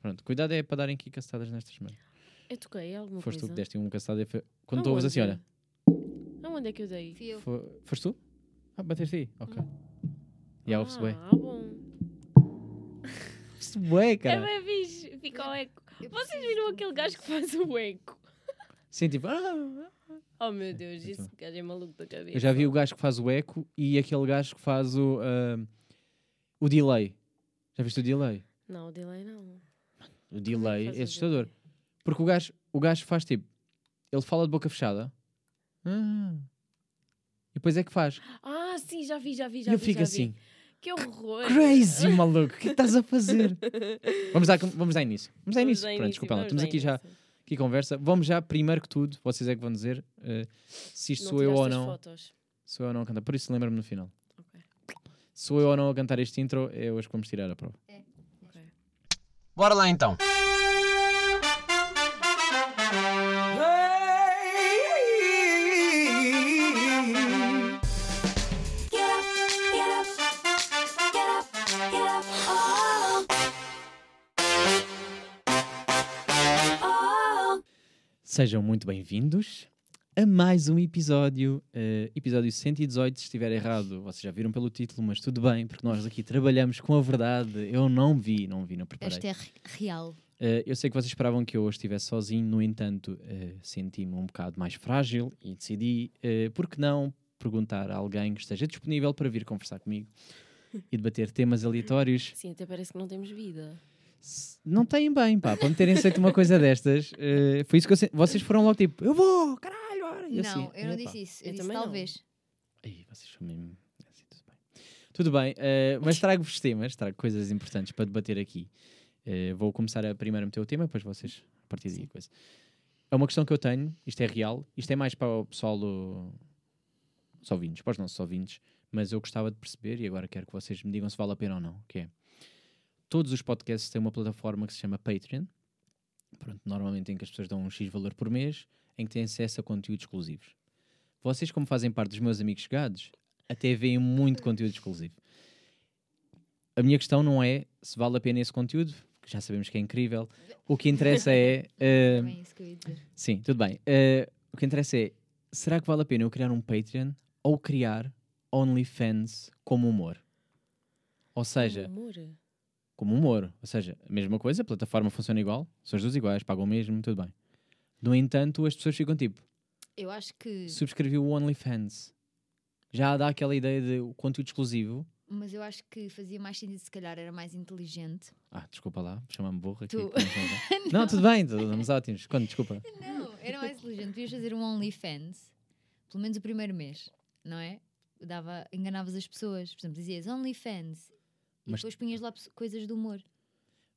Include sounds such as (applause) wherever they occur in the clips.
Pronto, cuidado é para darem aqui castadas nestas mãos. Eu toquei alguma Foste tu coisa. que deste um castado e foi... Quando tu ouves assim, olha. Aonde? Aonde é que eu dei? Fui eu. fo- Foste tu? Ah, bateste aí. Ok. E aí ouve-se bem. Ah, bom. Ouve-se bem, É cara. bem fixe. Fica o eco. Eu Vocês preciso viram de- aquele gajo que faz o eco? Sim, tipo... "Ah, ah." Oh meu Deus, muito esse gajo é maluco da cabeça. Eu já vi o gajo que faz o eco e aquele gajo que faz o... ah, o delay. Já viste o delay? Não, o delay não. O Como é delay que faz é o assustador. delay? Porque o gajo, o gajo faz tipo... Ele fala de boca fechada. Ah. E depois é que faz. Ah, sim, já vi, já vi, E já eu vi. fico já assim... Vi. Que horror. Crazy, maluco, o que estás a (laughs) fazer? vamos, dar, vamos dar início. Vamos dar início. Vamos ao é Pronto, desculpa, lá, vamos estamos ao aqui já início. aqui conversa. Vamos já, primeiro que tudo, vocês é que vão dizer eh, se isto sou eu tiraste ou as não. Fotos. Sou eu ou não a cantar. Por isso lembra-me no final. Ok. Sou eu ou não a cantar este intro, é hoje que vamos tirar a prova. Bora lá então. Sejam muito bem-vindos a mais um episódio, eh, episódio 118. Se estiver errado, vocês já viram pelo título, mas tudo bem, porque nós aqui trabalhamos com a verdade. Eu não vi, não vi, não preparei. Esta é re- real. Eh, eu sei que vocês esperavam que eu hoje estivesse sozinho, no entanto, eh, senti-me um bocado mais frágil e decidi, eh, por que não perguntar a alguém que esteja disponível para vir conversar comigo e debater temas aleatórios? Sim, até parece que não temos vida. S- Não têm bem, pá, para me terem aceito uma coisa destas. eh, foi isso que eu se... Vocês foram logo tipo, eu vou, caralho! ora", e assim, não, eu não É. "Epá". disse isso. Eu, Eu disse também não. talvez. Aí, vocês são mesmo. assim, tudo bem. Tudo bem, eh, mas trago-vos temas, trago coisas importantes para debater aqui. Eh, vou começar a primeiro a meter o tema, depois vocês, a partir daí, coisa. É uma questão que eu tenho, isto é real, isto é mais para o pessoal do. Os ouvintes, para os nossos ouvintes, mas eu gostava de perceber, e agora quero que vocês me digam se vale a pena ou não, que é. Todos os podcasts têm uma plataforma que se chama Patreon, pronto, normalmente em que as pessoas dão um X valor por mês, em que têm acesso a conteúdos exclusivos. Vocês, como fazem parte dos meus amigos chegados, até veem muito conteúdo exclusivo. A minha questão não é se vale a pena esse conteúdo, que já sabemos que é incrível. O que interessa é. eh, Também é isso que eu ia dizer. sim, tudo bem. Eh, o que interessa é: será que vale a pena eu criar um Patreon ou criar OnlyFans como humor? Ou seja, Hum. Um amor. como humor. Ou seja, a mesma coisa, a plataforma funciona igual, são as duas iguais, pagam o mesmo, tudo bem. No entanto, as pessoas ficam tipo Eu acho que. subscrevi o OnlyFans. Já dá aquela ideia de o conteúdo exclusivo. Mas eu acho que fazia mais sentido, se calhar era mais inteligente. Ah, desculpa lá, chama-me burra aqui. Tu. que (laughs) não sei. não, tudo bem, tudo- estamos ótimos. Quando, desculpa. Não, era mais inteligente. Devias fazer um OnlyFans, pelo menos o primeiro mês, não é? Dava, enganavas as pessoas. Por exemplo, dizias OnlyFans e Mas- depois punhas lá pes- coisas de humor.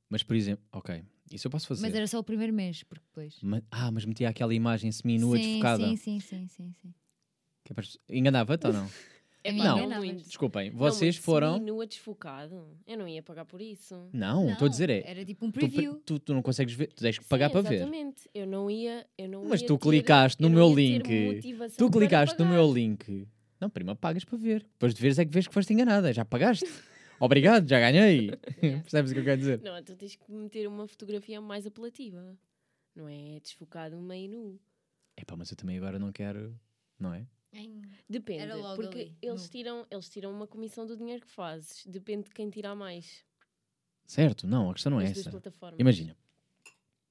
Mas, por exemplo, ok, isso eu posso fazer. Mas era só o primeiro mês, porque depois. Ma- ah, mas metia aquela imagem semi-nua sim, desfocada. sim, sim, sim, sim, sim. Que é para as pessoas- Enganava-te ou (laughs) não? É mim não. enganavas. muito. Desculpem, Não, mas vocês se foram. vi nua desfocado. Eu não ia pagar por isso. Não, estou a dizer é. Era tipo um tu pre- preview. Tu, tu não consegues ver, tu tens que Tipo, pagar para ver. Exatamente. Eu não ia. Eu não Mas ia tu ter- clicaste no eu não meu ia ter link. motivação Tu para clicaste no pagar. meu link. Não, prima, pagas para ver. Depois de veres é que vês que foste enganada. Já pagaste. Obrigado, já (laughs) ganhei. Percebes o que eu quero dizer? Não, tu tens que meter uma fotografia mais apelativa. Não é desfocado meio nu. Epá, mas eu também agora não quero, não é? Depende. Era logo porque ali, eles nu. tiram, eles tiram uma comissão do dinheiro que fazes. Depende de quem tirar mais. Certo, não, a questão não é nas duas essa. plataformas. Imagina,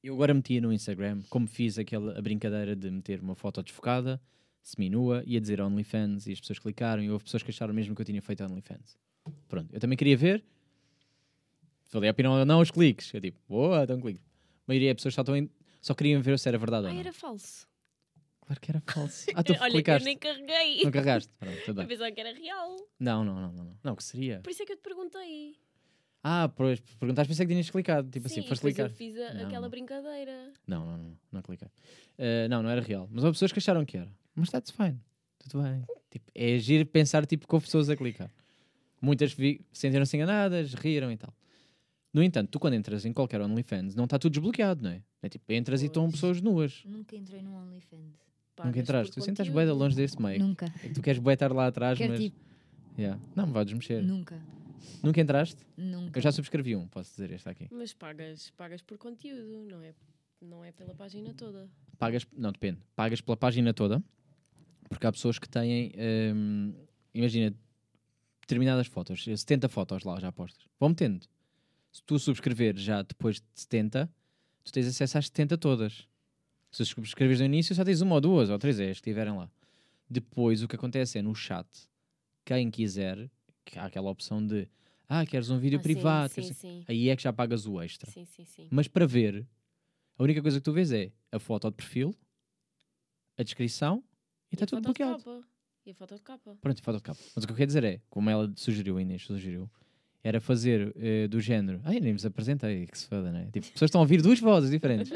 eu agora metia no Instagram, como fiz aquela a brincadeira de meter uma foto desfocada, seminua, ia dizer OnlyFans e as pessoas clicaram e houve pessoas que acharam mesmo que eu tinha feito OnlyFans. Pronto, eu também queria ver. Falei a opinião ou não os cliques. Eu tipo, boa, então cliques. A maioria das pessoas só, estão em- só queriam ver se era verdade Ah, ou não. era falso. Claro que era (laughs) falso. Ah, tu Olha, clicaste. eu nem carreguei. Não carregaste. Pronto, tudo Eu bem. (laughs) pensava que era real. Não, não, não, não. Não, Não, o que seria? Por isso é que eu te perguntei. Ah, pois, perguntaste, pensei que tinhas clicado. Tipo Sim, assim, foste depois clicar. Eu fiz a- Não, aquela não. brincadeira. Não, não, não, não cliquei. Eh, não, não era real. Mas houve pessoas que acharam que era. Mas that's fine. Tudo bem. Tipo, é agir pensar tipo, com pessoas a clicar. Muitas vi- sentiram-se enganadas, riram e tal. No entanto, tu quando entras em qualquer OnlyFans, não está tudo desbloqueado, não é? É tipo, entras e estão Pois. pessoas nuas. Nunca entrei num OnlyFans. Nunca entraste. Tu sentas bué de longe desse meio. Nunca. É que tu queres bué estar lá atrás, Quero mas... tipo, Yeah. Não me vá desmexer. nunca. Nunca entraste? Nunca. Eu já subscrevi um, posso dizer este aqui. Mas pagas, pagas por conteúdo, não é, não é pela página toda. Pagas, não, depende. Pagas pela página toda, porque há pessoas que têm, hum, imagina, determinadas fotos, 70 fotos lá já postas. Vão metendo. Se tu subscrever já depois de 70, tu tens acesso às 70 todas. Se subscreves no início, só tens uma ou duas ou três, é as que estiverem lá. Depois, o que acontece é no chat, quem quiser, que há aquela opção de, ah, queres um vídeo Ah, privado, Sim, queres- sim, sim. aí é que já pagas o extra. Sim, sim, sim. Mas para ver, a única coisa que tu vês é a foto de perfil, a descrição e está a tudo foto de bloqueado. capa. E a foto de capa. Pronto, e foto de capa. Mas o que eu quero dizer é, como ela sugeriu, a Inês sugeriu, era fazer eh, do género. Ai, nem vos apresentei, que se foda, né? Tipo, pessoas estão a ouvir duas vozes (laughs) diferentes.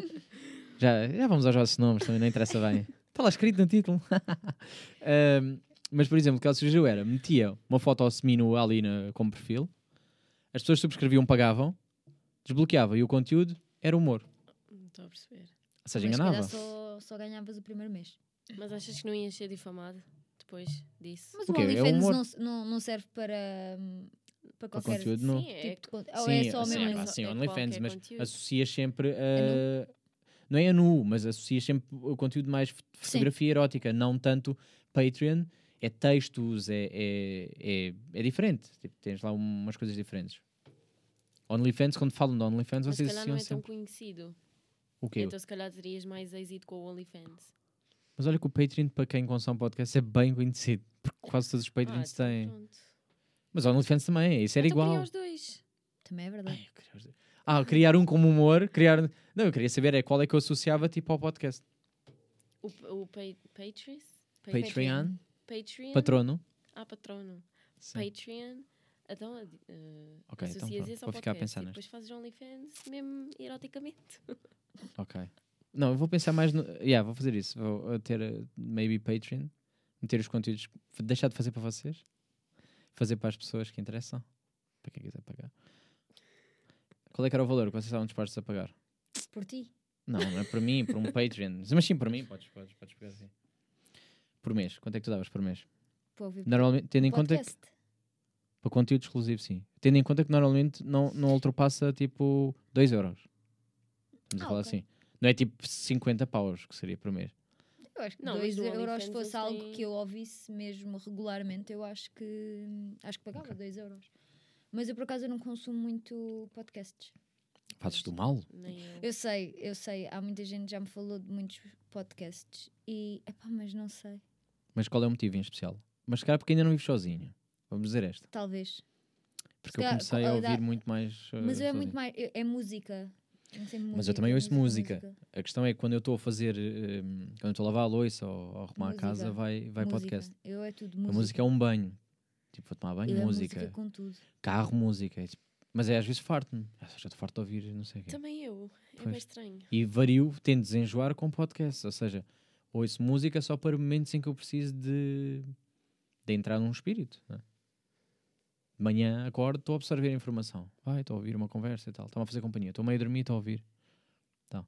já, já vamos aos vossos nomes, também não interessa bem. Está lá escrito no título. (laughs) Ahm, mas, por exemplo, o que ela sugeriu era: metia uma foto ao seminua ali na, como perfil, as pessoas subscreviam, pagavam, desbloqueava e o conteúdo era humor. Não estou a perceber. Ou seja, Mas se enganava. calhar só, só ganhavas o primeiro mês. Mas achas que não ias ser difamado depois disso? Mas O o, quê? É OnlyFans humor? não, se- não, não serve para, hum, para O qualquer conteúdo não. Sim, é tipo de conteúdo. Ou Sim, é só sim, mesmo é, isso. pá, isso? sim, É OnlyFans, qualquer mas conteúdo. associas sempre a. Não é a nu, mas associas sempre o conteúdo mais fo- fotografia erótica, não tanto Patreon. É textos, é, é, é, é diferente. Tipo, tens lá umas coisas diferentes. OnlyFans, quando falam de OnlyFans, Mas se vocês calhar não associam é tão sempre. conhecido. O quê? Então se calhar terias mais êxito com o OnlyFans. Mas olha que o Patreon, para quem consome podcast, é bem conhecido. Porque quase todos os Patreons então têm. Pronto. Mas OnlyFans também, isso era Então queria igual. os dois. Também é verdade. Ai, eu queria os dois. Ah, criar um como humor, criar. um- Não, eu queria saber é qual é que eu associava tipo ao podcast. O, o pa Patris? Pa- Patreon, Patreon? patrono. Ah, patrono. Sim. Patreon. Então, eh, Ok, então associas pronto, isso vou ao ficar a podcast pensar e nisto. tipo, depois fazes OnlyFans mesmo eroticamente. Ok. Não, eu vou pensar mais no. Yeah, vou fazer isso. Vou uh, ter, uh, maybe, Patreon. Meter os conteúdos. f- Deixar de fazer para vocês. Fazer para as pessoas que interessam. Para quem quiser pagar. Qual é que era o valor que vocês estavam dispostos a pagar? Por ti. Não, não é para mim, para um (laughs) Patreon. Mas sim, para mim, podes, podes, podes pagar assim. Por mês. Quanto é que tu davas por mês? Para ouvir Normalmente, tendo em conta que. podcast. Para conteúdo exclusivo, sim. Tendo em conta que normalmente não, não ultrapassa tipo 2 euros. Estamos a Ah, falar ok. assim. Não é tipo 50 paus que seria por mês. Eu acho que Não, mas 2 no euros OnlyFans fosse eles algo têm- que eu ouvisse mesmo regularmente, eu acho que acho que pagava 2 euros. Mas eu por acaso eu não consumo muito podcasts. Fazes do mal? Nem eu. Eu sei, eu sei, há muita gente que já me falou de muitos podcasts e epá, mas não sei. Mas qual é o motivo em especial? Mas se calhar porque ainda não vivo sozinho. Vamos dizer esta. Talvez. Porque eu calhar, comecei a qual- ouvir dá- muito mais. eh, Mas eu é sozinho. muito mais. eu- é música. Eu sempre Mas eu também ouço A questão é que quando eu estou a fazer. eh, quando eu estou a lavar a louça ou a arrumar a casa, Música. vai, vai música. podcast. Eu é tudo A música. música é um banho. Tipo, vou tomar banho, Eu é música. música com tudo. Carro, música. É tipo- Mas é às vezes farto-me. Ah, Já estou farto de ouvir, não sei o quê. Também eu. É Pois. bem estranho. E vario, tendo desenjoar com podcast. Ou seja, ouço música só para momentos em que eu preciso de, de entrar num espírito. não é? De manhã acordo, estou a absorver a informação. Vai, estou a ouvir uma conversa e tal. Estou a fazer companhia. Estou meio a dormir, estou a ouvir. Então,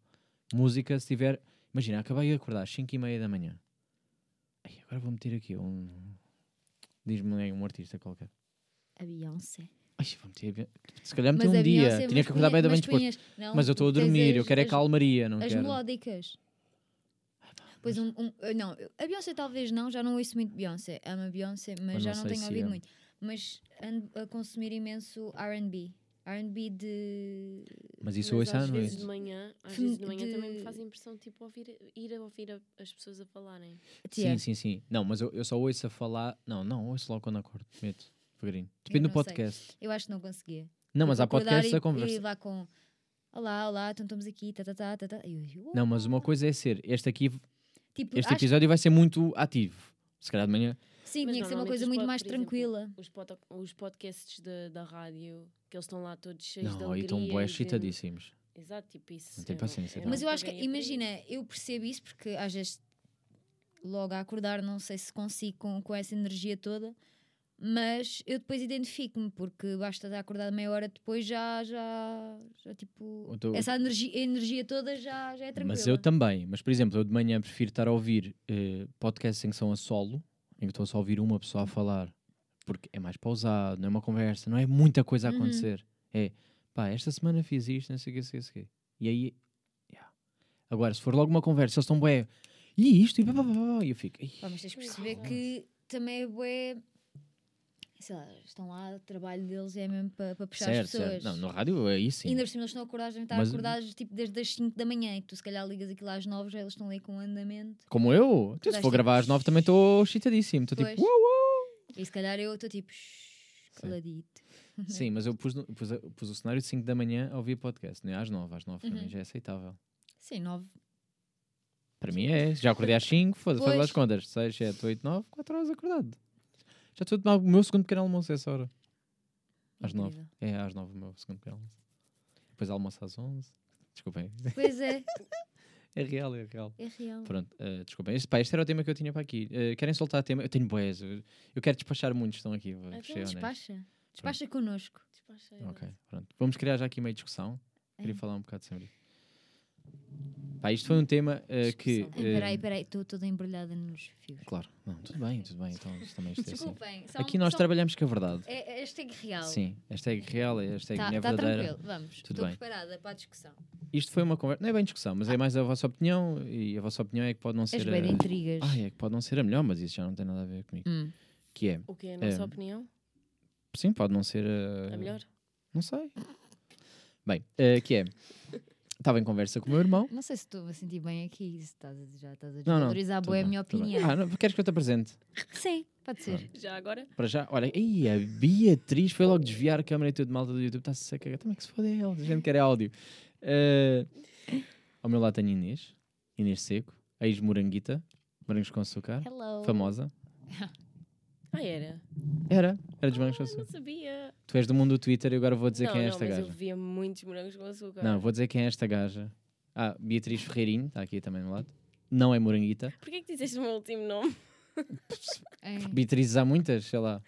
música, se tiver... Imagina, acabei de acordar às 5 e meia da manhã. Ai, agora vou meter aqui um... Diz-me aí um artista qualquer. A Beyoncé. Ai, vou meter... Se calhar meter um é dia. Tinha que acordar bem da bem disposto. Mas eu estou a dormir, eu quero é calmaria, não As quero... melódicas. Pois um, um- eu não, eu- a Beyoncé talvez não, já não ouço muito Beyoncé. Amo a Beyoncé, mas, Mas já não sei não tenho se é. ouvido amo. muito. Mas ando a consumir imenso RB. RB de. Mas isso eu ouço à às vezes noite. de manhã, às Fem- vezes de manhã também me de- faz a impressão tipo ouvir, ir a ouvir a- as pessoas a falarem. Sim, sim, sim. Não, mas eu, eu só ouço a falar. Não, não, ouço logo quando acordo. Meto, devagarinho. Depende do não sei. podcast. Eu acho que não conseguia. Não, mas há Porque acordar podcasts e- a conversa. E lá com. Olá, olá, então estamos aqui, tá, tá, tá, tá, tá. E eu- eu- Não, mas uma coisa é ser. Este aqui, este tipo, acho que- episódio vai ser muito ativo. Se calhar de manhã. Sim, Mas tinha que ser uma normalmente coisa os muito pod- mais por exemplo, tranquila. Os, pod- os podcasts da da rádio, que eles estão lá todos cheios de um Não, aí alegria. estão bué e de- excitadíssimos. Exato, tipo isso. Não tenho é- paciência, é não. Mas um eu acho que, ganha para isso. imagina, eu percebo isso porque às vezes logo a acordar não sei se consigo com, com essa energia toda, mas eu depois identifico-me porque basta de acordar meia hora depois já, já, já tipo, Eu tô- essa energia, energia toda já, já é tranquila. Mas eu também. Mas, por exemplo, eu de manhã prefiro estar a ouvir eh, podcasts em que são a solo, em que estou só a ouvir uma pessoa a falar. porque é mais pausado, não é uma conversa, não é muita coisa a Uhum. acontecer. É, pá, esta semana fiz isto, não sei o que, não sei o que. E aí, yeah. agora, se for logo uma conversa, eles estão bué, e isto, e pá, pá, pá, pá, e eu fico, "Ih, Pá, mas tens de Pois perceber é. que também é bué. Sei lá, estão lá, o trabalho deles é mesmo para puxar certo, as pessoas. certo. Não, no rádio é isso, E sim. ainda por cima eles estão acordados, devem estar Mas- acordados tipo desde as 5 da manhã e tu se calhar ligas aquilo às 9, já eles estão ali com um andamento. Como eu, então, se vais for tipo, gravar às nove também estou excitadíssimo, estou Pois. tipo, "Uau, uau." E se calhar eu estou tipo "Shhh, caladito. (laughs) Sim, mas eu pus, no- pus, a- pus o cenário de 5 da manhã a ouvir podcast, não é? Às 9, às 9 para Uhum. mim já é aceitável. Sim, 9. Para mim é, já acordei às 5, foda-se, faz lá as Pois. contas. 6, 7, 8, 9, 4 horas acordado. Já estou a tomar o meu segundo pequeno almoço a essa hora. Às 9. É, às 9 o meu segundo pequeno almoço. Depois almoço às 11. Desculpem. Pois é, É real, é real. é (laughs) real. Pronto, eh, desculpem. Este, pá, este era o tema que eu tinha para aqui. Eh, querem soltar tema? Eu tenho boés. Eu, eu quero despachar muitos, estão aqui. Vou Então ser honesto. Despacha. Despacha connosco. Despacha é? aí, Ok, Nath. pronto. Vamos criar já aqui meio discussão. Queria Ah. falar um bocado sobre isso. Pá, isto foi um tema eh, que. Ai, peraí, eh, peraí, estou toda embrulhada nos fios. Claro, não, tudo bem, tudo bem. Então, isto também isto (laughs) é assim. Desculpem, são, Aqui nós são- trabalhamos com a verdade. É, é hashtag real. Sim, hashtag real, é hashtag Tá, minha tá verdadeira. tranquilo, vamos. Tudo Estou bem. preparada para a discussão. Isto foi uma conversa, não é bem discussão, mas é mais a vossa opinião e a vossa opinião é que pode não Ah. És ser bem de a... intrigas. Ai, é que pode não ser a melhor, mas isso já não tem nada a ver comigo. Hum. Que é, O que é a nossa É. opinião? sim, pode não ser a... A melhor? Não sei. Bem, eh, que é, estava em conversa com o meu irmão. Não sei se estou a sentir bem aqui, se estás a, já estás a Não, não. desvalorizar tudo boa a bem, minha tudo bem. opinião. Ah, não, queres que eu te apresente? Sim, pode ser. Já agora? Para já, olha, aí a Beatriz foi logo desviar a câmera e tudo malta do YouTube, está-se a cagar. Também que se foda ela, a gente quer é áudio. Eh, ao meu lado tenho Inês, Inês Seco, a ex-moranguita, morangos com açúcar, Hello. famosa. Ah, era. Era, era dos morangos com açúcar. Não sabia. Tu és do mundo do Twitter e agora vou dizer não, quem é não, esta mas gaja. eu via muitos morangos com açúcar. Não, vou dizer quem é esta gaja. Ah, Beatriz Ferreirinho, está aqui também do lado. Não é moranguita. Porquê que disseste o meu último nome? É. Beatrizes há muitas, sei lá.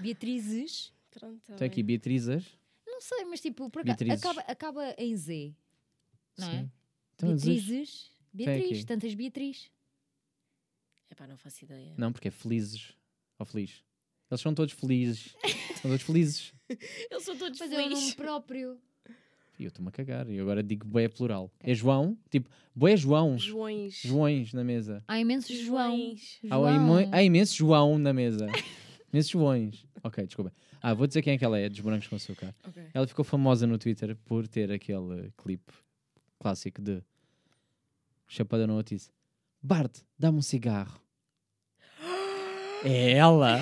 Beatrizes? Pronto, tá Estou aqui, bem. Beatrizas. Não sei, mas tipo, por acaso, Beatrizes. acaba, acaba em Z. Não é? Sim. Então, Beatrizes. Beatrizes? Tem aqui. Beatriz, tantas Beatriz. Epá, não faço ideia. Não, porque é felizes. Ou feliz. Eles são todos felizes. são todos felizes. Eles são todos Mas é um nome felizes. próprio. E eu estou-me a cagar. E agora digo boé plural. É João? Tipo, boé João. Joões. Joões na mesa. Há imensos João. Joões. Há, um imo- há imenso João na mesa. imensos Joões. Ok, desculpa. Ah, vou dizer quem é que ela é, dos morangos com açúcar. Ok. Ela ficou famosa no Twitter por ter aquele clipe clássico de Chapada no Otis. Bart, dá-me um cigarro. É (laughs) ela.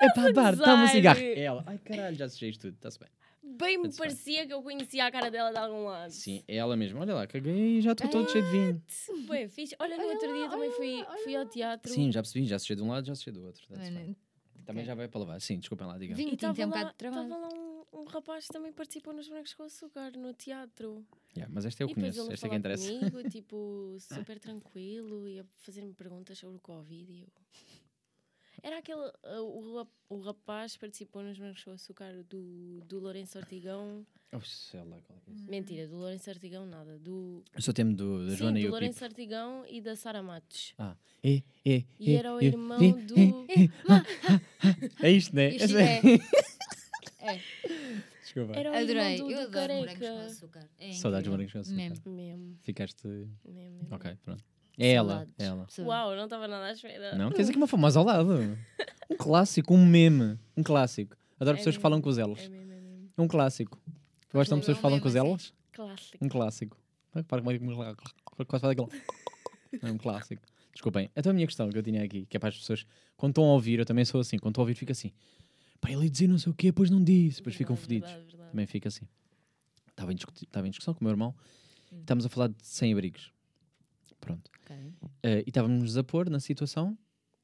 É pá, Bart, dá-me um gozar. cigarro. É ela. Ai caralho, já sujei isto tudo. Está-se Tá bem. Bem me That's fine. parecia que eu conhecia a cara dela de algum lado. Sim, é ela mesmo. Olha lá, caguei e já estou todo cheio de vinho. Bem, fixe. Olha, no Olha outro lá, dia também olha fui, lá, olha fui ao teatro. Sim, já percebi. Já sujei de um lado, já sujei do outro. That's fine. Mano, Também já vai para lavar. Sim, desculpem lá, digam. Vinho E tinto é um estava lá, bocado de trabalho. tava lá um, um rapaz que também participou nos Brancos com Açúcar, no teatro. Yeah, mas esta eu e depois conheço. ele a Esta é que falar interessa. (laughs) comigo, tipo, super tranquilo, e a fazer-me perguntas sobre o Covid. E eu... Era aquele... ah, o, rap- o rapaz que participou nos Brancos com Açúcar do, do Lourenço Ortigão. Oh, sei lá qual é que é. Mentira, do Lourenço Ortigão nada. Do, Eu sou tema do, da sim, Joana do e o Pipo. Lourenço Ortigão e da Sara Matos. E, e, E era o irmão do- É (laughs) isto, né? Isto é? é. Desculpa. É. Era o Adorei. irmão do, Eu do adoro morangos com careca. açúcar. É Saudades de incrível. morangos com açúcar. Mesmo. Mesmo, Ficaste. mesmo. mesmo. Ok, pronto. É ela. Saudades. É ela. Pessoa. Uau, não estava nada à espera. É Não, tens aqui (laughs) uma famosa ao lado. Um clássico, um meme. Um clássico. Adoro É pessoas que falam com os É elas. mesmo, um é mesmo. É um clássico. Gostam de pessoas que falam com os assim. Lembram-me, elas? Clássico. Um clássico. Não é que para como é que- Quase faz aquilo. (laughs) É um clássico. Desculpem. Então a minha questão que eu tinha aqui, que é para as pessoas, quando estão a ouvir, eu também sou assim, quando estão a ouvir, fica assim. Pá, ele ia dizer não sei o quê, depois não disse, depois ficam Verdade, fodidos. verdade, verdade. Também fica assim. Estava em, discuti- estava em discussão com o meu irmão. e Estávamos a falar de sem-abrigos. Pronto. Ok. Eh, e estávamos a pôr na situação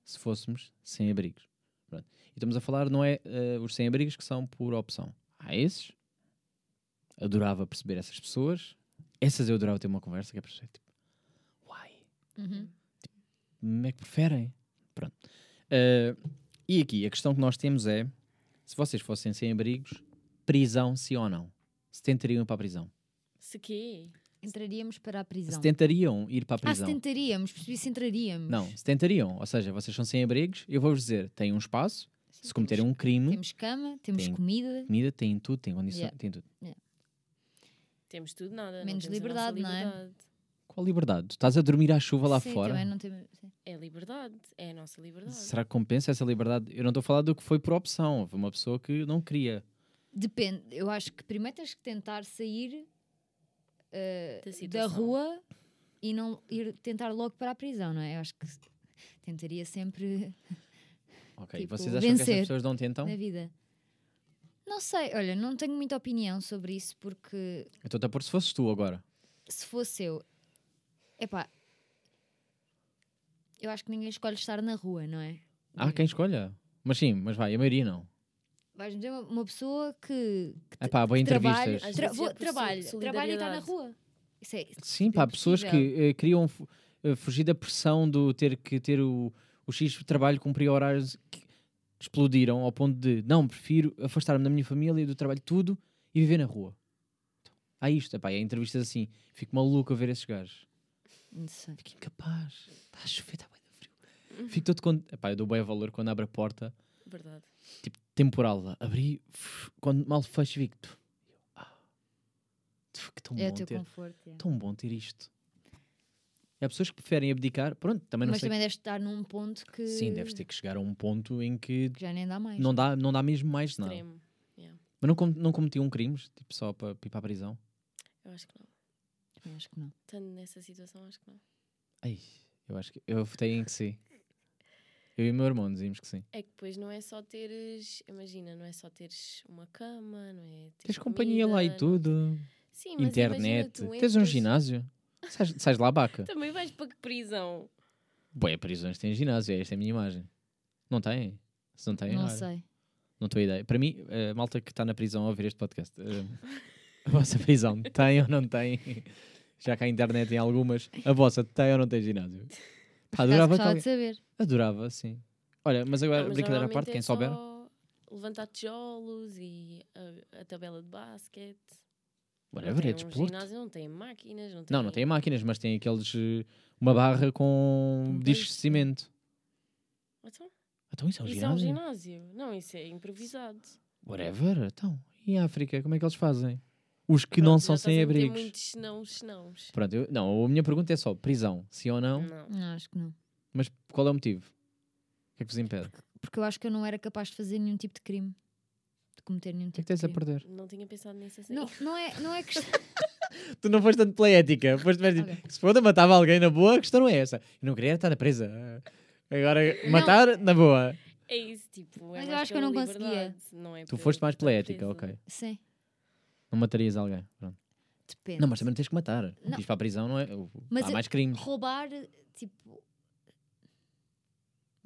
se fôssemos sem-abrigos. Pronto. E estamos a falar, não é eh, os sem-abrigos que são por opção. Há esses. Adorava perceber essas pessoas. Essas eu adorava ter uma conversa que é perceber, tipo, uai, Uhum. como é que preferem? Pronto. Eh, e aqui, a questão que nós temos é, se vocês fossem sem-abrigos, prisão sim ou não? Se tentariam ir para a prisão? Se quê? Entraríamos para a prisão. Se tentariam ir para a Ah, se prisão. tentaríamos, percebi se entraríamos. Não, se tentariam. Ou seja, vocês são sem abrigos, eu vou-vos dizer, têm um espaço, Sim, se cometerem temos, um crime, Temos cama, temos Tem- comida, comida, têm tudo, têm condições, Yeah. têm tudo. Temos tudo, nada. Menos não temos liberdade, a não nossa é? liberdade. Qual liberdade? Tu estás a dormir à chuva lá Sim, fora? também não temos- sim. é? liberdade, é a nossa liberdade. Será que compensa essa liberdade? Eu não estou a falar do que foi por opção. Houve uma pessoa que não queria. Depende, eu acho que primeiro tens que tentar sair eh, Da da situação. rua e não ir tentar logo para a prisão, não é? Eu acho que se- tentaria sempre Ok, Tipo, vocês acham que vencer. essas pessoas não tentam? na vida. Não sei, olha, não tenho muita opinião sobre isso porque Eu estou a pôr se fosses tu agora. se fosse eu, epá, eu acho que ninguém escolhe estar na rua, não é? Há quem escolha. Mas sim, mas vai, a maioria não. Vais dizer uma, uma pessoa que, que É pá, boa trabalha, entrevistas. Às tra- vezes vou- é por sol- trabalha, trabalha e está na solidariedade. rua. Isso é, Sim, pá, pessoas que impossível. eh, queriam fu- eh, fugir da pressão do ter que ter o, o X de trabalho, cumprir horários que explodiram ao ponto de não, prefiro afastar-me da minha família, do trabalho, tudo e viver na rua. Então, Há isto, epá, e há entrevistas assim. Fico maluco a ver esses gajos. não sei. Fico incapaz. Está a chover, está bem frio. Fico todo contente. Epá, eu dou bem valor quando abro a porta, Verdade. tipo, temporal lá. Abri, fff, quando mal fecho, fico. tu- Ah, tu, que tão É o bom teu ter conforto. é. tão bom ter isto. E há pessoas que preferem abdicar. Pronto, também não Mas sei. também deves estar num ponto que, Sim, deves ter que chegar a um ponto em que que já nem dá mais. não dá, não dá mesmo mais nada. Extremo. Mas não, com- não cometiam crimes, tipo só para ir para a prisão. Eu acho que não. Também Acho que não. Estando nessa situação, acho que não. Ai, eu acho que eu votei em que sim. Eu e o meu irmão dizíamos que sim. É que depois não é só teres, imagina, não é só teres uma cama, não é? Tens companhia lá e comida, tudo, não- é? Sim, mas internet, imagina, tu tens um entras- ginásio. Sais, sais lá, baca. Também vais para que prisão? Boé, prisões têm ginásio, esta é a minha imagem. Não têm? Se não têm, não olha. sei. Não estou a ideia. Para mim, a malta que está na prisão a ouvir este podcast, eh, a vossa prisão (laughs) tem ou não tem? Já que a internet tem algumas, a vossa tem ou não tem ginásio? Pá, adorava, Gostava de que alguém- saber. adorava, sim. Olha, mas Não, agora, mas brincadeira à normalmente parte, é quem souber, só Levantar tijolos e a, a tabela de basquete. whatever, é Não tem um desporto. ginásio, não tem máquinas, não tem. um Não, não tem máquinas, mas tem aqueles. eh, uma barra com Um discos beijo. de cimento. Então, Então isso é um isso é um ginásio? ginásio. Não, isso é improvisado. Whatever, então. E a África, como é que eles fazem? Os que não são sem abrigo. abrigos. muitos não, senãos. Pronto, eu- não, a minha pergunta é só: prisão, sim ou não? Não. Não, acho que não. Mas qual é o motivo? O que é que vos impede? O Porque eu acho que eu não era capaz de fazer nenhum tipo de crime. De cometer nenhum que é tipo que tens de a crime. perder? Não tinha pensado nisso assim. Não, não é, não é questão. (laughs) Tu não foste tanto pela ética. Foste mais tipo, se for de matar alguém na boa, a questão não é essa. Eu não queria estar na presa. Agora, matar na boa. É isso, tipo. é Mas eu mais acho que eu pela não conseguia. liberdade, Não é Tu pela- foste mais pela pela ética, presa. ok. Sim, Não matarias alguém. Pronto. depende. Não, mas também não tens que matar. Não. Diz para a prisão, não é? Mas Há eu- mais crimes. Roubar, tipo.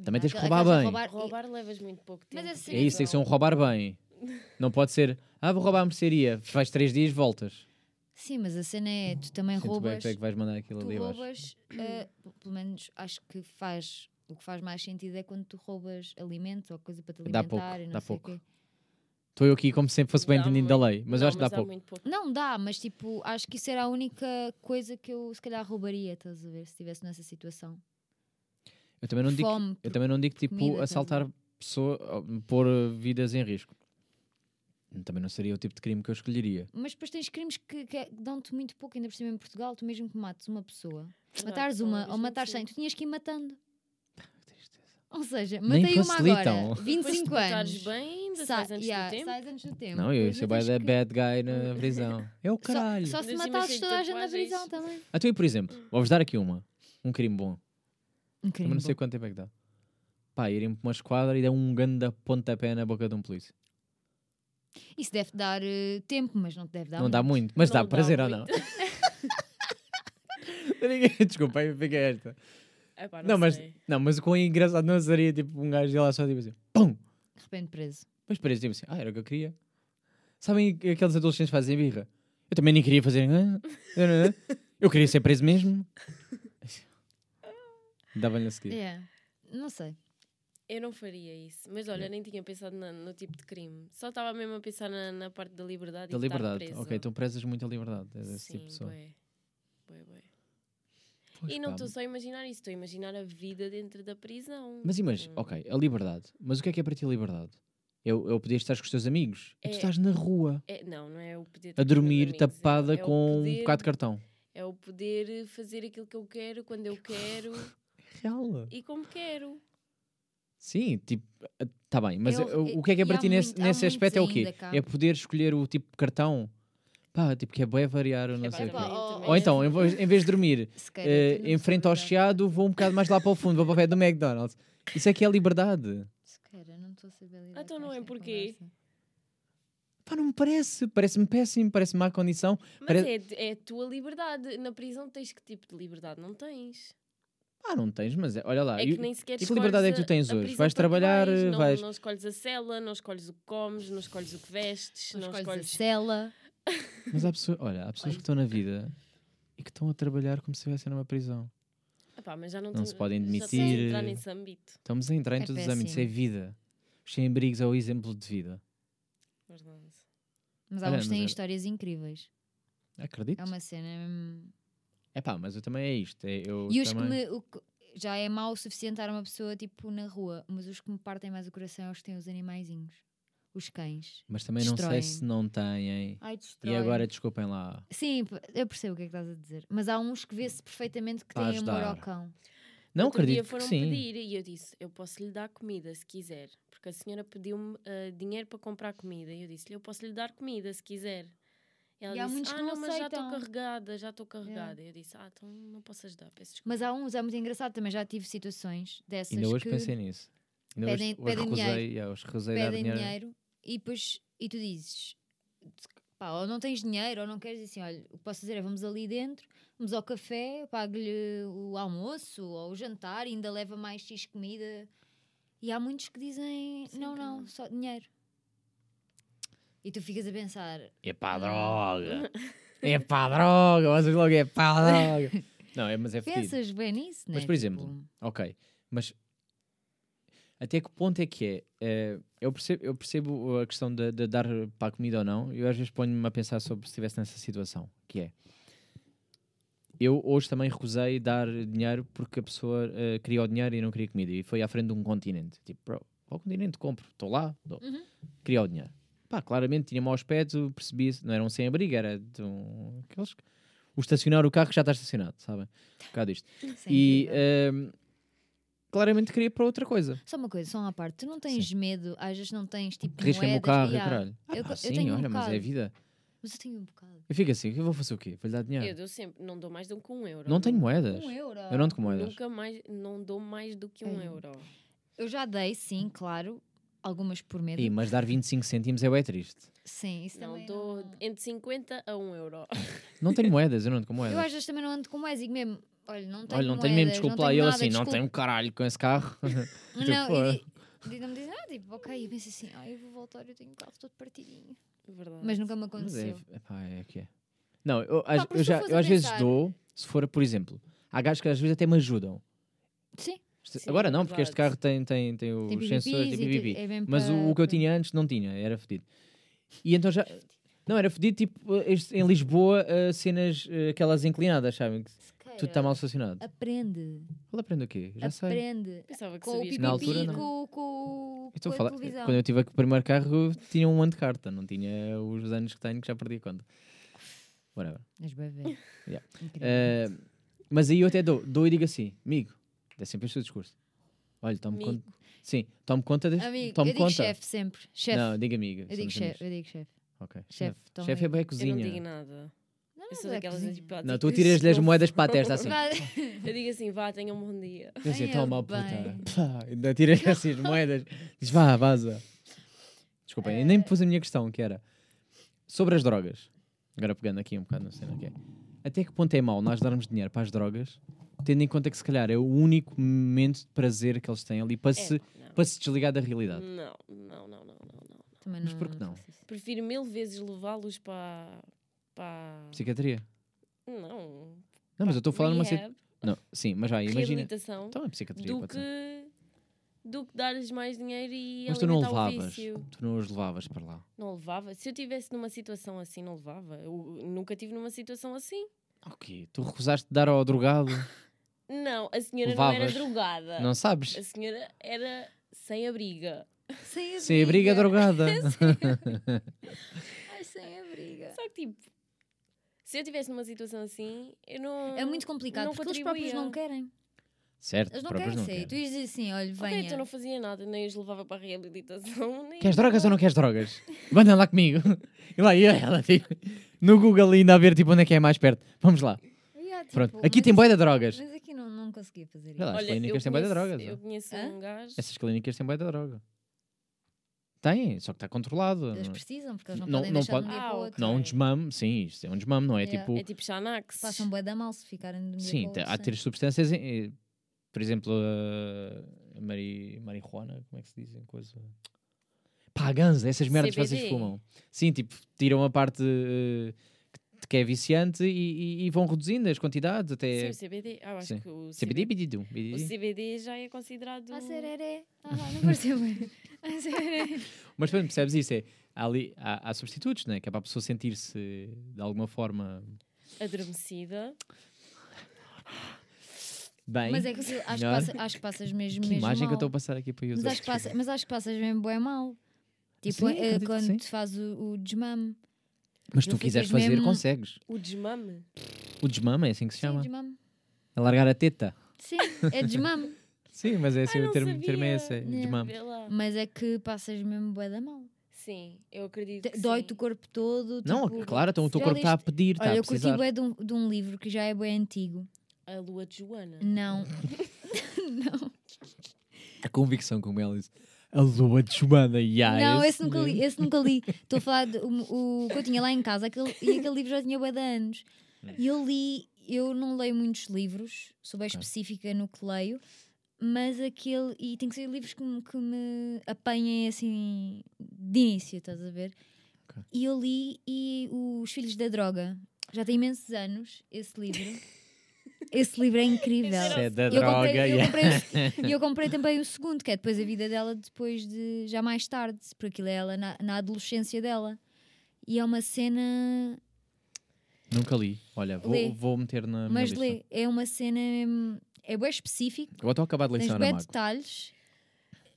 Também tens que Aquela- roubar aquela bem. coisa de roubar- Roubar levas muito pouco tempo. Ah, Mas assim- É isso, tem que ser um roubar bem. Não pode ser, ah, vou roubar a mercearia. Vais três dias, voltas. Sim, mas a cena é tu também Sinto bem, roubas. tu é que vais mandar aquilo tu ali abaixo. roubas, eh, pelo menos acho que faz o que faz mais sentido é quando tu roubas alimento ou coisa para te Dá alimentar pouco, e não dá sei o pouco. quê. Estou eu aqui como sempre fosse bem Dá entendido da muito- lei, mas eu Não, acho que dá pouco. muito pouco. Não dá, mas tipo, acho que isso era a única coisa que eu se calhar roubaria, estás a ver, se estivesse nessa situação. Eu também não digo, Fome, eu por- também não digo tipo comida, assaltar pessoa, ou pôr eh, vidas em risco. Também não seria o tipo de crime que eu escolheria. Mas depois tens crimes que, que dão-te muito pouco, ainda por cima em Portugal, tu mesmo que mates uma pessoa, Verdade, matares só assim. uma levas ou matares 100, 25. tu tinhas que ir matando. Ou seja, Nem matei uma facilitam. agora, Depois se 25 portares anos. bem, ainda Sai- sais antes yeah, do tempo. sais antes do tempo. Não, eu Depois sou ainda bem tens da É que- bad guy na prisão. É o caralho. Só, só se Mas matasses imagina é toda a gente na tatuagens. prisão também. Então, eu, por exemplo, vou-vos dar aqui uma. Um crime bom. Mas Incrível. não sei quanto tempo é que dá. Pá, irem para uma esquadra e dar um ganda pontapé na boca de um polícia. Isso deve dar eh, tempo, mas não te deve dar. não dá muito, mas Não dá prazer ou não? (laughs) muito. Desculpa, aí fica esta. Epá, Não, mas, sei. não, mas o quão engraçado não seria tipo um gajo ir lá só tipo assim, pum, De repente preso. Mas parece tipo assim, ah, era o que eu queria. Sabem que aqueles adolescentes que fazem birra? Eu também nem queria fazer. ah, ah, ah. Eu queria ser preso mesmo. (laughs) Dava-lhe a seguir. É. Não sei. Eu não faria isso. Mas É. olha, nem tinha pensado na- no tipo de crime. Só estava mesmo a pensar na, na parte da liberdade Da e de estar liberdade. preso. Ok, então prezas muito a liberdade. És esse Sim, tipo de pessoa. bué. Pois, e não pá, estou só a imaginar isso, estou a imaginar a vida dentro da prisão. Mas imagina, Hum. ok, a liberdade. Mas o que é que é para ti a liberdade? É Eu, eu poder estar com os teus amigos e tu É- estás na rua É- não, não é o poder a ter meus dormir amigos, é- tapada é o com um poder- bocado de cartão. É o poder fazer aquilo que eu quero, quando eu quero (laughs) Real. e como quero. Sim, tipo, tá bem, mas É eu- horr- o que é que é e para há ti nesse, muito- há nesse muitos aspecto é o quê? ainda cá. É poder escolher o tipo de cartão? Pá, tipo, que é bem variar, eu não sei o pá, quê. Ou- Ou então, em vez- em vez de dormir Se calhar eh, tu não em frente ao sabes. chiado, vou um bocado mais lá para o fundo, vou para o pé do McDonald's. Isso é que é liberdade. Se calhar não estou a saber lidar Ah, então com não é esta porquê? conversa. Pá, não me parece. Parece-me péssimo, parece-me má condição. Mas Parece- é, é a tua liberdade. Na prisão tens que tipo de liberdade? Não tens. Ah, não tens, mas é- olha lá. é eu- que nem sequer e que escolhes liberdade é que a- tu tens a hoje? prisão Vais para que trabalhar, vais, não, vais- Não escolhes a cela, não escolhes o que comes, não escolhes o que vestes, Não não, escolhes a escolhes. cela. Mas há pessoas, olha, há pessoas que estão na vida e que estão a trabalhar como se estivessem numa prisão. Ah, pá, mas já não, Não tô- se podem já estás a demitir. entrar nesse âmbito. Estamos a entrar em É todos os âmbitos, é péssimo. vida. Os sem-abrigos é o exemplo de vida. Verdade. Mas Olha, alguns mas têm é- histórias incríveis. Acredito. É uma cena. hum, É pá, mas eu também é isto. é- eu E os que também... me. o que- Já é mau o suficiente dar uma pessoa tipo na rua, mas os que me partem mais o coração é os que têm os animaizinhos. Os cães. Mas também não sei destroem. se não têm. Ai, E destrói. agora, desculpem lá. Sim, p- eu percebo o que é que estás a dizer. Mas há uns que vê-se perfeitamente que Para têm amor ao ajudar. cão. Não Outro dia acredito que foram sim. pedir e eu disse: Eu posso lhe dar comida se quiser. Porque a senhora pediu-me ah, dinheiro para comprar comida. E eu disse-lhe: Eu posso lhe dar comida se quiser. E ela E há disse: muitos Ah, que não, não mas já estou aceitam." carregada, já estou carregada. E eu disse: Ah, então não posso ajudar, peço desculpa. Mas há uns, é muito engraçado, também já tive situações dessas Ainda hoje que pensei nisso. Ainda pedem- hoje, hoje pedem dinheiro. recusei, yeah, hoje recusei dar pedem dinheiro. dinheiro. e depois e tu dizes pá, ou não tens dinheiro ou não queres e assim, olha, o que posso fazer é vamos ali dentro, vamos ao café, eu pago-lhe o almoço ou o jantar e ainda leva mais X comida. E há muitos que dizem Sim, não, que não, não. só dinheiro. E tu ficas a pensar, É para a (laughs) droga. é para a droga. Vocês logo é para a droga. Não, é, mas é fedido. pensas bem nisso, né? Mas, por exemplo, Ok, mas até que ponto é que é? Eh, eu, percebo, eu percebo a questão de, de dar para a comida ou não. Eu às vezes ponho-me a pensar sobre se estivesse nessa situação, que é. Eu hoje também recusei dar dinheiro porque a pessoa eh, queria o dinheiro e não queria comida. E foi à frente de um continente. Tipo, bro, ao continente compro, estou lá, dou. Uhum. Queria o dinheiro. Pá, claramente tinha mau aspecto, percebi, não era um sem-abrigo, era de um, aqueles que- O estacionar o carro que já está estacionado, sabem? Um bocado isto. Sim, E incrível. ehm, claramente queria ir para outra coisa. Só uma coisa, só uma parte, tu não tens medo, às vezes não tens tipo Risca-me o moedas, carro e yeah. caralho. Ah, Eu pá, co- eu sim, tenho um olha, mas é bocado. a vida. Mas eu tenho um bocado. Eu fico assim, eu vou fazer o quê? Vou-lhe dar Eu dinheiro? dou sempre, não dou mais do que um euro. não tenho Nunca- moedas. Um euro. Eu não te moedas. Nunca mais, não dou mais do que um Ei. euro. Eu já dei, sim, claro. Algumas por medo. Ih, mas dar 25 cêntimos é bué triste. Sim, isso Não também dou não- entre 50 a um euro. (laughs) Não tenho moedas, eu não ando com Eu moedas. às vezes também não ando com mais e mesmo. Olha, não tenho Olha, não moedas, tenho mesmo, desculpa não lá. E tenho ele nada, assim, não desculpa. tenho caralho com esse (laughs) carro. Não, e di- não me dizem, ah, tipo, ok. E penso assim, ah, eu vou voltar, eu tenho o carro todo partidinho. É Verdade. Mas nunca me mas é, aconteceu. epá, é o que é. Não, eu, às- porque eu se já, fores eu a às vezes pensar- dou, se for, por exemplo, há gajos que às vezes até me ajudam. Sim, é Sim, Agora não, porque este verdade. carro tem, tem, tem os tem pipipis sensores, tem e pipipi. tu- é mesmo tipo Mas o, o que eu para- tinha antes não tinha, era fedido. E então já. Não, era fedido tipo eh, este- em Lisboa, eh, cenas, eh, aquelas inclinadas, sabem? Que Se calhar. tudo está tá mal estacionado. Aprende. Ele aprende o quê? Já sei. É. Aprende. Pensava que Com o sabias. pipipi, Na altura, não. com, com, Eu estou com a a falar. televisão. Então Quando eu tive o primeiro carro, tinha um ano de carta, não tinha os anos que tenho, que já perdi a conta. Whatever. És bebê. Yeah. Incrível. Eh, mas aí eu até dou, dou e digo assim, amigo, é sempre este o discurso. Olha, tome Amigo. conta. Sim, tome conta deste. Amigo, eu tome digo conta. chefe sempre. Chefe. Não, diga amigo. Eu digo chefe, eu digo chefe. Chefe, Chefe toma Chef é bem aí. Eu não digo cozinha. nada. Não, Eu não, sou vai à daquelas cozinha. tipo, ah, Não, digo tu isso, tiras-lhe as não- moedas para a testa assim. Vai- (laughs) Eu digo assim, vá, tenham um bom dia. Quer dizer, Ai, toma é puta. bem. Pá, ainda (laughs) tiras assim as moedas. Diz, vá, vaza. Desculpem, É. eu nem pus a minha questão, que era sobre as drogas. Agora pegando aqui um bocado na cena, que é. Até que ponto é mau nós darmos dinheiro para as drogas, tendo em conta que se calhar é o único momento de prazer que eles têm ali É. para, se, é. não. para se desligar da realidade? Não, não, não, não, não, não. Também Mas por que não? faço isso. Prefiro mil vezes levá-los para. para. Psiquiatria? Não. Não, mas eu estou a falar numa situ- rehab, Não, sim, mas vai, imagina. reabilitação Então é psiquiatria, é. do pode ser. que. do que dar-lhes mais dinheiro e. Mas tu não alimentar o levavas, vício. tu não os levavas para lá. Não levava. Se eu estivesse numa situação assim, não levava. Eu nunca estive numa situação assim. Ok, tu recusaste dar ao drogado. Não, a senhora não era Levavas. Ah, drogada. Não sabes? A senhora era sem abriga. Sem abriga. Sem a briga é (laughs) drogada. Ai, sem abriga. Só que tipo, se eu estivesse numa situação assim, eu não. É muito complicado, não porque eles próprios contribuía. não querem. certo, Eles não próprios querem não sair. Tu querem. ias dizer assim, olha, Ok, venha. então não fazia nada, nem os levava para a reabilitação. (laughs) Nem Queres drogas ou não queres drogas? Mandem lá comigo. E lá ia ela, tipo, no Google ainda a ver tipo, onde é que é mais perto. Vamos lá. Yeah, tipo, Pronto. Aqui mas- tem boia de drogas. Mas aqui não, não conseguia fazer isso. Olha lá, as Olha, eu clínicas conheço, têm boia de drogas. ó. eu conheço Hã? um gajo. Essas clínicas têm boia de droga. Tem, só que está controlado. Eles não- é? precisam, porque eles não, Não- podem não deixar de um pode- dia Ah, para o ok. outro. Não, um desmame, sim, isto é um desmame, não é Yeah. tipo. É tipo Xanax. Passam bué da mal se ficarem de um dia Sim, para o outro. há de ter substâncias, em- eh, por exemplo, a mari, marihuana, como é que se diz? em Coisa... Pá, a ganza, essas merdas que vocês CBD. fumam. Sim, tipo, tiram a parte eh, que- que é viciante e, e- e vão reduzindo as quantidades Sim, até. o CBD. Ah, eu acho Sim. que o CBD, CBD. bididu, O bididu. CBD já é considerado. Ah, sereré. Ah, não pareceu (laughs) bem. Ah, sereré. Mas pronto, percebes isso? É, há, ali, há, há substitutos, né? que é para a pessoa sentir-se de alguma forma adormecida. bem. Mas é que aquilo- acho, que melhor. passa- acho que passas mesmo, que mesmo imagem que eu mal. estou a passar aqui para tipo o YouTube. mas, acho que passa- mas acho que passas mesmo bem mal. Sim, Tipo, eh, acredito que sim. quando te faz o, o desmame. Mas tu tu quiseres ficas fazer, mesmo- consegues. O desmame. O desmama é assim que se Sim, chama. desmame. É largar a teta. Sim, é (laughs) desmame. Sim, mas é assim, Ai, o não termo, o termo é sabia. esse, é Yeah. desmame. Vê lá. mas é que passas mesmo bué da mal. Sim, eu acredito. Te- que Dói-te sim. o corpo todo. Não, tipo, claro, então o teu já corpo está a leste- pedir, está Olha, a eu curti precisar. bué de um, de um livro que já é bué antigo. A lua de Joana. Não. A convicção, como ela disse. A lua de Joana, yeah, não, esse, nunca mesmo. li, esse nunca li. (laughs) Estou a falar do o, o que eu tinha lá em casa aquele, e aquele livro já tinha bué de anos. E eu li, eu não leio muitos livros, Hum. sou bem específica no que leio, mas aquele, e tem que ser livros que me, que me apanhem assim de início, estás a ver? Ok. E eu li e Os Filhos da Droga. Já tem imensos anos esse (laughs) livro. esse livro é incrível. Isso é da Eu droga, comprei, eu yeah. comprei o- e eu comprei também o segundo, que é depois a vida dela depois de já mais tarde, porque aquilo é ela na, na adolescência dela. E é uma cena, (laughs) Nunca li. Olha, Lê. vou, vou meter na minha mas lista. lê, é uma cena hum, é bem específico, Eu estou a acabar de tens leição, bem Ana Mago. detalhes.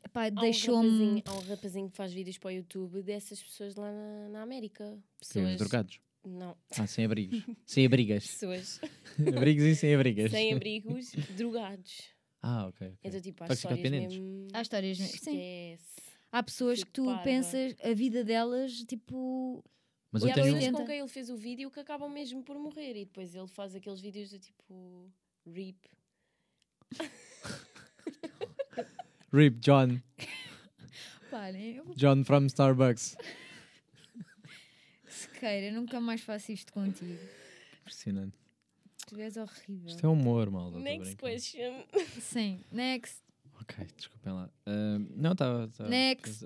Epá, Há um deixou-me rapazinho- Há um rapazinho que faz vídeos para o YouTube dessas pessoas lá na, na América. Pessoas. é Os (laughs) drogados. Não, Ah, sem abrigos. sem abrigas. (laughs) pessoas abrigos e sem abrigas. sem abrigos, drogados. Ah, ok. ok. Então, tipo, há Vais ficar histórias pendentes. mesmo. há histórias, sim. Esquece. Há pessoas Fico que tu parva. pensas a vida delas, tipo, Mas E eu há tenho. pessoas um- com quem ele fez o vídeo que acabam mesmo por morrer. E depois ele faz aqueles vídeos do tipo. RIP. Rip um John. parem, eu John from Starbucks. se queira, nunca mais faço isto contigo. Impressionante. Tu és horrível. Isto é humor, malda. tô Next brincando. question. Sim, next. Ok, desculpem lá. Ah, não, estava. Next.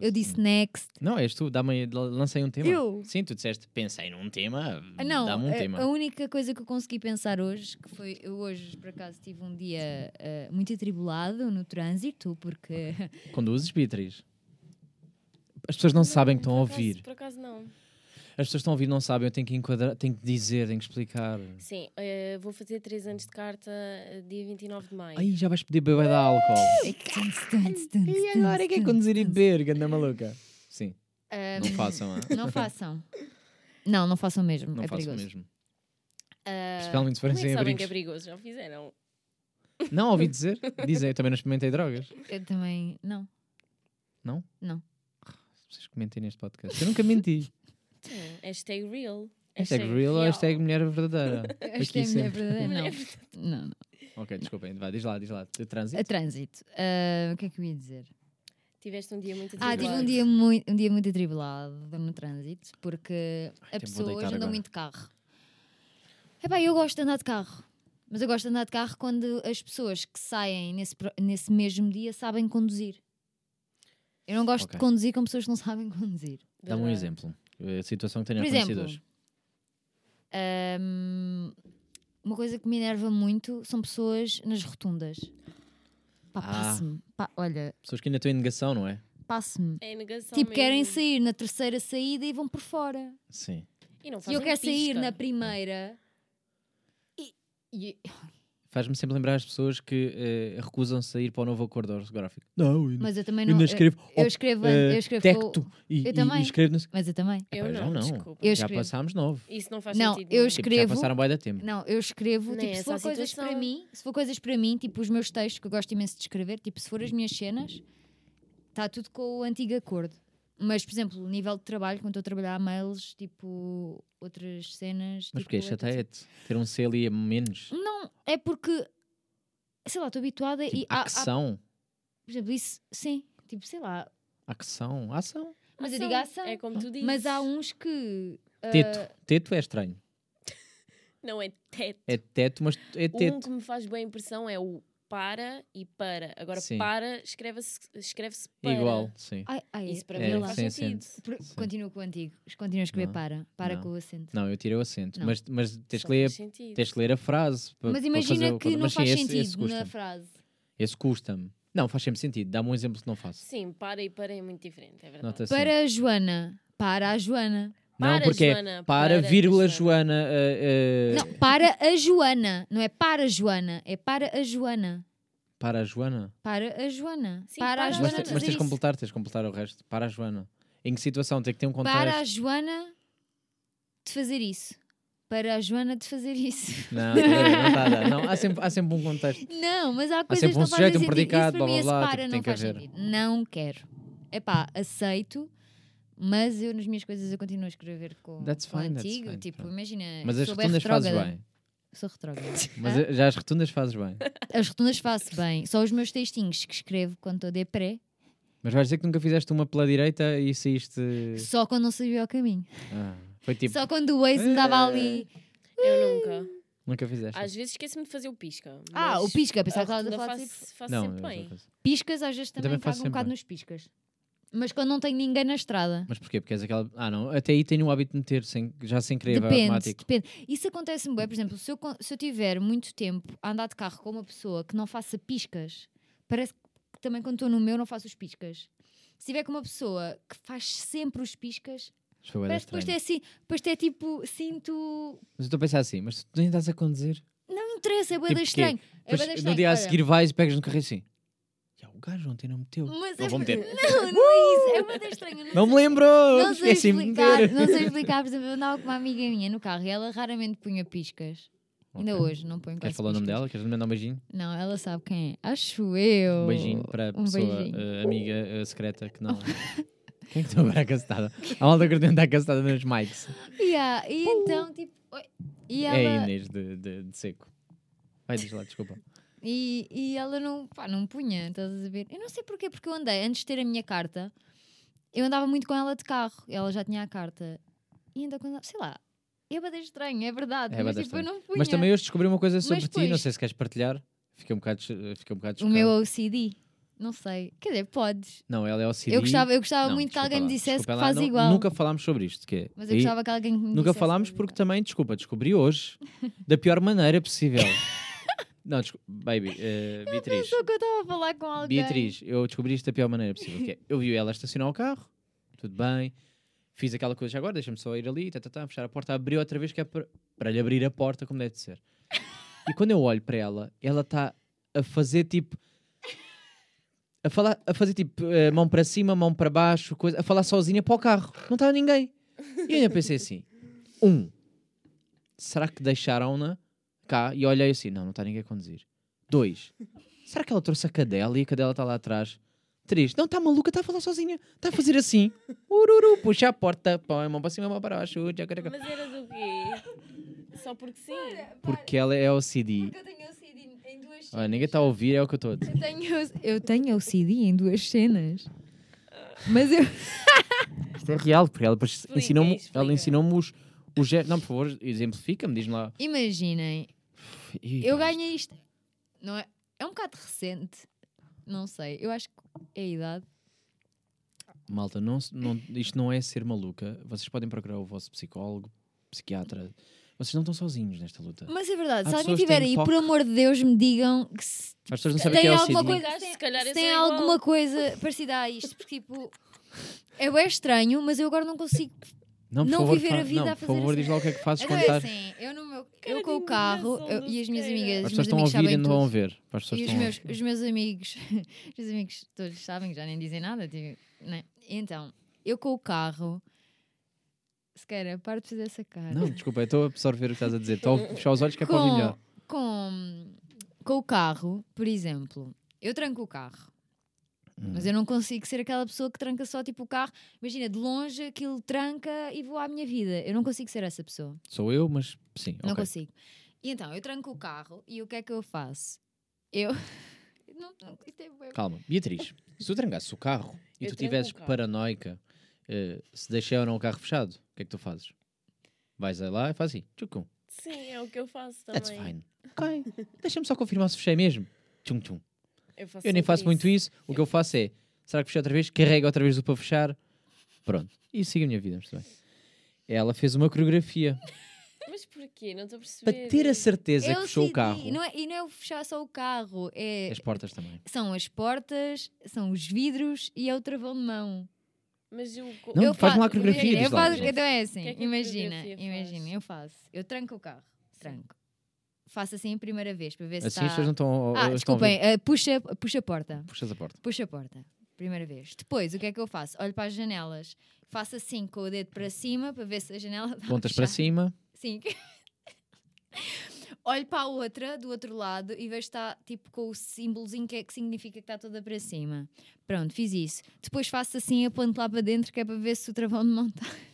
Eu disse next. Não, és tu, dá-me, aí- lancei um tema. Eu? Sim, tu disseste, pensei num tema, Ah, Não, dá-me um a, tema. a única coisa que eu consegui pensar hoje, que foi eu hoje, por acaso, tive um dia ah, muito atribulado no trânsito, porque Conduzes, Beatriz? As pessoas não, sabem que estão a Por acaso- ouvir. Por acaso não. As pessoas estão a ouvir não sabem, eu tenho que enquadrar, tenho que dizer, tenho que explicar. Sim, eh, vou fazer 3 anos de carta eh, dia 29 de maio. é Aí já vais pedir beber de (laughs) É álcool. E E agora é quem conduzir e beber, ganda maluca? Sim, não façam, ah. Não façam. Não, não façam mesmo. não é façam perigoso. mesmo. Ah, Especialmente se forem Como é que sem sabem que é abrigos. perigoso? Já o fizeram. Não, ouvi dizer. Dizem, eu também não experimentei drogas. eu também. Não. Não? Não. Vocês comentem neste podcast. Eu nunca menti. Então, hashtag É real. Hashtag real ou hashtag mulher verdadeira? (laughs) Esta é a mulher sempre. verdadeira. Não. (laughs) não. não. Ok, desculpem, vá, diz lá, diz lá. De trânsito. A trânsito. Ah, o que é que eu ia dizer? Tiveste um dia muito Ah, tive um atribulado. dia, muito, um dia muito atribulado no trânsito, porque a vou pessoa deitar hoje anda agora. muito de carro. Epá, eu gosto de andar de carro, mas eu gosto de andar de carro quando as pessoas que saem nesse, pro- nesse mesmo dia sabem conduzir. Eu não gosto Ok. de conduzir com pessoas que não sabem conduzir. Dá-me um Verdade. exemplo. A situação que tenho Por acontecido exemplo, hoje. hum, uma coisa que me enerva muito são pessoas nas rotundas. Pá, Ah. passe-me. Pá, olha, Pessoas que ainda estão em negação, não é? passe-me. É negação Tipo, querem mesmo. sair na terceira saída e vão por fora. Sim. E não E eu fazem Ah, quero sair pista. na primeira. E, e- Faz-me sempre lembrar as pessoas que eh, recusam-se a ir para o novo acordo ortográfico. Não, eu Mas eu também eu não. ainda eu- escrevo Eu, op- escrevo, eh, eu escrevo com- tecto e, eu e- também. e escrevo no... Mas eu também. Eu Epá, já não, não. desculpa. Eu Já escrevo. passámos nove. Isso não faz Não, sentido. eu nenhum. Tipo, já Escrevo. passaram bué da tempo. Não, eu escrevo, Nem tipo, se essa a for coisas situação. para mim, se for coisas para mim, tipo os meus textos, que eu gosto imenso de escrever, tipo, se for as minhas cenas, está tudo com o antigo acordo. Mas, por exemplo, o nível de trabalho, quando estou a trabalhar mails, tipo, outras cenas. Mas tipo, porque é tudo- chateia-te ter um C ali a menos. Não, é porque, sei lá, estou habituada e Tipo, há, há- acção. por exemplo, isso, sim, tipo, sei lá. Ação. Ação. Mas eu digo ação, É como tu dizes. mas há um uns que. ah, Teto. Teto é estranho. Não é teto. É teto, mas é um teto. que me faz boa impressão é o para e para. Agora, Sim. para escreve-se escreve para. Igual, sim. ai, ai, Isso para É, mim não lá. faz sim, sentido. sente-se. Por- sim. Continua com o antigo, continua a escrever Não, para, para não. com o acento. Não, eu tirei o acento. Não. Mas, mas tens, Só que ler, faz sentido. tens que ler a frase. pa- Mas para imagina fazer o que coisa. não Mas sim, faz esse- sentido Esse na custa-me. frase. Esse custa-me. Não, faz sempre sentido. Dá-me um exemplo que não faço. Sim, para e para é muito diferente, é verdade. Nota assim. Para a Joana. Para a Joana. Não, Para, porque é Joana, para, para, vírgula, Joana. Joana. eh, eh, Não, para a Joana. Não é para a Joana. É para a Joana. Para a Joana. Para a Joana. Sim, para, a para a mas Joana. te- Joana. mas fazer tens de isso. completar, tens de completar o resto. Para a Joana. Em que situação? Tem que ter um contexto. Para a Joana de fazer isso. Para a Joana de fazer isso. Não, não está a dar. Não, há sempre, há sempre um (laughs) contexto. Não, mas há coisas sempre que um não fazem sujeito, um sentido. predicado, isso para mim, blá, blá, blá, esse para tipo, tem não que faz haver. sentido. Não quero. Epá, aceito, mas eu nas minhas coisas eu continuo a escrever com, That's com o fine, that's antigo. fine, tipo, pronto. imagina, Mas as sou bem rotundas fazes retrógrada. bem. Sou retrógrada. (laughs) Mas Ah? eh, já as rotundas fazes bem. As rotundas faço bem. Só os meus textinhos que escrevo quando estou depré, Mas vais dizer que nunca fizeste uma pela direita e saíste. só quando não sabia o caminho. Ah, foi tipo, Eh, Só quando o Waze me dava ali. Eu nunca. nunca fizeste. Às vezes esqueço-me de fazer o pisca. Ah, mas o pisca, pensava a que rotunda estava a falar tipo de faço, faço não, sempre é outra bem. coisa. piscas, às vezes também, também faço cago um sempre bocado bem. nos piscas. Mas quando não tenho ninguém na estrada. Mas porquê? Porque és aquela. Ah, não, até aí tenho o hábito de meter sem, já sem querer, vai Depende, automático. depende. Isso acontece-me bem, por exemplo, se eu, con- se eu tiver muito tempo a andar de carro com uma pessoa que não faça piscas, parece que também quando estou no meu não faço os piscas. Se tiver com uma pessoa que faz sempre os piscas, Mas foi bué da parece que depois estranho. é assim, depois é tipo, sinto Mas eu estou a pensar assim, mas tu nem estás a conduzir. Não interessa, é bué Tipo da quê? estranho. É Depois, bué da no estranho. dia a Olha, seguir vais e pegas no carro e assim. Já, o gajo ontem não meteu. Mas não é vou porque- meter. Não, não é isso. É bué da estranho. (laughs) eu Não me sei- lembro! É assim, Não sei Esqueci-me de explicar, meter. (laughs) não sei explicar. Por exemplo, eu andava com uma amiga minha no carro e ela raramente punha piscas. Ainda Ok. hoje não põe Queres quase falar o nome piscas. dela? Queres mandar um beijinho? Não, ela sabe quem é. Acho eu. Um beijinho para a um pessoa, beijinho. eh, amiga eh, secreta que (laughs) não. Quem é que estou agora castada? A malta que eu tenho castada nos mics. Yeah, e então, tipo. oi, E ela, É a Inês de, de- de seco. Vai, diz lá, desculpa. E, e ela não, pá, não punha, estás a ver? Eu não sei porquê, porque eu andei, antes de ter a minha carta, eu andava muito com ela de carro, ela já tinha a carta. E ainda quando, sei lá, é bada estranho, é verdade, É mas bué tipo, estranho. eu não punha. Mas também hoje descobri uma coisa sobre ti, não depois- sei se queres partilhar. Fiquei um bocado, eh, fiquei um bocado o chocado. meu OCD, não sei, quer dizer, podes. Não, ela é o CD. Eu gostava, eu gostava Não, muito que desculpa alguém me lá, dissesse desculpa que lá, faz não- igual. Nunca falámos sobre isto. Que é- mas eu e gostava que alguém me nunca dissesse que falámos faz porque igual. também, desculpa, descobri hoje da pior maneira (laughs) possível. não, desculpa, baby, eh, Beatriz. Só é que eu estava a falar com alguém. Beatriz, eu descobri isto da pior maneira possível. Que é, eu vi ela estacionar o carro, tudo bem, fiz aquela coisa já agora, deixa-me só ir ali, tá, tá, tá, fechar a porta, abri outra vez, que é para, para lhe abrir a porta, como deve de ser. E quando eu olho para ela, ela está a fazer tipo. A, falar, a fazer tipo eh, mão para cima, mão para baixo, coisa, a falar sozinha para o carro. Não estava ninguém. E eu ainda pensei assim: um, será que deixaram-na cá? E olhei assim: não, não está ninguém a conduzir. Dois, será que ela trouxe a cadela e a cadela está lá atrás? Três, não, está maluca, está a falar sozinha, está a fazer assim. Ururu, puxa a porta, põe a mão para cima, mão para baixo. tchacaracá. Mas era do quê? Só porque sim. Porque ela é OCD. Eu tenho OCD em duas Olha, ninguém está a ouvir, é o que eu estou a dizer. Eu tenho, eu tenho OCD em duas cenas. Mas eu. Isto é real, porque ela depois Explica, ensinou-me explica. ela ensinou-me os, os gestos. Não, por favor, exemplifica-me, diz-me lá. (laughs) Imaginem, Ih, eu pá, ganhei isto. Não é, é um bocado recente. Não sei. Eu acho que é a idade. Malta, não, se- não- isto não é ser maluca. Vocês podem procurar o vosso psicólogo, psiquiatra. Vocês não estão sozinhos nesta luta. Mas é verdade. Há se alguém pessoas que estiver têm aí, toque. por amor de Deus, me digam que se As pessoas não sabem o que tem é o alguma Sidney. coisa, Se calhar se eu tem sou igual. é alguma coisa parecida a isto, porque tipo, é bem estranho, mas eu agora não consigo por Não favor, viver fa- a vida não, a por fazer favor, assim. diz lá o que é que fazes Então quando é estás. assim, eu, no meu, Cara eu de com o carro indignação, eu- não e as minhas sei. amigas, As os pessoas meus estão a amigos ouvir e sabem não vão tudo. ver. Para as pessoas E os estão a meus, ouvir. os meus amigos, (laughs) os meus amigos todos sabem, já nem dizem nada. Tipo, né? Então, eu com o carro, se calhar, para de fazer essa cara. Não, desculpa, eu estou a absorver o que estás a dizer. Estou a fechar os olhos que é para ouvir melhor. com, com o carro, por exemplo, eu tranco o carro. Hum. Mas eu não consigo ser aquela pessoa que tranca só tipo o carro. Imagina, de longe aquilo tranca e vou à minha vida. Eu não consigo ser essa pessoa. Sou eu, mas sim. Não ok. consigo. E então, eu tranco o carro e o que é que eu faço? Eu. (laughs) não, não, isto é bué- Calma, Beatriz, se tu trancasses o carro e Eu tu tranco o tivesses carro. paranoica eh, se deixei ou não o carro fechado, o que é que tu fazes? Vais aí lá e faz assim, tchucum, Sim, é o que eu faço também. that's fine. (laughs) Ok, deixa-me só confirmar se fechei mesmo. Tchum, tchum. Eu, faço Eu nem sempre é faço muito isso, o que eu faço é, será que fechei outra vez? Carrego outra vez o para fechar. Pronto, e sigo a minha vida, mas tudo bem. Ela fez uma coreografia Mas porquê? Não estou a perceber. para ter a certeza que Eu fechou o decidi, carro. Não é, e não é o fechar só o carro, é, As portas também. são as portas, são os vidros e é o travão de mão. Mas eu... co- Não, Eu faz-me lá a faço- coreografia, imagina, diz eu lá, faço, diz lá. Então é assim, O que é que a imagina, coreografia imagina, faz? eu faço. Eu tranco o carro, tranco. Faço assim a primeira vez para ver se Assim está... as pessoas não estão Ah, estão a ouvir. desculpem, eh, puxa, puxa a porta. Puxas a porta. Puxa a porta, primeira vez. Depois, o que é que eu faço? Olho para as janelas, faço assim com o dedo para cima para ver se a janela (laughs) está Pontas para fechada. cima. Sim. (laughs) Olho para a outra, do outro lado, e vejo está tipo com o símbolozinho que, é, que significa que está toda para cima. Pronto, fiz isso. Depois faço assim, aponto lá para dentro, que é para ver se o travão de mão está. (laughs)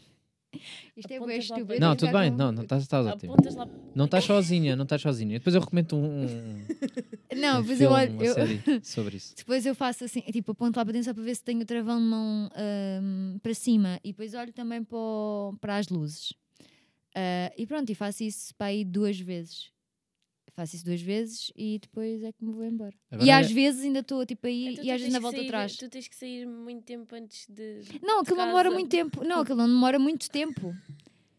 Isto é bem Apontas lá estúpido. para Eu Não, tenho tudo que bem, um com- não, não estás, estás ótimo. Apontas lá... Não estás sozinha, não estás sozinha. Depois eu recomendo um, um, (laughs) Não, um mas filme, eu olho. uma eu- (laughs) série sobre isso. Depois eu faço assim, tipo, aponto lá para dentro só para ver se tenho o travão de mão ahm, para cima. E depois olho também para, o- para as luzes. Ah, e pronto, e faço isso para aí duas vezes. Faço isso duas vezes e depois é que me vou embora. Agora é e olha- às vezes ainda estou tipo aí Então e tu às vezes tens ainda que volto sair- atrás. Tu tens que sair muito tempo antes de... Não, aquilo não de demora casa. muito tempo. Não, aquilo não demora muito tempo.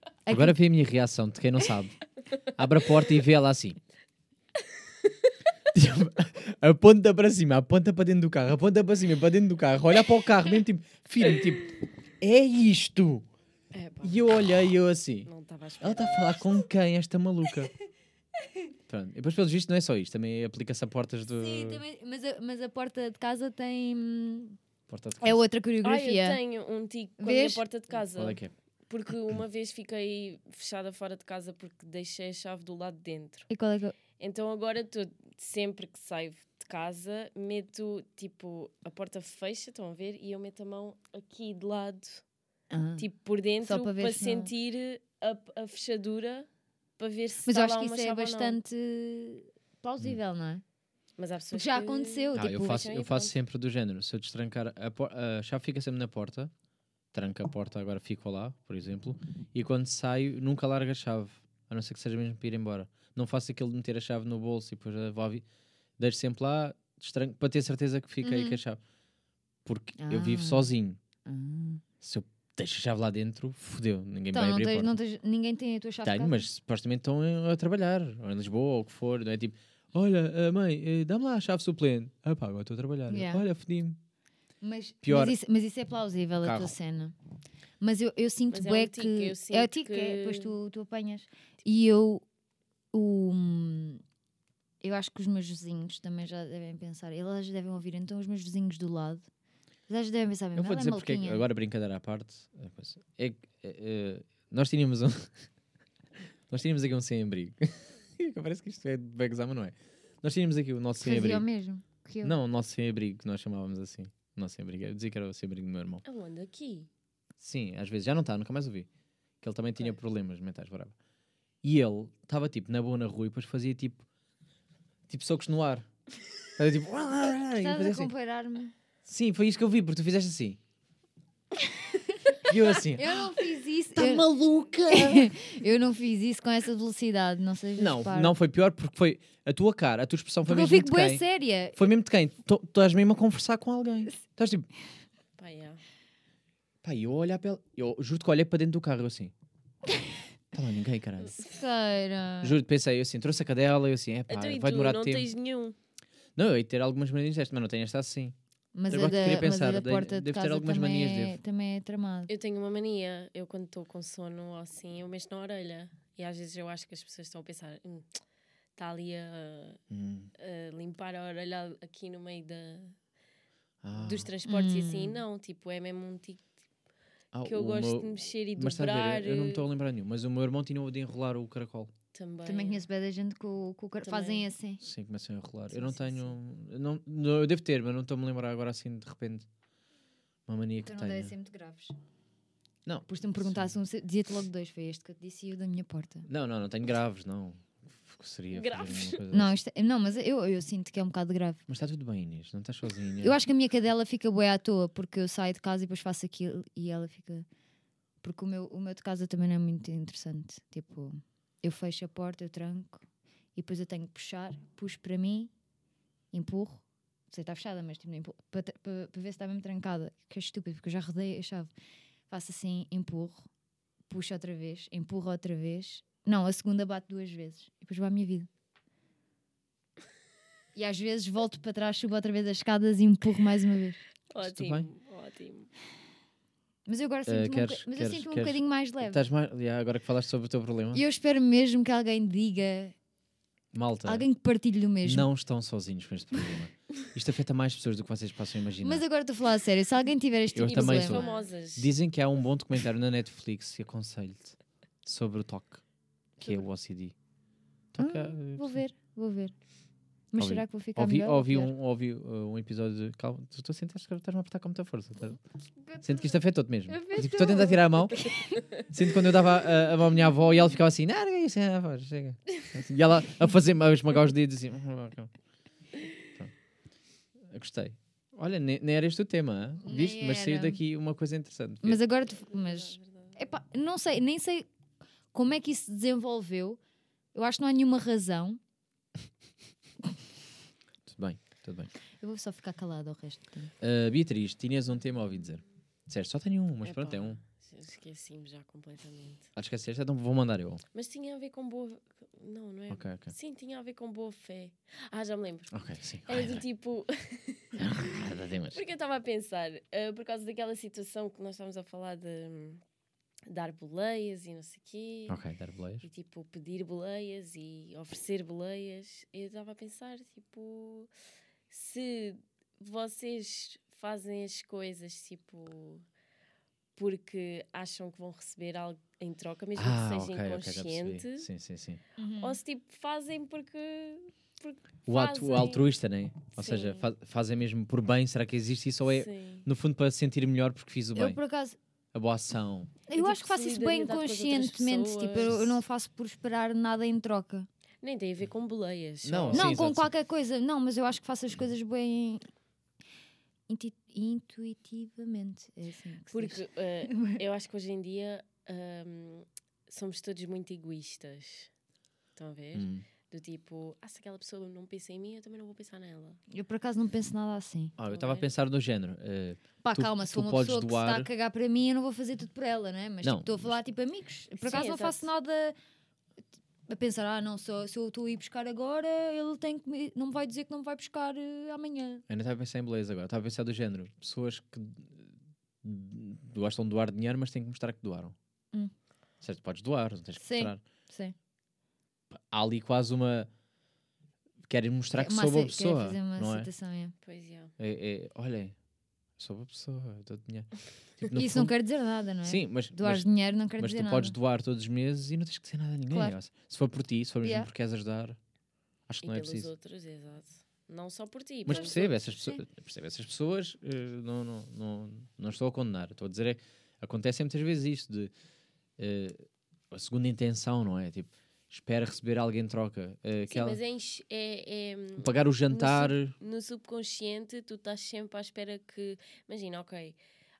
Aquilo- Agora vê a minha reação, de quem não sabe. Abre a porta e vê ela (laughs) assim. Tipo, aponta para cima, aponta para dentro do carro, aponta para cima, para dentro do carro, olha para o carro, mesmo tipo, firme, tipo, é isto! É, pá, E eu olhei e eu assim. não estava a esperar. Ela está a falar com quem, esta maluca? Pronto. E depois, pelos vistos, não é só isto, também aplica-se a portas do. Sim, também- mas, a, mas a porta de casa tem. hum, Porta de É casa. Ah, outra eu coreografia. tenho um tico com a minha Vês? porta de casa. Qual é que é? Porque uma vez fiquei fechada fora de casa porque deixei a chave do lado de dentro. E qual é que eu- Então agora estou sempre que saio de casa, meto tipo a porta fecha, estão a ver? E eu meto a mão aqui de lado, Ah. tipo por dentro, Só para, para ver se não- sentir a, a fechadura, para ver se Mas tá eu lá acho que uma isso é chave ou não. bastante plausível, não é? Mas há Porque pessoas já que- aconteceu. Ah, tipo, eu faço, deixa aí, eu faço pronto. sempre do género. Se eu destrancar, a, por- a chave fica sempre na porta, tranca a porta, agora fico lá, por exemplo, e quando saio, nunca largo a chave, a não ser que seja mesmo para ir embora. Não faço aquele de meter a chave no bolso e depois a Vovi, deixo sempre lá, destranco, para ter certeza que fica aí Uhum. com a chave. Porque eu vivo Ah. sozinho. Hum. Ah. Se eu deixo a chave lá dentro, fodeu, ninguém Então, vai não abrir a tens, porta. não tens- ninguém tem a tua chave. de Tenho, casa? mas supostamente estão a- a trabalhar, ou em Lisboa, ou o que for, não é tipo, olha, eh, mãe, eh, dá-me lá a chave suplente. Ah pá, agora estou a trabalhar. Yeah. Olha, fodi-me. Mas, pior- mas, isso, mas isso é plausível a Carro. tua cena. Mas eu, eu sinto Mas é bué um que. tique, eu é o sinto tique, que- é, depois tu, tu apanhas. E eu. O, eu acho que os meus vizinhos também já devem pensar. Eles devem ouvir, então os meus vizinhos do lado. Eles devem pensar mesmo. Eu vou ela dizer é porque, é que- maluquinha. agora brincadeira à parte, é coisa- é que, eh, eh, nós tínhamos um, (laughs) nós tínhamos aqui um sem-abrigo. (laughs) Parece que isto é de bagzar, mas não é. Nós tínhamos aqui o nosso Fazia o sem-abrigo. mesmo. Que eu. Não, o nosso sem-abrigo, que nós chamávamos assim. O Nosso sem-abrigo. Eu dizia que era o sem-abrigo do meu irmão. Aonde? Aqui? Sim, às vezes já não está, nunca mais ouvi. Que ele também tinha problemas mentais, whatever. E ele estava tipo na boa na rua e depois fazia tipo tipo socos no ar. Era (laughs) tipo. (laughs) e Estás fazia a assim. comparar-me? Sim, foi isso que eu vi, porque tu fizeste assim. e eu assim. (laughs) Eu não fiz isso. Tá (laughs) eu- maluca! Eu não fiz isso com essa velocidade, não sejas Não, parvo. não foi pior porque foi a tua cara, a tua expressão foi Porque eu mesmo fico de bem quem? séria. Foi mesmo de quem? Tu estás mesmo a conversar com alguém. Estás tipo, Pá, yeah. pá, eu olhar para ela. Eu juro que olhei para dentro do carro eu (laughs) assim. Está lá ninguém, caralho. Séria. Juro, pensei eu assim, trouxe a cadela, eu assim, é pá, Então, e vai tu demorar não tempo. tens nenhum. Não, eu ia ter algumas maneiras deste, mas não tenho esta assim. Mas Agora a que da, queria mas a pensar, da dei- porta de devo ter casa algumas também, manias, é, devo. também é tramado. Eu tenho uma mania. Eu, quando estou com sono ou assim, eu mexo na orelha. E às vezes eu acho que as pessoas estão a pensar: está ali a, Hum. a limpar a orelha aqui no meio da, Ah. dos transportes e Hum. assim. Não, tipo, é mesmo um tique Ah, que eu o gosto meu- de mexer e Mas estás a dobrar. ver, eh, eu não me estou a lembrar nenhum. Mas o meu irmão tinha o de enrolar o caracol. Também. Também é. conheço bem da gente que o, que o car- Também. fazem assim. Sim, começam a enrolar. Sim, eu não sim, tenho. eu Não, não- eu devo ter, mas não estou-me a lembrar agora assim de repente. Uma mania que Então não tenho. devem ser muito graves. Não. Pois tu me perguntasse um, dizia-te logo dois, foi este que eu te disse e o da minha porta. Não, não, não tenho graves, não. Porque Seria fazer Graves. uma coisa Não, dessas. isto, é, não mas eu, eu sinto que é um bocado grave. Mas está tudo bem, Inês, não estás sozinha. Eu acho que a minha cadela fica boa à toa, porque eu saio de casa e depois faço aquilo e ela fica. Porque o meu, o meu de casa também não é muito interessante. Tipo, eu fecho a porta, eu tranco e depois eu tenho que puxar, puxo para mim, empurro. Não sei, está fechada, mas tipo, empurro, para, tra- para, para ver se está mesmo trancada. Que é estúpido, porque eu já rodei a chave. Faço assim, empurro, puxo outra vez, empurro outra vez. Não, a segunda bate duas vezes e depois vai a minha vida. E às vezes volto para trás, subo outra vez as escadas e empurro mais uma vez. Tudo Ótimo, ótimo. Mas eu agora sinto-me um, Eh, queres- boca- mas queres- eu sinto-me um queres- Então. bocadinho mais leve. Estás mais. Yeah, agora que falaste sobre o teu problema, E eu espero mesmo que alguém diga, malta, alguém que partilhe o mesmo. não estão sozinhos com este (laughs) problema. Isto afeta mais pessoas do que vocês possam imaginar. Mas agora estou a falar a sério, se alguém tiver este Eu tipo de também problema, As sou. famosas. Dizem que há um bom documentário na Netflix, e aconselho-te, sobre o TOC, que é o OCD. TOC é- Hum, vou ver, vou ver. Mas Ouvi- será que vou ficar Ouvi, melhor? ou ouvi, pior? um, ouvi uh, um episódio de. Calma, tu, tu sentes que estás-me a apertar com muita força. tá? Sinto que isto afetou-te mesmo. Eu, Tipo, estou a tentar tirar a (laughs) mão. Sinto quando eu dava a, a mão à minha avó e ela ficava assim, não, não é isso, é a voz, chega. E ela a fazer-me a esmagar os dedos assim. Pronto. Eu Gostei. Olha, nem, nem era este o tema, hã? Nem viste? Mas saiu era. daqui uma coisa interessante. Mas agora, tu- mas Verdade, É verdade. Epá, não sei, nem sei como é que isso se desenvolveu. Eu acho que não há nenhuma razão. Tudo bem, tudo bem. Eu vou só ficar calada o resto do tempo. Uh, Beatriz, tinhas um tema a ouvir dizer. Disseste, só tenho um, mas Epá. pronto, é um. Esqueci-me já completamente. Ah, te esqueceste, então vou mandar eu. Mas tinha a ver com boa. Não, não é? Ok, ok. Sim, tinha a ver com boa fé. Ah, já me lembro. Ok, sim. Era do tipo. (laughs) Nada temas. Porque eu estava a pensar, eh, por causa daquela situação que nós estávamos a falar de hum, dar boleias e não sei o quê. Ok, dar boleias. E tipo, pedir boleias e oferecer boleias. Eu estava a pensar, tipo, se vocês fazem as coisas, tipo, porque acham que vão receber algo em troca, mesmo Ah, que seja inconsciente. Sim, sim, sim. Ou se tipo, fazem porque. porque O ato o fazem. altruísta, né? Ou Sim. seja, fa- fazem mesmo por bem, será que existe isso? Ou é, Sim. no fundo, para se sentir melhor porque fiz o Eu, bem? por acaso, A boa ação. eu tipo, acho que faço isso bem solidariedade com as outras inconscientemente. Tipo, eu, eu não faço por esperar nada em troca. Nem tem a ver com boleias. só- é Não, não, sim, com exato, sim. qualquer coisa. Não, mas eu acho que faço as coisas bem inti- intuitivamente. É assim que se (laughs) diz. (laughs) Porque eh, eu acho que hoje em dia ahm, somos todos muito egoístas. Estão a ver? Hum. Do tipo, ah, se aquela pessoa não pensa em mim, eu também não vou pensar nela. Eu por acaso não penso nada assim. Ah, eu Não estava a é? pensar no género. eh, Pá, Tu- calma, se for tu uma podes pessoa que se doar- está a cagar para mim, eu não vou fazer tudo por ela, né? Mas Não, tipo, estou a falar tipo amigos. Por Sim, acaso não exato. faço nada a pensar, ah, não, se eu- se eu estou a ir buscar agora, ele tem que me- não me vai dizer que não me vai buscar eh, amanhã. eu não estava a pensar em beleza agora, estava a pensar do género. Pessoas que eh, gostam de doar dinheiro, mas têm que mostrar que doaram. Hum. Certo, podes doar, não tens que Sim. mostrar. Sim. Há ali quase uma. Querem mostrar que Uma sou boa ace- quero pessoa. fazer uma Não é? citação, é. Pois é. É, é, olhem, sou boa pessoa, eu dou dinheiro. Tipo, no Isso não fundo- quer dizer nada, não é? Sim, mas, Doar mas dinheiro não quer Mas dizer tu nada. podes doar todos os meses e não tens que dizer nada a ninguém. Claro. ou se- Se for por ti, se for mesmo Yeah. porque queres ajudar, acho que E não é pelos preciso. outros, exato. Não só por ti. Mas pelos percebe outros. essas, pessoas, percebe essas pessoas, eh, não, não, não, não estou a condenar. Estou a dizer é acontece muitas vezes isto de eh, a segunda intenção, não é? Tipo, espera receber alguém em troca. eh, Sim, aquela- mas é, enche- é- é, hum, Pagar o jantar. no subconsciente, tu estás sempre à espera que. Imagina, ok.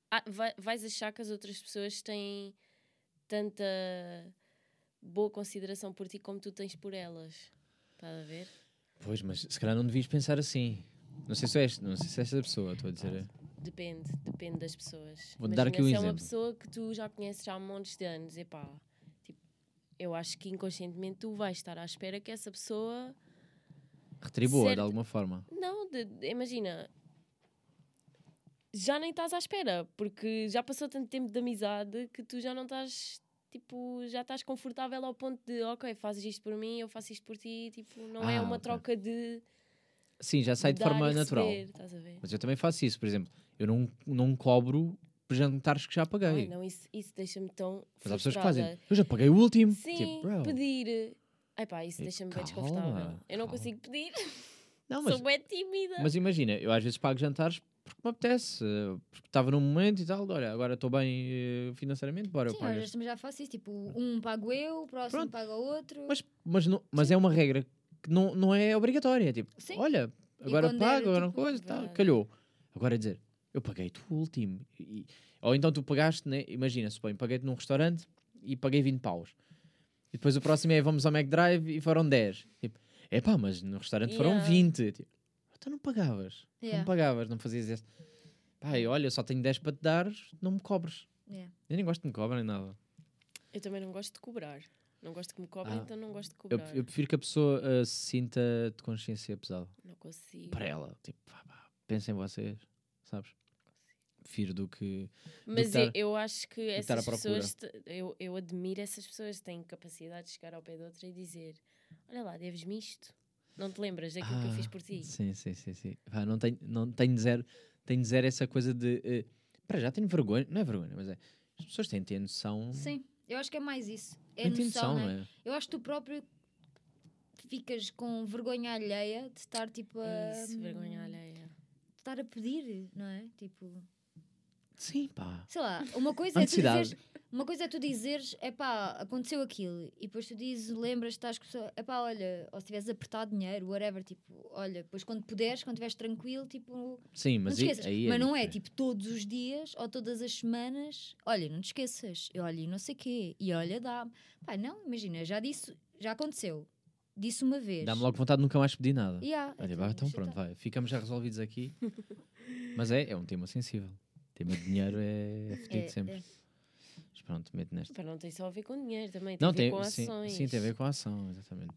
ah, vai- vais achar que as outras pessoas têm tanta boa consideração por ti como tu tens por elas. Estás a ver? Pois, mas se calhar não devias pensar assim. Não sei se és, não sei se és essa pessoa, estou a dizer. é. Depende, depende das pessoas. Vou-te dar aqui um se é exemplo. uma pessoa que tu já conheces há montes de anos, epá, tipo, eu acho que inconscientemente tu vais estar à espera que essa pessoa. Retribua de Certo. alguma forma. Não, de- de- imagina, já nem estás à espera, porque já passou tanto tempo de amizade que tu já não estás. Tipo, já estás confortável ao ponto de, ok, fazes isto por mim, eu faço isto por ti. Tipo, não é Ah, uma ok. troca de. Sim, já sai de dar forma e natural. receber, estás a ver? Mas eu também faço isso, por exemplo. Eu não, não cobro por jantares que já Ai, paguei. não, isso, isso deixa-me tão. mas há pessoas que frustrada. fazem. Eu já paguei o último. Sim, Tipo, bro. pedir. Ai pá, isso Ei, deixa-me bem calma, desconfortável. Eu não calma. consigo pedir, Não, (laughs) sou mas, bem tímida. mas imagina, eu às vezes pago jantares porque me apetece. eh, Porque estava num momento e tal. Olha, agora estou bem eh, financeiramente, bora eu Sim, pago. às este. vezes também já faço isso. Tipo, um pago eu, o próximo Ah. Pronto. paga o outro. Mas, mas, não, mas é uma regra que não, não é obrigatória. Tipo, Sim. olha, E agora quando pago, era, agora tipo, coisa, tal, verdade. calhou. Agora é dizer, eu paguei-te o último. E- ou então tu pagaste, né? imagina, suponho, paguei-te num restaurante e paguei 20 paus. E depois o próximo é vamos ao McDrive e foram 10. Tipo, epá, mas no restaurante foram Yeah. 20. Tipo, então não pagavas. Não Yeah. pagavas, não fazias este. Pai, olha, eu só tenho 10 para te dar, não me cobres. Yeah. Eu nem gosto de me cobrem nada. Eu também não gosto de cobrar. Não gosto que me cobrem, Ah. então não gosto de Eu, cobrar. eu prefiro que a pessoa eh, se sinta de consciência pesada. Não consigo. para ela. Tipo, pá, pá, pensem vocês, sabes? Prefiro do que. Mas estar- eu, eu acho que estar à essas procura. pessoas, te- eu, eu admiro essas pessoas que têm capacidade de chegar ao pé de outra e dizer: Olha lá, deves-me isto. Não te lembras daquilo que eu fiz Ah, por ti? Sim, sim, sim. sim. Pá, não, tenho, não tenho zero. Tenho zero essa coisa de. eh, para já tenho vergonha. Não é vergonha, mas é. As pessoas têm de ter noção. Sim, eu acho que é mais isso. É têm de ter noção, não é? é? Eu acho que tu próprio ficas com vergonha alheia de estar tipo a. É isso, Hum. vergonha alheia. de estar a pedir, não é? Tipo. Sim, pá. Sei lá, (laughs) uma coisa é tu Ansiedade. dizeres. Uma coisa é tu dizeres, é pá, aconteceu aquilo. E depois tu dizes, lembras, estás com. É pá, olha, ou se tiveres apertado dinheiro, whatever, tipo, olha, depois quando puderes, quando estiveres tranquilo, tipo. Sim, mas não te aí, esqueças. aí mas não é diferente. tipo todos os dias ou todas as semanas. Olha, não te esqueças. E olha, e não sei quê. E olha, dá-me. Pá, não, imagina, já disse, já aconteceu. Disse uma vez. Dá-me logo vontade de nunca mais pedir nada. Yeah, Olha, vá, então pronto, vai. Ficamos já resolvidos (laughs) aqui. mas é, é um tema sensível. O tema de dinheiro é, é fedido É, sempre. é. Mas pronto, meto nesta. Para não ter só a ver com dinheiro também, tem Não, a ver tem, com sim, ações. sim, tem a ver com a ação, exatamente.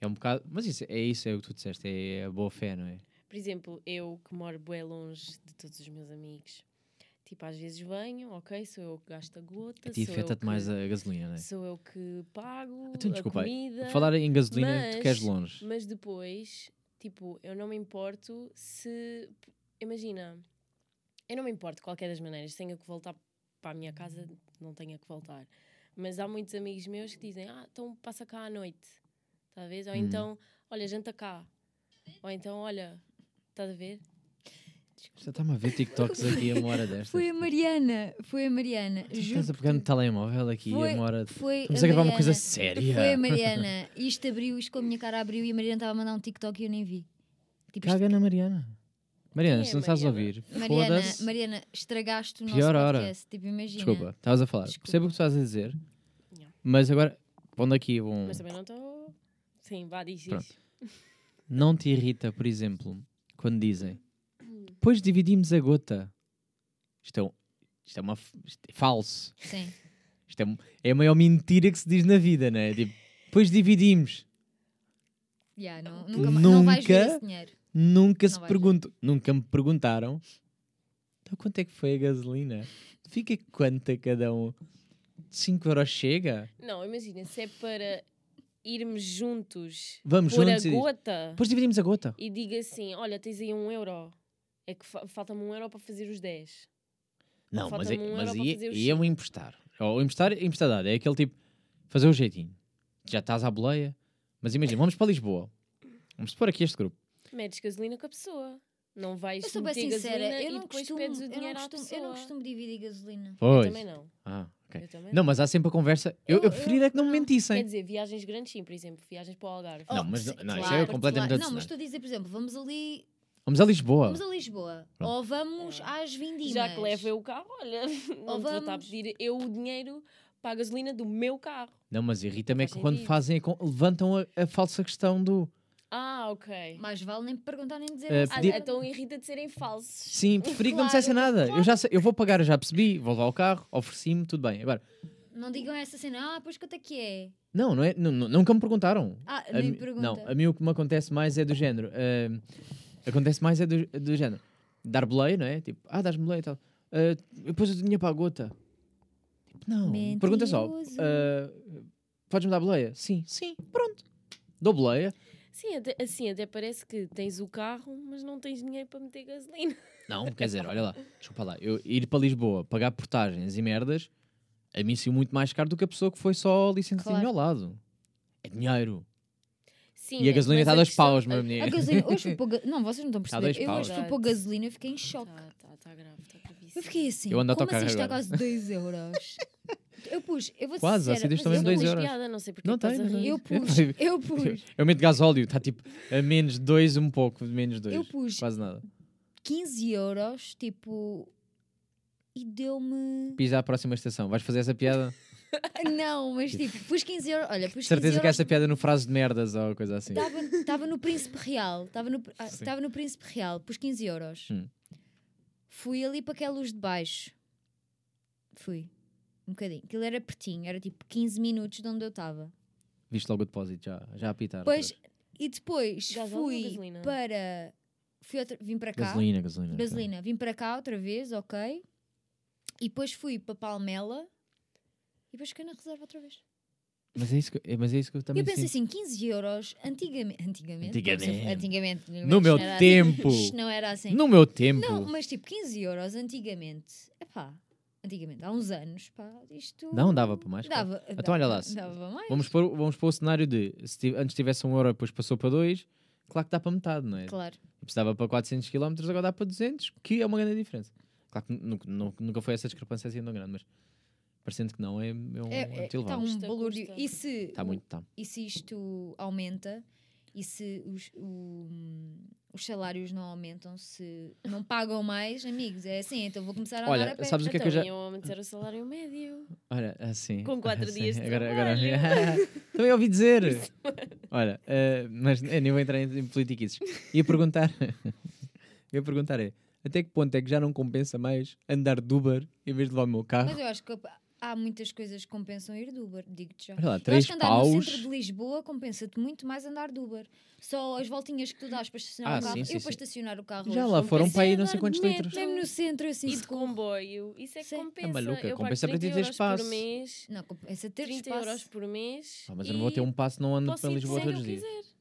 É um bocado. Mas isso, é isso, é o que tu disseste, é a boa fé, não é? Por exemplo, eu que moro bem longe de todos os meus amigos, tipo, às vezes venho, ok, sou eu que gasto a gota, A ti sou eu afeta-te que, mais a gasolina, não é? sou eu que pago Então, a desculpa aí, comida. Falar em gasolina, tu queres mas- longe. Mas depois, tipo, eu não me importo se. Imagina, eu não me importo de qualquer das maneiras, tenho que voltar para a minha casa, não tenho que voltar. Mas há muitos amigos meus que dizem: Ah, então passa cá à noite, estás a ver? Ou Hum. então, olha, janta cá. Ou então, olha, estás a ver? Já está-me a ver TikToks aqui a uma hora desta. Foi a Mariana, foi a Mariana. Então, Estás Juro a pegar no telemóvel aqui a Foi- uma hora. de- Foi Estamos a gravar uma coisa Mariana. séria. Foi a Mariana. Isto abriu, isto com a minha cara abriu e a Mariana estava a mandar um TikTok e eu nem vi. Tipo, isto- Caga na Mariana. Mariana, Quem é se não estás a Mariana? ouvir, Mariana, foda-se. Mariana, estragaste o Pior nosso hora. podcast. Tipo, imagina. Desculpa, estavas a falar. Desculpa. Percebo o que tu estás a dizer, Yeah. mas agora, pondo aqui um. Mas também não estou. Sim, vá, diz Pronto. isso. Não te irrita, por exemplo, quando dizem depois dividimos a gota. Isto é, um- isto é uma, f- isto é falso. Sim. Isto é, um- é a maior mentira que se diz na vida, não é? Tipo, depois dividimos. Yeah, não, nunca, ma- não vais ver Nunca. esse dinheiro. Nunca Não se vais ver. perguntam. Nunca me perguntaram. Então quanto é que foi a gasolina? Fica quanta cada um? 5 euros chega? Não, imagina, se é para irmos juntos Vamos por a juntos e diz, gota. Depois dividimos a gota. e diga assim: Olha, tens aí um euro. É que fa- falta-me um euro para fazer os 10. Não, mas, é, Falta-me um mas euro para ia, fazer o ia um emprestar. Ou emprestar, emprestadado. É aquele tipo, fazer o jeitinho. Já estás à boleia. Mas imagina, vamos para Lisboa. Vamos supor aqui este grupo. Metes gasolina com a pessoa. Não vais Eu sou bem meter sincera, gasolina eu e não, depois costumo, eu, pedes o não dinheiro à costumo, pessoa. eu não costumo dividir gasolina. Eu Pois. também não. Ah, ok. Eu também Não, mas há sempre a conversa. Eu, Eu- eu preferia é que não me Quer mentissem. dizer, viagens grandes sim, por exemplo, viagens para o Algarve. Não, mas Oh, sim, não- não, isso é claro, completamente claro. outro Não, cenário. mas estou a dizer, por exemplo, vamos ali, Vamos a Lisboa. vamos a Lisboa. Pronto. Ou vamos às vindimas. Já que levo eu o carro, olha, (laughs) não te vou estar a Oh, vamos- pedir eu o dinheiro para a gasolina do meu carro. Não, mas irrita-me é Faz que quando sentido. fazem, a con- levantam a, a falsa questão do. Ah, ok. Mais vale nem perguntar nem dizer Eh, nada. Ah, Pedi- então irrita de serem falsos. (laughs) Sim, preferi que não me Claro, dissessem nada. Eu, já, sei- eu vou pagar, eu já percebi, vou levar o carro, ofereci-me, tudo bem. Agora, Não digam essa cena, ah, pois quanto é que é? não, não é, nu- nu- nunca me perguntaram. Ah, A nem mi- pergunta. Não, a mim o que me acontece mais é do género. ah, acontece mais é do, do género. dar boleia, não é? Tipo, ah, dás-me boleia e tal. Ah, depois eu dinheiro para a gota. Tipo, não, pergunta só. Mentiroso. ah, Podes-me dar boleia? Sim, sim, pronto. Dou boleia. Sim, até- assim, até parece que tens o carro, mas não tens dinheiro para meter gasolina. Não, quer dizer, olha lá, desculpa lá, eu ir para Lisboa pagar portagens e merdas, a mim saiu muito mais caro do que a pessoa que foi só licenciadinho Claro. ao lado. É dinheiro. Sim, e a é- gasolina mas está a dois questão- paus, meu A menino. gasolina, (laughs) hoje fui pôr ga- Não, vocês não estão a Tá dois perceber. Eu hoje paus. fui pôr gasolina e fiquei em choque. Tá, tá, tá grave, tá gravíssimo. Eu fiquei assim. Eu ando a como autocarro assim está agora." quase (laughs) 2 euros? Eu pus, eu vou Quase, ser acidez sincera, também dois Mas mas eu não pus- pus euros. piada, não sei porque Não estás tem, a não tem. rir. Eu pus, eu pus Eu meto gasóleo, está tipo a menos dois um pouco, de menos dois Eu pus. Quase nada. 15 euros, tipo. E deu-me. Pisa à próxima estação. Vais fazer essa piada? (laughs) Não, mas tipo, pus 15 euros. Olha, pus 15 Certeza que euros. essa piada é no frase de merdas ou coisa assim. Estava no Príncipe Real. Estava no, ah, Sim. tava no Príncipe Real, pus 15 euros. Hum. Fui ali para aquela luz de baixo. Fui. Um bocadinho. Aquilo era pertinho, era tipo 15 minutos de onde eu estava. Viste logo o depósito, já, já a apitar. Pois, e depois Gasóleo ou fui gasolina? para. Fui outra- vim para cá. Gasolina, gasolina. Gasolina. Vim para cá outra vez, ok. E depois fui para Palmela. E depois fiquei na reserva outra vez. Mas é isso que, é- mas é isso que eu E também eu pensei sinto. assim, 15 euros, antigamente... Antigamente? Antigamente. antigamente No meu não era assim. tempo! Não era assim. No meu tempo! Não, mas tipo, 15 euros antigamente. Epá, antigamente, há uns anos, pá, isto. Não, dava para mais, claro. Dava, Então dava- olha lá, se- Dava para mais. Vamos pôr, vamos pôr o cenário de se ti- antes tivesse um euro e depois passou para dois, claro que dá para metade, não é? Claro. Tipo, se dava para 400 km, agora dá para 200, que é uma grande diferença. Claro que nu- nu- nunca foi essa discrepância assim tão grande, mas parecendo que não, é, é um é, É, é, muito está elevado. um Custa, valor. custa. E se, Está muito, tá. está. e se isto aumenta? E se os, o- os salários não aumentam? Se não pagam mais, amigos? É assim, então vou começar a Olha, andar a pé. sabes o que é que eu Então, já- iam aumentar o salário médio. Olha, assim. Com quatro assim, dias de agora, agora (laughs) Também ouvi dizer. Olha, eh, mas eu nem vou entrar em, em politiquices. Ia perguntar. (laughs) ia perguntar é. Até que ponto é que já não compensa mais andar de Uber em vez de levar o meu carro? Mas eu acho que há muitas coisas que compensam ir de Uber, digo-te já. Olha lá, Eu acho três que andar no centro paus. de Lisboa compensa-te muito mais andar de Uber. Só as voltinhas que tu dás para estacionar Ah, o carro. sim, sim, eu para sim. estacionar o carro. Já hoje lá não foram compensa. para aí não andar sei quantos de litros. metro. Mesmo no centro, eu assim. E de se com- comboio. Isso é que Sim. É compensa. maluca, Eu pago compensa para ti 30 ter euros espaço. Por mês, Não, compensa ter 30 espaço. euros por mês. Ah, mas eu não vou e ter um passo, não ando posso para ir Lisboa sempre todos os que eu dias.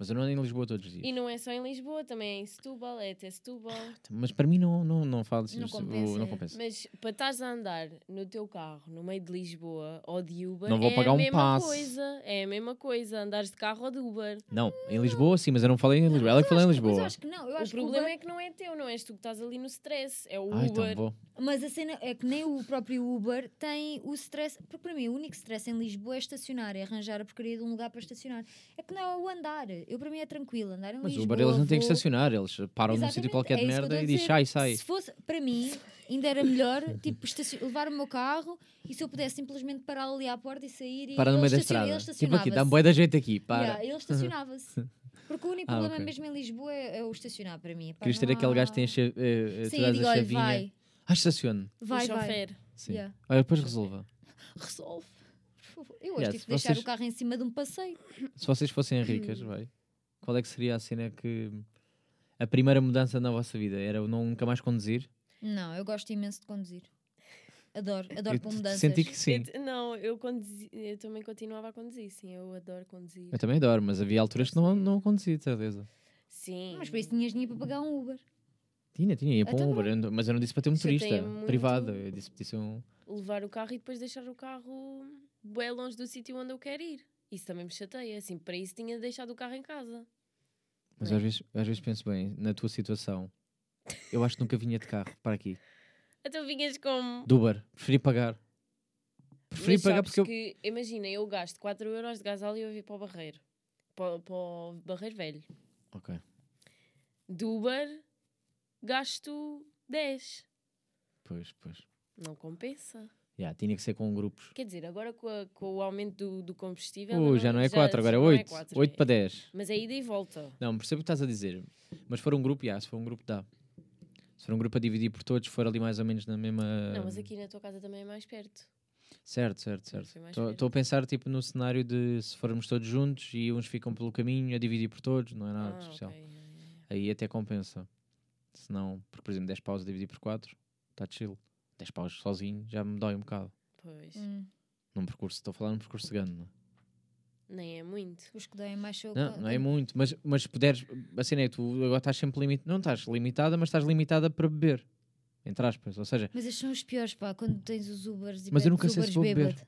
Mas eu não ando em Lisboa todos os dias. E não é só em Lisboa, também é em Setúbal, é até Setúbal. Mas para mim não, não, não falo se Não se- compensa, não é. compensa. Mas para estares a andar no teu carro, no meio de Lisboa ou de Uber, Não vou é pagar a um mesma passe. coisa. É a mesma coisa, andares de carro ou de Uber. Não, em Lisboa sim, mas eu não falei em Lisboa. Ela é que falou em Mas eu Lisboa. acho que não. Eu O acho problema que é que não é teu, não és tu que estás ali no stress, é o Ah, então Uber. vou. Uber- Mas a cena é que nem o próprio Uber tem o stress. Porque para mim, o único stress em Lisboa é estacionar, é arranjar a porcaria de um lugar para estacionar. É que não é o andar. Eu para mim é tranquilo andar em Mas o Lisboa. Uber eles não têm que vou- estacionar, eles param num Exatamente, sítio qualquer de é isso que eu merda tô a e diz dizer. sai, sai. Se fosse para mim, ainda era melhor tipo, estacio- levar o meu carro e se eu pudesse simplesmente parar ali à porta e sair e Para no ele meio da estaciona- estrada. ele Tipo aqui, dá-me estacionava-se. boia da jeito aqui, para. Yeah, ele (laughs) estacionava-se. Porque o único Ah, problema ok. mesmo em Lisboa é, é o estacionar para mim. Pá, Querias não ter aquele há- gajo que tem a, cha- eh, eh, tu Sim, eu dás digo, a olha, chavinha. vai, Ah, estacione. vai, o vai. chofer. Sim. Yeah. Olha, depois resolva. Resolve. por favor. Eu hoje Yeah, tive se que deixar vocês- o carro em cima de um passeio. Se vocês fossem Hum. ricas, vai. Qual é que seria a cena que a primeira mudança na vossa vida era o não nunca mais conduzir? Não, eu gosto imenso de conduzir. Adoro, adoro eu para t- mudanças. senti que sim. Eu t- não, eu, conduzi, eu também continuava a conduzir, sim, eu adoro conduzir. Eu também adoro, mas havia alturas que não, não conduzi, de certeza. Sim. Mas por isso tinhas dinheiro para pagar um Uber. Tinha, tinha, ia para Então um Uber, eu não- mas eu não disse para ter um Isso eu tenho motorista muito- privado, eu disse para ter um. levar o carro e depois deixar o carro bem longe do sítio onde eu quero ir. Isso também me chateia. Assim, para isso tinha deixado o carro em casa. Mas Não é? às vezes, às vezes penso bem, na tua situação, eu acho que nunca vinha de carro para aqui. Então vinhas como. De Uber, preferi pagar. Preferi Mas pagar sabes porque eu. que, imagina, eu gasto 4 euros de gasóleo e eu vim para o Barreiro. Para, para o Barreiro Velho. Ok. De Uber, gasto 10. Pois, pois. Não compensa. Yeah, tinha que ser com grupos. Quer dizer, agora com, a- com o aumento do, do combustível. Uh, já não é 4, agora é não 8. quatro, 8 é. para 10. Mas é ida e volta. Não, percebo o que estás a dizer. Mas se for um grupo, yeah, se for um grupo, dá. Se for um grupo a dividir por todos, se for ali mais ou menos na mesma. Não, mas aqui na tua casa também é mais perto. Certo, certo, certo. Foi mais giro. Estou a pensar tipo no cenário de se formos todos juntos Ah, Ah, Ah, e uns ficam pelo caminho a dividir por todos, não é nada de especial. ok. Aí até compensa. Se não, porque, por exemplo, 10 paus a dividir por 4, está chill. 10 paus sozinho já me dói um bocado. Pois. Hum. Num percurso, estou a falar num percurso cegano, não é? Nem é muito. Os que doem mais são Não, quando- não é muito, mas, mas se puderes, a cena é que tu agora estás sempre limitada, não estás limitada, mas estás limitada para beber, entre aspas, ou seja, Mas estes são os piores, pá, quando tens os Ubers e Mas eu pedes nunca sei se Ubers vou beber. bêbado.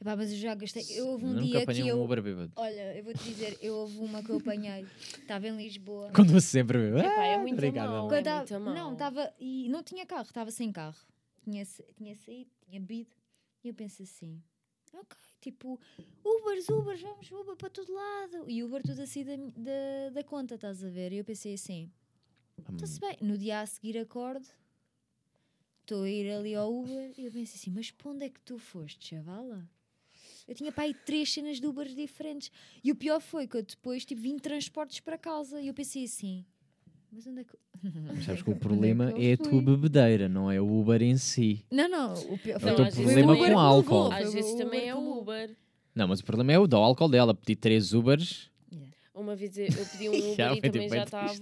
Epá, mas eu já gastei. Eu houve um nunca dia apanhei que um eu. Oh. Uber bêbado. Olha, eu vou te dizer, eu houve uma que eu apanhei. Estava em Lisboa. (laughs) Quando você sempre bebe. Epá, é Ah, muito obrigado. Ana. mau. é Quando tava- muito mau. não, estava. E não tinha carro, estava sem carro. Tinha, sa- tinha saído, tinha bebido. E eu penso assim: ok, tipo, Ubers, Ubers, vamos, Uber para todo lado. E Uber tudo assim da, da, da conta, estás a ver? E eu pensei assim: Ah, Hum. está-se bem. No dia a seguir, acordo, estou a ir ali ao Uber. E eu penso assim: mas para onde é que tu foste, chavala? Eu tinha para aí três cenas de Ubers diferentes. E o pior foi que eu depois tipo, vim de transportes para casa. E eu pensei assim: mas onde é que. Mas Onde é sabes que que o eu- problema onde é é a que eu tua fui? bebedeira, não é o Uber em si. Não, não, o um pior É o Não, teu às vezes problema também- com álcool. Foi Às o vezes Uber também que é levou. Uber. Não, mas o problema é o do álcool dela. Pedi três Ubers. Uma vez eu eu (laughs) pedi um Já, Uber e foi também tipo, já é triste.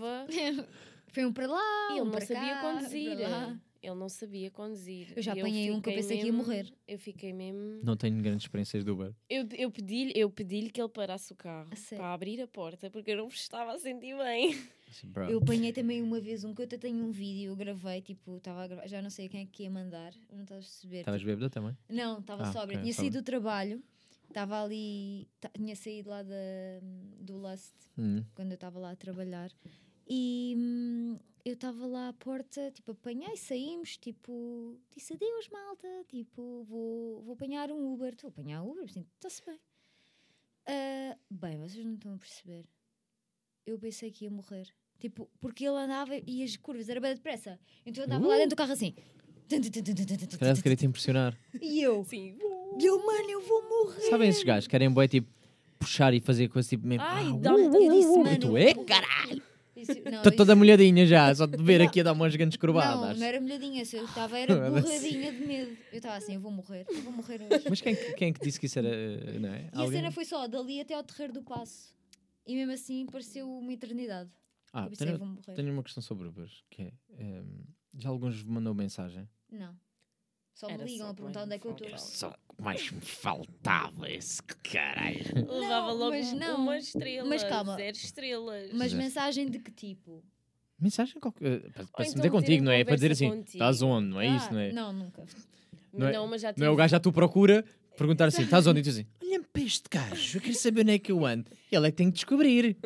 estava. Foi um para lá, E um ele não para sabia cá, conduzir. para lá. Ele não sabia conduzir. Eu já E apanhei um que eu fiquei pensei que ia mesmo- morrer. Eu fiquei mesmo. Não tenho grandes experiências de Uber. Eu, eu pedi-lhe eu pedi que ele parasse o carro A sério? para abrir a porta porque eu não me estava a sentir bem. Assim, bro. Eu apanhei também uma vez um que eu até tenho um vídeo, eu gravei, tipo, estava a gravar, já não sei a quem é que ia mandar, não estás a perceber. Estavas tipo- bêbada também? não, estava Ah, sóbria, ok, tinha tá saído bem. do trabalho, estava ali, ta- tinha saído lá da, do Lust, Hum. quando eu estava lá a trabalhar. E hum, eu estava lá à porta, tipo, apanhei, saímos, tipo, disse adeus, malta, tipo, vou, vou apanhar um Uber, estou a apanhar Uber, assim, está-se bem. Ah, bem, vocês não estão a perceber. Eu pensei que ia morrer. Tipo, porque ele andava e as curvas era bem depressa. Então eu andava Uh! lá dentro do carro assim. Se calhar se queria te impressionar. E eu, Sim. e eu, mano, eu vou morrer. Sabem esses gajos? Querem boi tipo puxar e fazer coisas tipo mesmo. Ai, "Ah, dá-me- uh, Eu disse, uh, uh", mano, e tu, eu "Eh, vou- Disse- não, Estou disse- toda molhadinha já, só de ver é Não. aqui a dar umas grandes Não, curvadas. não era molhadinha, se eu (laughs) estava era Era assim. borradinha de medo. Eu estava assim, eu vou morrer, eu vou morrer (laughs) hoje. Mas quem, quem é que disse que isso era. eh, Não é? E a cena foi só dali até ao terreiro do passo. E mesmo assim pareceu uma eternidade. Ah, eu pensei, eu tenho, vou morrer. tenho uma questão sobre Ubers, que é. ehm, já alguns vos mandou mensagem. Não. Só Era me ligam só a perguntar para onde é que eu me estou. falar. que mais me faltava esse caralho. Levava logo mas um- não. uma estrela. Mas calma. Zero estrelas. Mas Zé. mensagem de que tipo? Mensagem qualquer. eh, Para, para se então meter terem contigo, não é? Para dizer conversa assim, contigo. estás onde? Não é isso, Ah, não é? Não, Não, nunca. (laughs) não é- não, mas já é o tive- gajo à tua procura perguntar assim, estás onde? E tu assim, (laughs) olha-me para este gajo, eu quero saber onde é que eu ando. Ele é que tem que descobrir.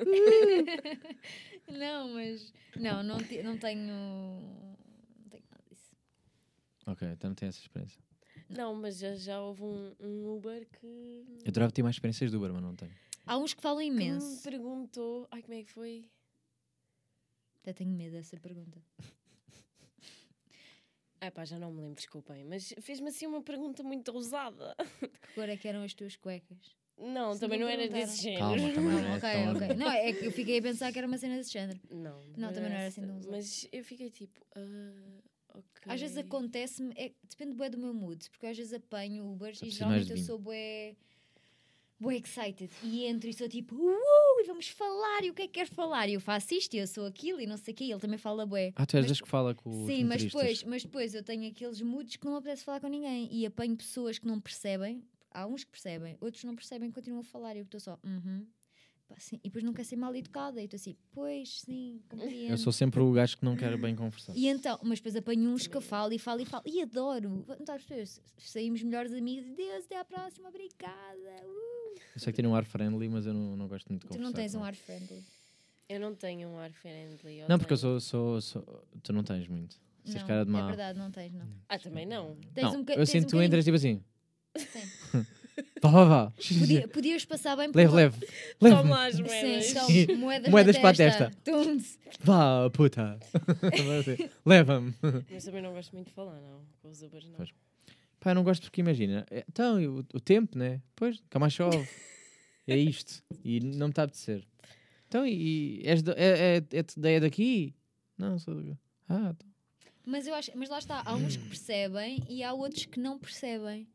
Não, mas. Não, não, ti- não tenho. Não tenho nada disso. (laughs) ok, então não tenho essa experiência. Não, mas já, já houve um, um Uber que. Eu adorava ter mais experiências do Uber, mas não tenho. Há uns que falam que me imenso. perguntou. Ai, como é que foi? Até tenho medo dessa pergunta. Ah, pá, já não me lembro, desculpem. Mas fez-me assim uma pergunta muito ousada. Que cor é que eram as tuas cuecas? Não, Se também não não era perguntaram. desse género. (laughs) Calma, também não Não, é ok, tão- ok. Não, é que eu fiquei a pensar que era uma cena desse género. Não, Não, também não era essa. assim tão ousada. Mas eu fiquei tipo. ah, ok. Às vezes acontece-me, é- depende bué do meu mood, porque eu às vezes apanho Ubers e Precisamos geralmente de eu vinho. sou bué, bué excited e entro e sou tipo, uh, e vamos falar, e o que é que queres falar? E eu faço isto e eu sou aquilo e não sei o quê, e ele também fala bué. Ah, tu és Mas- das que fala com os Sim, mas motoristas. depois, mas depois eu tenho aqueles moods que não apetece falar com ninguém e apanho pessoas que não percebem, há uns que percebem, outros não percebem, continuam a falar e eu estou só, uhum. Pá, sim. E depois não quer ser mal educada, e estou assim, pois sim, compreendo. Eu sou sempre o gajo que não quer bem conversar. E então, mas depois apanho uns que eu falo e falo e falo. E adoro. Não estás a perceber? S- Saímos melhores amigos. Deus, até à próxima. Obrigada. Uh. Eu sei que tem um ar friendly, mas eu não, não gosto muito de Tu conversar. não tens com um ele. ar friendly. Eu não tenho um ar friendly. ou Não, porque eu tenho? sou, sou, sou- Tu não tens muito. Tu tens não, cara de É má. verdade, não tens, não. Ah, também não. Tens não, um boca- eu tens sinto um que tu entras tipo assim. Sim. (laughs) Vá, vá, vá. Podia- podias passar bem por. Leve, leve. Toma Leve. lá as moedas. Sim, Sim. então, moedas, Moedas na para a testa. testa. Tundes. Vá, puta. (laughs) Leva-me. Mas também não gosto muito de falar, não. Com os Ubers, não. Pois. Pá, eu não gosto porque imagina. é, Então, e o, o tempo, né? Pois, cá mais (laughs) chove. É isto. E não me está a apetecer. Então, e. e És da- é, é, é, da- é daqui? Não, sou daqui. Ah, então. Mas, eu acho, mas lá está. Há (clears throat) uns que percebem e há outros que não percebem.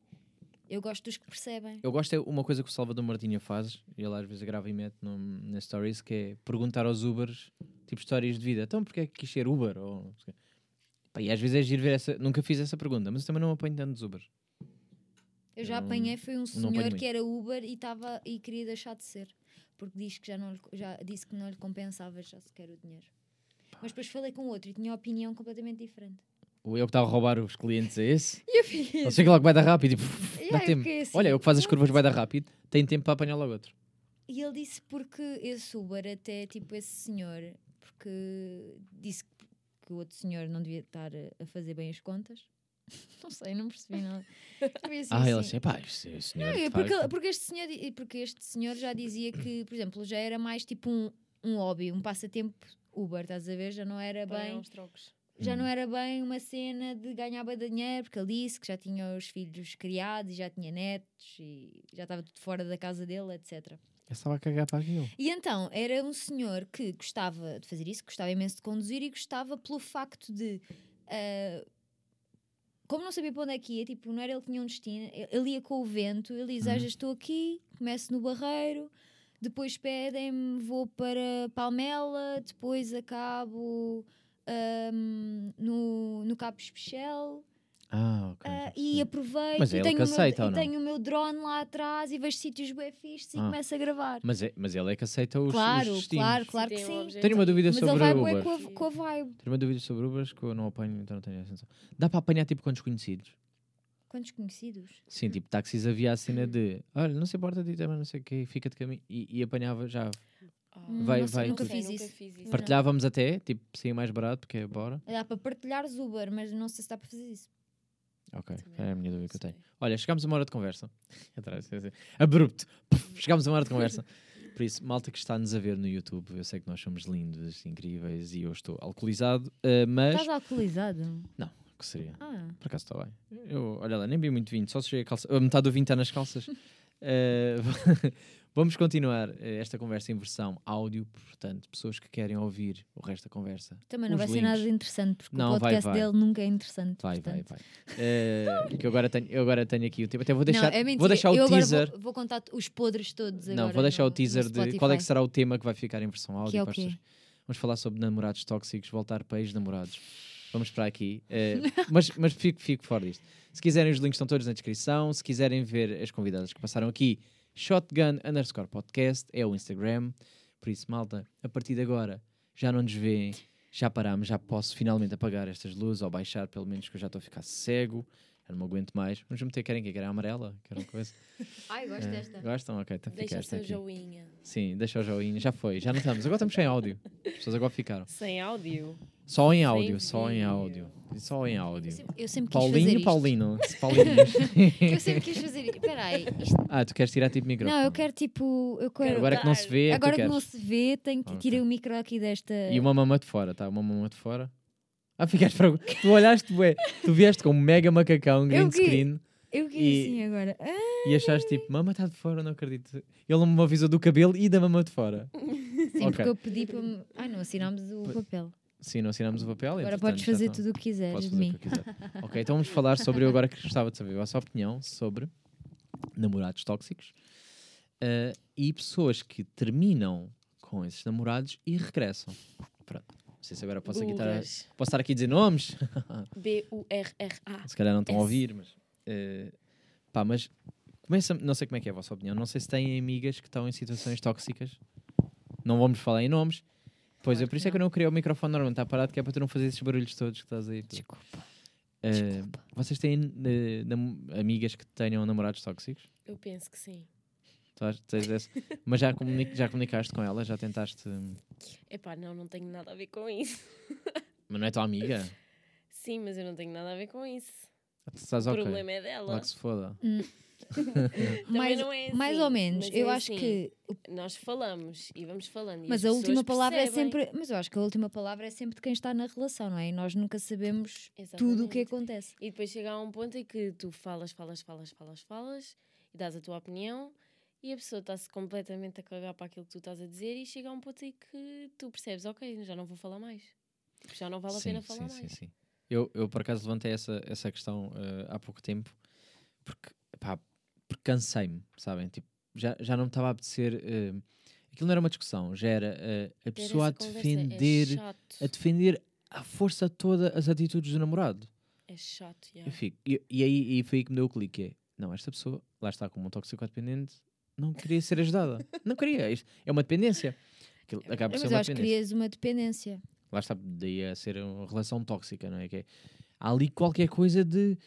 Eu gosto dos que percebem. Eu gosto é uma coisa que o Salvador Martinha faz, ele às vezes grava e mete no, nas stories, que é perguntar aos Ubers, tipo histórias de vida. Então, porquê é que quis ser Uber? Ou... não sei o quê? Pá, e às vezes é giro ver essa. Nunca fiz essa pergunta, mas eu também não apanho tantos Uber. Eu já Não- apanhei, foi um apanho senhor muito. que era Uber e, tava, e queria deixar de ser. Porque diz que já não lhe, co- já disse que não lhe compensava já sequer o dinheiro. Mas depois falei com outro e tinha opinião completamente diferente. Ou eu que estava a roubar os clientes a esse. (laughs) E eu fiquei. Ele chega logo, vai dar rápido. Tipo, Yeah, dá eu tempo. fiquei assim, Olha, eu que faz as "What?" curvas, vai dar rápido. Tem tempo para apanhar logo outro. E ele disse porque esse Uber, até tipo esse senhor, porque disse que, que o outro senhor não devia estar a, a fazer bem as contas. (laughs) não sei, não (laughs) percebi nada. Eu vi assim, ah, ele assim, assim, pá, este é o senhor. Não, é de porque, facto." ele- porque, este senhor, di- porque este senhor já dizia que, por exemplo, já era mais tipo um, um hobby, um passatempo Uber, estás a ver? Já não era Bem, bem, uns trocos. já não era bem uma cena de ganhar bem dinheiro, porque ele disse que já tinha os filhos criados e já tinha netos e já estava tudo fora da casa dele, etc. Eu estava a cagar para aquilo. E então, era um senhor que gostava de fazer isso, gostava imenso de conduzir e gostava pelo facto de. ah, como não sabia para onde é que ia, tipo, não era ele que tinha um destino, ele- ele ia com o vento, ele diz: Uhum. "Ah, já estou aqui, começo no Barreiro, depois pedem-me, vou para Palmela, depois acabo ahm, no, no Cabo Especial Ah, ok. ah, já e percebi. aproveito Mas é e, ele tenho que o meu- aceita, ou e não? tenho o meu drone lá atrás e vejo sítios bem fixes e Ah. começo a gravar. Mas, é, mas ele é que aceita os, os Claro, destinos. claro, claro que Tem um sim. objeto. Tenho uma dúvida Mas ele sobre vai Uber. bué com a, com a vibe. Tenho uma dúvida sobre Ubers que eu não apanho, então não tenho essa noção. Dá para apanhar tipo com desconhecidos? Quantos conhecidos? Sim, tipo táxis havia a cena de olha, não se importa de ir também, não sei o quê, fica de caminho. E, e apanhava já. Ah, Hum, Vai- nossa, vai nunca tudo. fiz nunca isso. fiz isso. Não. Partilhávamos até, tipo, saía mais barato, porque é bora. Dá para partilhar Uber, mas não sei se dá para fazer isso. Ok, Também é a não minha dúvida que eu sei. tenho. Olha, chegámos a uma hora de conversa. (laughs) Atrás, quer dizer, abrupto. Puf, chegámos a uma hora de conversa. Por isso, malta que está-nos a ver no YouTube, eu sei que nós somos lindos, incríveis e eu estou alcoolizado, eh, mas. Estás alcoolizado? O que seria? Ah, Por acaso está bem. Eu, olha lá, nem vi muito vinho, só sujei a calça. A metade do vinho está nas (laughs) calças. Eh, (laughs) vamos continuar eh, esta conversa em versão áudio, portanto, pessoas que querem ouvir o resto da conversa. também não Os vai ser links. nada interessante, porque Não, o vai, podcast vai. dele nunca é interessante. Vai, vai, portanto. vai. Eh, que eu agora, tenho, eu agora tenho aqui o tempo. Até vou deixar, não, é mentira. vou deixar o Eu agora teaser. Vou, vou contar os podres todos agora. não, vou deixar no- o teaser no de qual é que Spotify. será o tema que vai ficar em versão áudio Que é o para as quê? pessoas. Vamos falar sobre namorados tóxicos, voltar para ex-namorados. Vamos para aqui. Eh, (laughs) mas mas fico, fico fora disto. Se quiserem, os links estão todos na descrição. Se quiserem ver as convidadas que passaram aqui, shotgun underscore podcast é o Instagram. Por isso, malta, a partir de agora já não nos veem, já parámos, já posso finalmente apagar estas luzes ou baixar, pelo menos que eu já estou a ficar cego. Já não me aguento mais. Vamos meter, querem que? Querem a amarela? Querem (laughs) coisa? Ai, gosto Eh, desta. Gostam? Ok, então fica Deixa o esta seu aqui. joinha. Sim, deixa o joinha. Já foi, já não estamos. Agora estamos sem áudio. As pessoas agora ficaram. Sem áudio. Só em Sem áudio, só em vídeo. áudio. Só em áudio. Eu sempre quis fazer Paulinho, isto. Paulino. Paulinho. (laughs) (laughs) Eu sempre quis fazer isto. Espera aí. isto- ah, tu queres tirar tipo microfone? Não, eu quero tipo. Eu quero... Agora é que não se vê, Agora tu que queres. não se vê, tenho que Ok. tirar o micro aqui desta. E uma mama de fora, tá? Uma mama de fora. Ah, ficaste para... Tu olhaste, bué. Tu vieste com um mega macacão, green quê? screen, Eu quero e- assim agora. Ah, e achaste tipo, mama está de fora, não acredito. Ele não me avisou do cabelo e da mama de fora. (laughs) Sim, Ok. porque eu pedi para. me- Ah, não assinámos o papel. Sim, não assinámos o papel. Agora entretanto, podes já fazer tá. tudo o que quiseres Posso de fazer mim. o que eu quiser. ok, então vamos falar sobre eu agora que gostava de saber a vossa opinião sobre namorados tóxicos eh, e pessoas que terminam com esses namorados e regressam. Pronto. Não sei se agora posso aqui estar a, Burras. posso estar aqui a dizer nomes. B-U-R-R-A. se calhar não estão a Esse. ouvir, mas. eh, pá, mas começa Não sei como é que é a vossa opinião. Não sei se têm amigas que estão em situações tóxicas. Não vamos falar em nomes. Pois é, Claro por que isso é que eu não queria o microfone normal, está parado, que é para tu não fazer esses barulhos todos que estás aí. Desculpa. Eh, Desculpa. Vocês têm eh, nam- amigas que tenham namorados tóxicos? Eu penso que sim. Tu achas- tens esse- Mas já, comuni- já comunicaste com ela? Já tentaste. hum, Epá, não, não tenho nada a ver com isso. Mas não é tua (laughs) amiga? Sim, mas eu não tenho nada a ver com isso. Tu Estás o ok. problema é dela. Lá que se foda. Também Mais, não é mais assim, ou menos. mas Eu é acho assim. que. Nós falamos e vamos falando. e Mas as a última pessoas palavra é percebem. sempre. Mas eu acho que a última palavra é sempre de quem está na relação, não é? E nós nunca sabemos tudo o que é Exatamente. acontece. E depois chega a um ponto em que tu falas, falas, falas, falas, falas e dás a tua opinião e a pessoa está-se completamente a cagar para aquilo que tu estás a dizer e chega a um ponto em que tu percebes, ok, já não vou falar mais. Tipo, Já não vale a sim, pena sim, falar sim, mais. sim. Eu, eu, por acaso, levantei essa, essa questão eh, há pouco tempo porque, pá, porque cansei-me, sabem? Tipo, já, já não me estava a apetecer eh, Aquilo não era uma discussão, já era eh, a Ter pessoa a essa conversa é defender, chato. a defender à força toda as atitudes do namorado. É chato, já. Eu fico, e, e aí e foi aí que me deu o clique. É, não, esta pessoa, lá está como um toxicodependente, não queria ser (laughs) ajudada. não queria. Isto é uma dependência. Aquilo É acaba por Mas ser eu uma acho que dependência. crias uma dependência. Lá está, daí a ser uma relação tóxica, não é? Que é- há ali qualquer coisa de.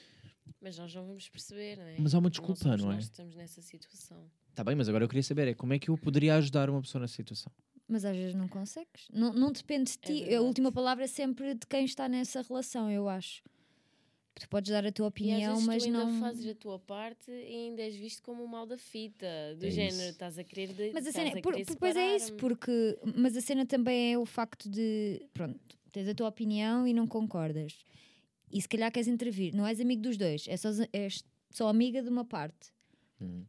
Mas nós não vamos perceber, não é? Mas há uma Porque não desculpa, somos não é? Nós que estamos nessa situação. Está "Tá bem, mas agora eu queria saber é como é que eu poderia ajudar uma pessoa nessa situação. Mas às vezes não consegues. Não, não depende de É ti. a verdade. última palavra é sempre de quem está nessa relação, eu acho. Tu podes dar a e tua às opinião, vezes mas tu ainda não. fazes a tua parte e ainda és visto como o mal da fita. Do É género, isso. estás a querer... De, Mas a estás cena, a por, querer por- pois é isso, separar-me. porque. Mas a cena também é o facto de. Pronto, tens a tua opinião e não concordas. E se calhar queres intervir. Não és amigo dos dois, é só, és só amiga de uma parte. Hum.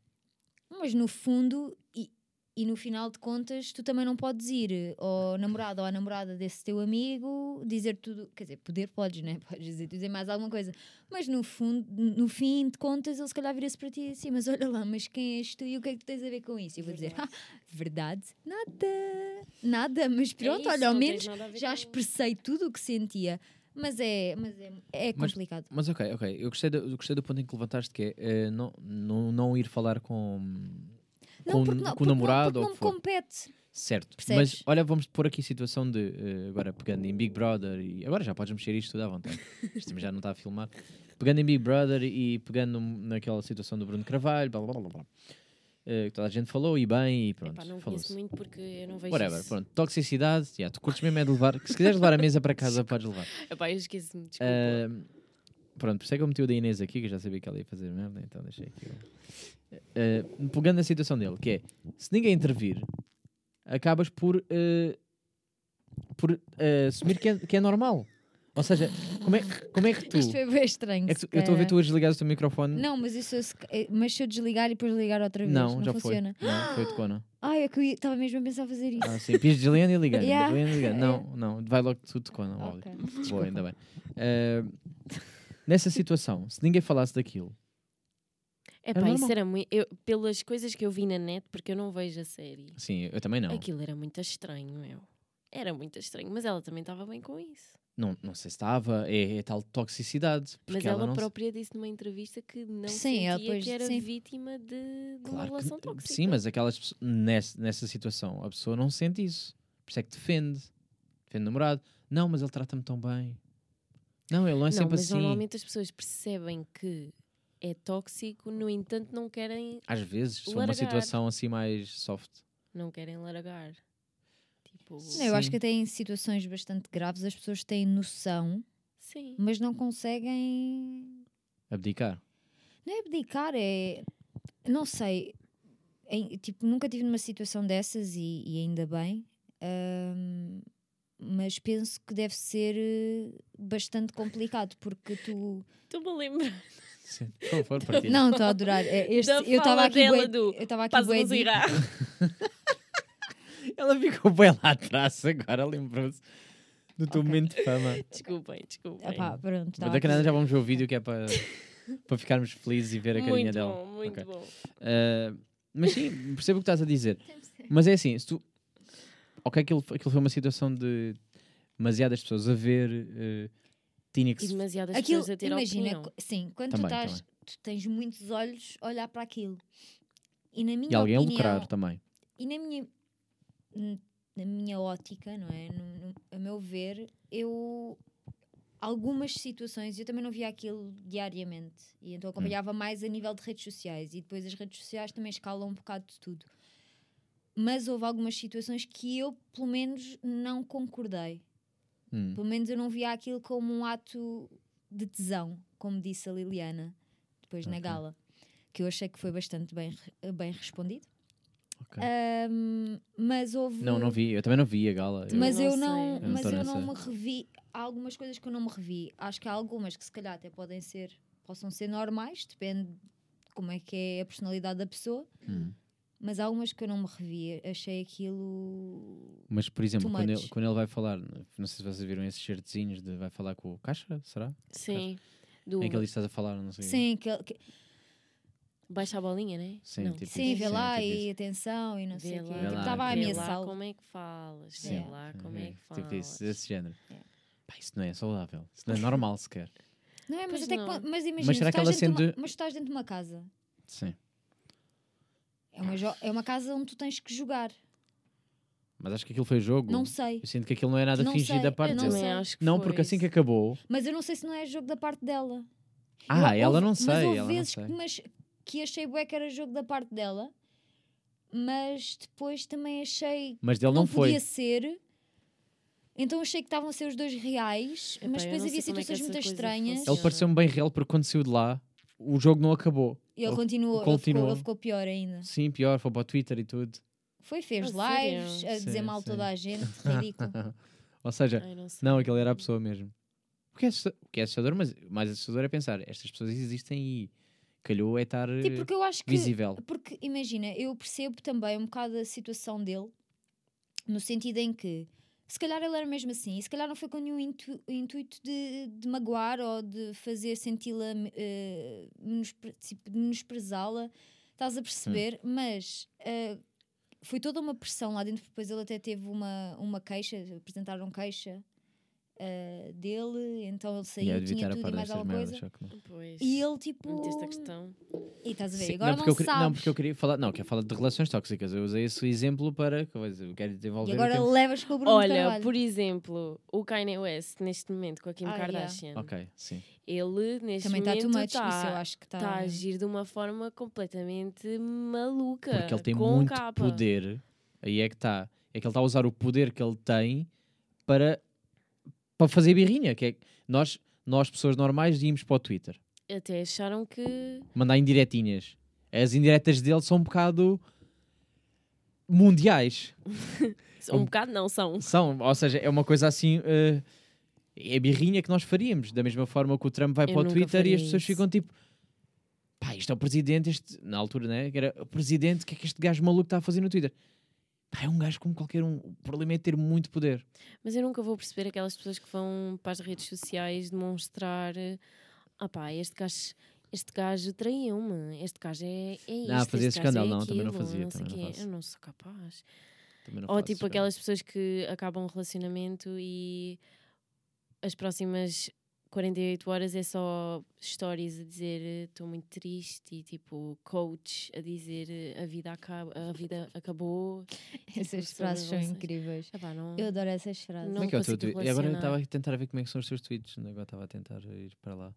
Mas no fundo, e, e no final de contas, tu também não podes ir eh, ao namorado ou à namorada desse teu amigo dizer tudo. Quer dizer, poder podes, né? (laughs) Podes dizer, dizer mais alguma coisa. Mas no fundo, no fim de contas, ele se calhar vira-se para ti e diz assim: Mas olha lá, mas quem és tu e o que é que tu tens a ver com isso? E eu vou dizer: "Ah, Verdade. Verdade, nada, nada, mas pronto, É isso, olha, ao não tens menos nada a ver já com- expressei tudo o que sentia. Mas é, mas é, é Mas- complicado. Mas ok, ok. Eu gostei do, eu gostei do ponto em que levantaste que é eh, não, não, não ir falar com, com, porque com o porque namorado porque ou o não que me for. compete. Certo. Percebes? Mas olha, vamos pôr aqui a situação de eh, agora pegando em Big Brother e agora já podes mexer isto tudo à (laughs) vontade. isto também já não está a filmar. Pegando em Big Brother e pegando naquela situação do Bruno Carvalho, blá blá blá blá, blá. Eh, que toda a gente falou e bem e pronto. Epá, não falou-se. conheço muito porque eu não vejo Whatever, isso. pronto. Toxicidade, yeah, tu curtes mesmo é de levar. que Se quiseres levar a mesa para (laughs) casa, podes levar. Epá, eu esqueço-me, desculpa. Ahm, pronto, por isso é que eu meti o da Inês aqui, que eu já sabia que ela ia fazer merda, então deixei aqui. o- Ah, pegando a situação dele, que é se ninguém intervir, acabas por, ah, por ah, assumir que é, que é normal. Ou seja, como é, como é que tu. Isto foi bem estranho. é que tu- se eu estou a ver calhar. tu a desligar o teu microfone. Não, mas isso eu se- eh, mas se eu desligar e depois ligar outra vez, Não, não, já funciona. foi. Não, foi de cona. Ai, é que eu estava mesmo a pensar fazer isso. Ah, sim, pis desligando e ligando. Yeah. desligando e ligando. Não, não, vai logo tudo de cona, óbvio. Ok. Boa, ainda bem. Ah, nessa situação, se ninguém falasse daquilo, Epá, normal. isso era muito... eu- pelas coisas que eu vi na net, porque eu não vejo a série. sim, assim, eu também não. Aquilo era muito estranho, meu. Era muito estranho, mas ela também estava bem com isso. Não, não sei se estava, é, é tal toxicidade. Porque mas ela, não se- própria disse numa entrevista que não Sim, sentia ela depois- que era sim. vítima de, de uma Claro que- relação tóxica. Sim, mas é aquelas pesso- nessa, nessa situação, a pessoa não sente isso. Por isso é que defende. Defende o namorado. Não, mas ele trata-me tão bem. Não, ele não é não, sempre mas um assim. normalmente as pessoas percebem que é tóxico, no entanto não querem, Às vezes, se for uma Largar. situação assim mais soft. não querem largar. Tipo, Não, eu acho Ah, Sim. que até em situações bastante graves as pessoas têm noção, sim. mas não conseguem. Abdicar. (laughs) Não é abdicar, é. Não sei. Em- tipo, nunca tive numa situação dessas e, e ainda bem. Ahm, mas penso que deve ser eh, bastante complicado porque tu. Estou-me a lembrar. Sim, Por favor, partilha. Não, estou a adorar. É, este- Da eu estava fala aqui. dela bué- do eu estava aqui. Faz bué nos de- irá. Ela ficou bem lá atrás agora, lembrou-se do teu Ok. momento de fama. Desculpem, desculpem. Ah pá, pronto, Mas estava daqui a aqui. nada já vamos ver o vídeo que é para, para ficarmos felizes e ver a carinha muito dela. bom, muito Ok. bom. Uh, mas sim, percebo o que estás a dizer. Mas é assim, se tu. Ok, aquilo, aquilo foi uma situação de demasiadas pessoas a ver, eh, tinha que E se. demasiadas Aquilo- pessoas a ter imagina, opinião. co- sim, quando tu Também, estás, tu tens muitos olhos a olhar para aquilo. E na minha E alguém a opinião, lucrar também. e na minha n- na minha ótica, não é? No, no- a meu ver, eu algumas situações, eu também não via aquilo diariamente. E Hum. então acompanhava mais a nível de redes sociais e depois as redes sociais também escalam um bocado de tudo. Mas houve algumas situações que eu, pelo menos, não concordei. Hum. Pelo menos eu não via aquilo como um ato de tesão, como disse a Liliana depois na Ok. gala, que eu achei que foi bastante bem, re- bem respondido. ok. Ahm, mas houve. não, não vi, eu também não vi a gala. Eu- Mas Eu não eu não, sei. Eu não mas tô eu não nessa. me revi. Há algumas coisas que eu não me revi. Acho que há algumas que se calhar até podem ser, possam ser normais, depende de como é que é a personalidade da pessoa. Hum. Mas há algumas que eu não me revi. Achei aquilo. Mas, por exemplo, Too quando much. ele, quando ele vai falar, não sei se vocês viram esses certezinhos de vai falar com o Caixa, será? Sim. Do Em que ele diz, estás a falar, não sei. o quê. Sim, que, que- Baixa a bolinha, né? Sim, não. tipo- Sim, vê sim, lá tipo e atenção e não sei Vê o lá, quê. Vê Tipo, lá, Estava a vê lá Vê lá ameaçá-lo. como é que falas, Sim. vê lá Sim, como é que falas. Tipo isso, desse género. É. Pá, isso não é saudável. Isso não é normal (laughs) sequer. Não é? Mas, Pois até não. que pon- mas Mas imagina, se será que estás ela dentro de uma- sendo- mas estás dentro de uma casa. Sim. É uma, jo- é uma casa onde tu tens que jogar. Mas acho que aquilo foi jogo. Não sei. Eu sinto que aquilo não é nada Não fingido sei, da parte eu dele. sei. Também acho que Não, foi porque assim que isso. acabou. Mas eu não sei se não é jogo da parte dela. Ah, Eu- ela houve- não Mas sei, houve ela não vezes sei. Que, mas, que achei bué que era jogo da parte dela, mas depois também achei que Mas dele não foi. podia ser. Então achei que estavam a ser os dois reais, Epá, mas eu depois não sei havia como é que situações muito essa coisa estranhas. funciona. Ele pareceu-me bem real porque quando saiu de lá, o jogo não acabou. Ele, continuou, ele continuou. ficou, ele ficou pior ainda. Sim, pior, foi para o Twitter e tudo. (laughs) Foi, fez A sério? lives a dizer Sim, mal sim. toda a gente, (laughs) ridículo. Ou seja, Ai, não, sei. não, aquele era a pessoa mesmo. O que é assustador, o que é assustador mas o mais assustador é pensar, estas pessoas existem e calhou é estar eh, tipo, porque eu acho que visível. Porque, imagina, eu percebo também um bocado a situação dele, no sentido em que se calhar ele era mesmo assim, e se calhar não foi com nenhum intu- intuito de, de magoar ou de fazer senti-la eh, menospre- tipo, de menosprezá-la, estás a perceber? Hum. Mas eh, foi toda uma pressão lá dentro, depois ele até teve uma, uma queixa, apresentaram queixa eh, dele, então ele saiu, E eu devia tinha estar a tudo par e mais destas alguma merdas. coisa. só que não. Pois. E ele tipo. Muito esta questão. E estás a ver? Sim, agora não, porque eu, queria- sabes. não, porque eu queria falar, não, eu quero falar de relações tóxicas. Eu usei esse exemplo para, que eu vou dizer, eu quero E desenvolver o agora tema. levas com o Bruno Olha, Carvalho. por um exemplo, o Kanye West, neste momento, com a Kim Ah, yeah. Kardashian, OK, sim. ele, neste Também está too momento, much, está isso eu acho que está... (laughs) tá a agir de uma forma completamente maluca. Porque ele tem com muito capa. poder. Aí é que está. É que ele está a usar o poder que ele tem para, para fazer birrinha. Que é que nós, nós, pessoas normais, íamos para o Twitter Até acharam que. mandar indiretinhas. As indiretas dele são um bocado mundiais. Um Um- bocado não são. São, ou seja, é uma coisa assim. eh, é birrinha que nós faríamos. Da mesma forma que o Trump vai Eu para o nunca Twitter e faria as pessoas isso. ficam tipo. Pá, isto é o presidente, este, na altura, né? Que era o presidente, o que é que este gajo maluco está a fazer no Twitter? Pá, é um gajo como qualquer um. O problema é ter muito poder. Mas eu nunca vou perceber aquelas pessoas que vão para as redes sociais demonstrar: eh, ah pá, este gajo. Este gajo traiu-me, este gajo é, é isto, Não, fazia este gajo escândalo, é não, também não aquilo, fazia, sei também não quê. faço. Eu não sou capaz. Também não Ou faço, é. tipo espera. aquelas pessoas que acabam um relacionamento e as próximas 48 horas é só stories a dizer estou muito triste e tipo coach a dizer eh, a vida, acaba, a vida acabou. Essas sobre frases são vocês. incríveis. Ah pá, não- Eu adoro essas frases. Como é não que é o teu consigo tweet? E agora eu relacionar. estava a tentar ver como é que são os teus tweets. Agora estava a tentar ir para lá.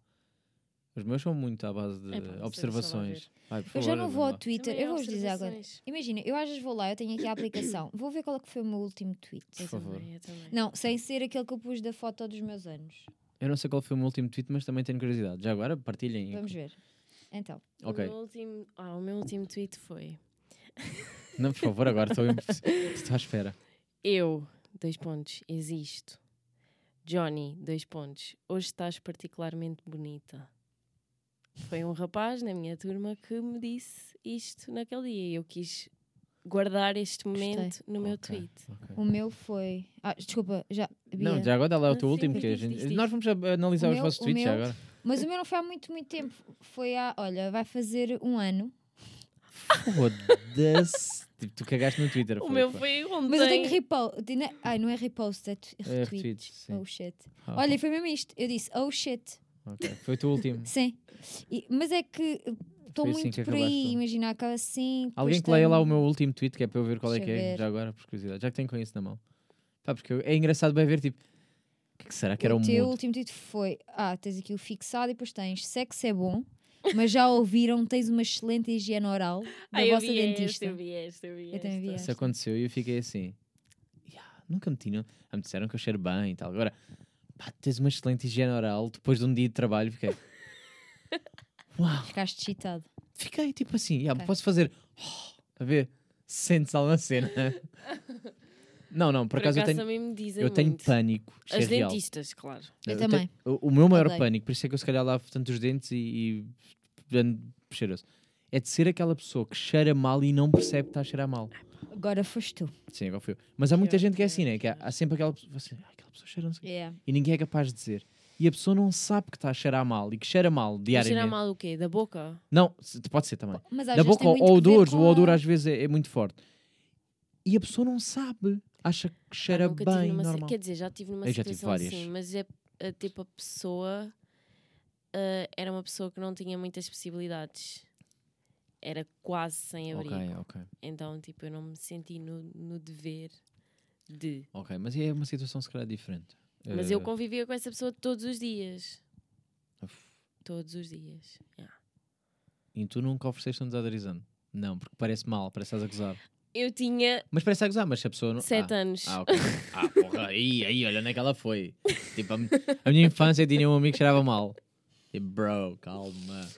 Os meus são muito à base de É pá, não sei, observações. Vai, por eu já favor, não vamos vou ao lá. Twitter, Também eu há vou-vos dizer agora. observações. Imagina, eu às vezes vou lá, eu tenho aqui a aplicação, vou ver qual é que foi o meu último tweet. Por Eu favor. também, eu também. Não, sem ser aquele que eu pus da foto dos meus anos. Eu não sei qual foi o meu último tweet, mas também tenho curiosidade. Já agora, partilhem. Vamos ver. Então, Ok. O, meu último, ah, o meu último tweet foi Não, por favor, agora estou, estou à espera. Eu, dois pontos, existo. Johnny, dois pontos, hoje estás particularmente bonita. Foi um rapaz na minha turma que me disse isto naquele dia e eu quis guardar este Gostei. momento no meu Ok, tweet. ok. o meu foi. Ah, desculpa, já. Bia. Não, já agora ela é o Ah, teu sim, último. diz, Que a diz, gente- diz, diz. Nós vamos ab- analisar O os meu- vossos o tweets já meu- (laughs) agora. Mas o meu não foi há muito, muito tempo. Foi há. Olha, vai fazer um ano. Foda-se. tipo, tu cagaste no Twitter. O foi, meu pá. foi ontem. Mas eu tenho repost. Ai, não é repost, é tu- É, retweet. retweets, sim. Oh shit. Ah, Olha, e foi mesmo isto. Eu disse, oh shit. ok. Foi o teu (laughs) último. Sim. E- mas é que estou Foi assim muito que por acabaste aí, tudo. imagina, acaba assim. depois Alguém que leia tenho- lá o meu último tweet, que é para eu ver qual é Deixa que é, eu ver. já agora, por curiosidade, já que tenho com isso na mão. Pá, porque eu- é engraçado bem ver, tipo, o que, é que será que era o O teu mundo? último título foi: Ah, tens aqui o fixado e depois tens sexo é bom, mas já ouviram, tens uma excelente higiene oral da Ah, eu vossa vi dentista. Este, eu vi este, eu vi Eu também vi este. Isso esta. aconteceu e eu fiquei assim, "Ya, nunca me tinham, ah, me disseram que eu cheiro bem e tal. Agora, pá, tens uma excelente higiene oral, depois de um dia de trabalho, (laughs) fiquei, uau, Ficaste excitado. fiquei tipo assim, "Ya, Ok. posso fazer, (gasps) oh, a ver, sentes alguma cena. não, não, por, Por acaso, eu tenho, também me dizem eu tenho muito. pânico, isto é As real. dentistas, claro. Eu te- também. o, o meu maior Odeio. pânico, por isso é que eu se calhar lavo tanto os dentes e, e ando cheiroso, é de ser aquela pessoa que cheira mal e não percebe que está a cheirar mal. Agora foste tu. Sim, igual fui eu. Mas há muita Pior, gente que é pior, assim, né? Que há, pior. há sempre aquela pessoa, você, "Ah, aquela pessoa cheira não sei o quê", E ninguém é capaz de dizer. e a pessoa não sabe que está a cheirar mal e que cheira mal Mas diariamente. Cheira mal o quê? Da boca? Não, se- pode ser também. Mas às Da vezes boca tem ou muito que ver odores, com o a- odor às vezes é, é muito forte. E a pessoa não sabe, acha que Pá, cheira Ah, nunca tive bem, numa si- normal. Quer dizer, já tive numa Eu já tive situação várias. assim, mas é, é tipo a pessoa ah, era uma pessoa que não tinha muitas possibilidades. Era quase sem é abrigo. Ok, ok. Então, tipo, eu não me senti no, no dever de. Ok, mas é uma situação se calhar diferente. Mas Eh, eu convivia com essa pessoa todos os dias. uf. Todos os dias. Yeah. E tu nunca ofereceste um desodorizante? Não, porque parece mal, parece que estás a gozar. Eu tinha Mas parece que estás a gozar, mas se a pessoa não. sete ah, anos. Ah, ok. Ah, porra, aí, aí, olha onde é que ela foi. Tipo, a, mi- a minha infância tinha um amigo que cheirava mal. Tipo, bro, calma.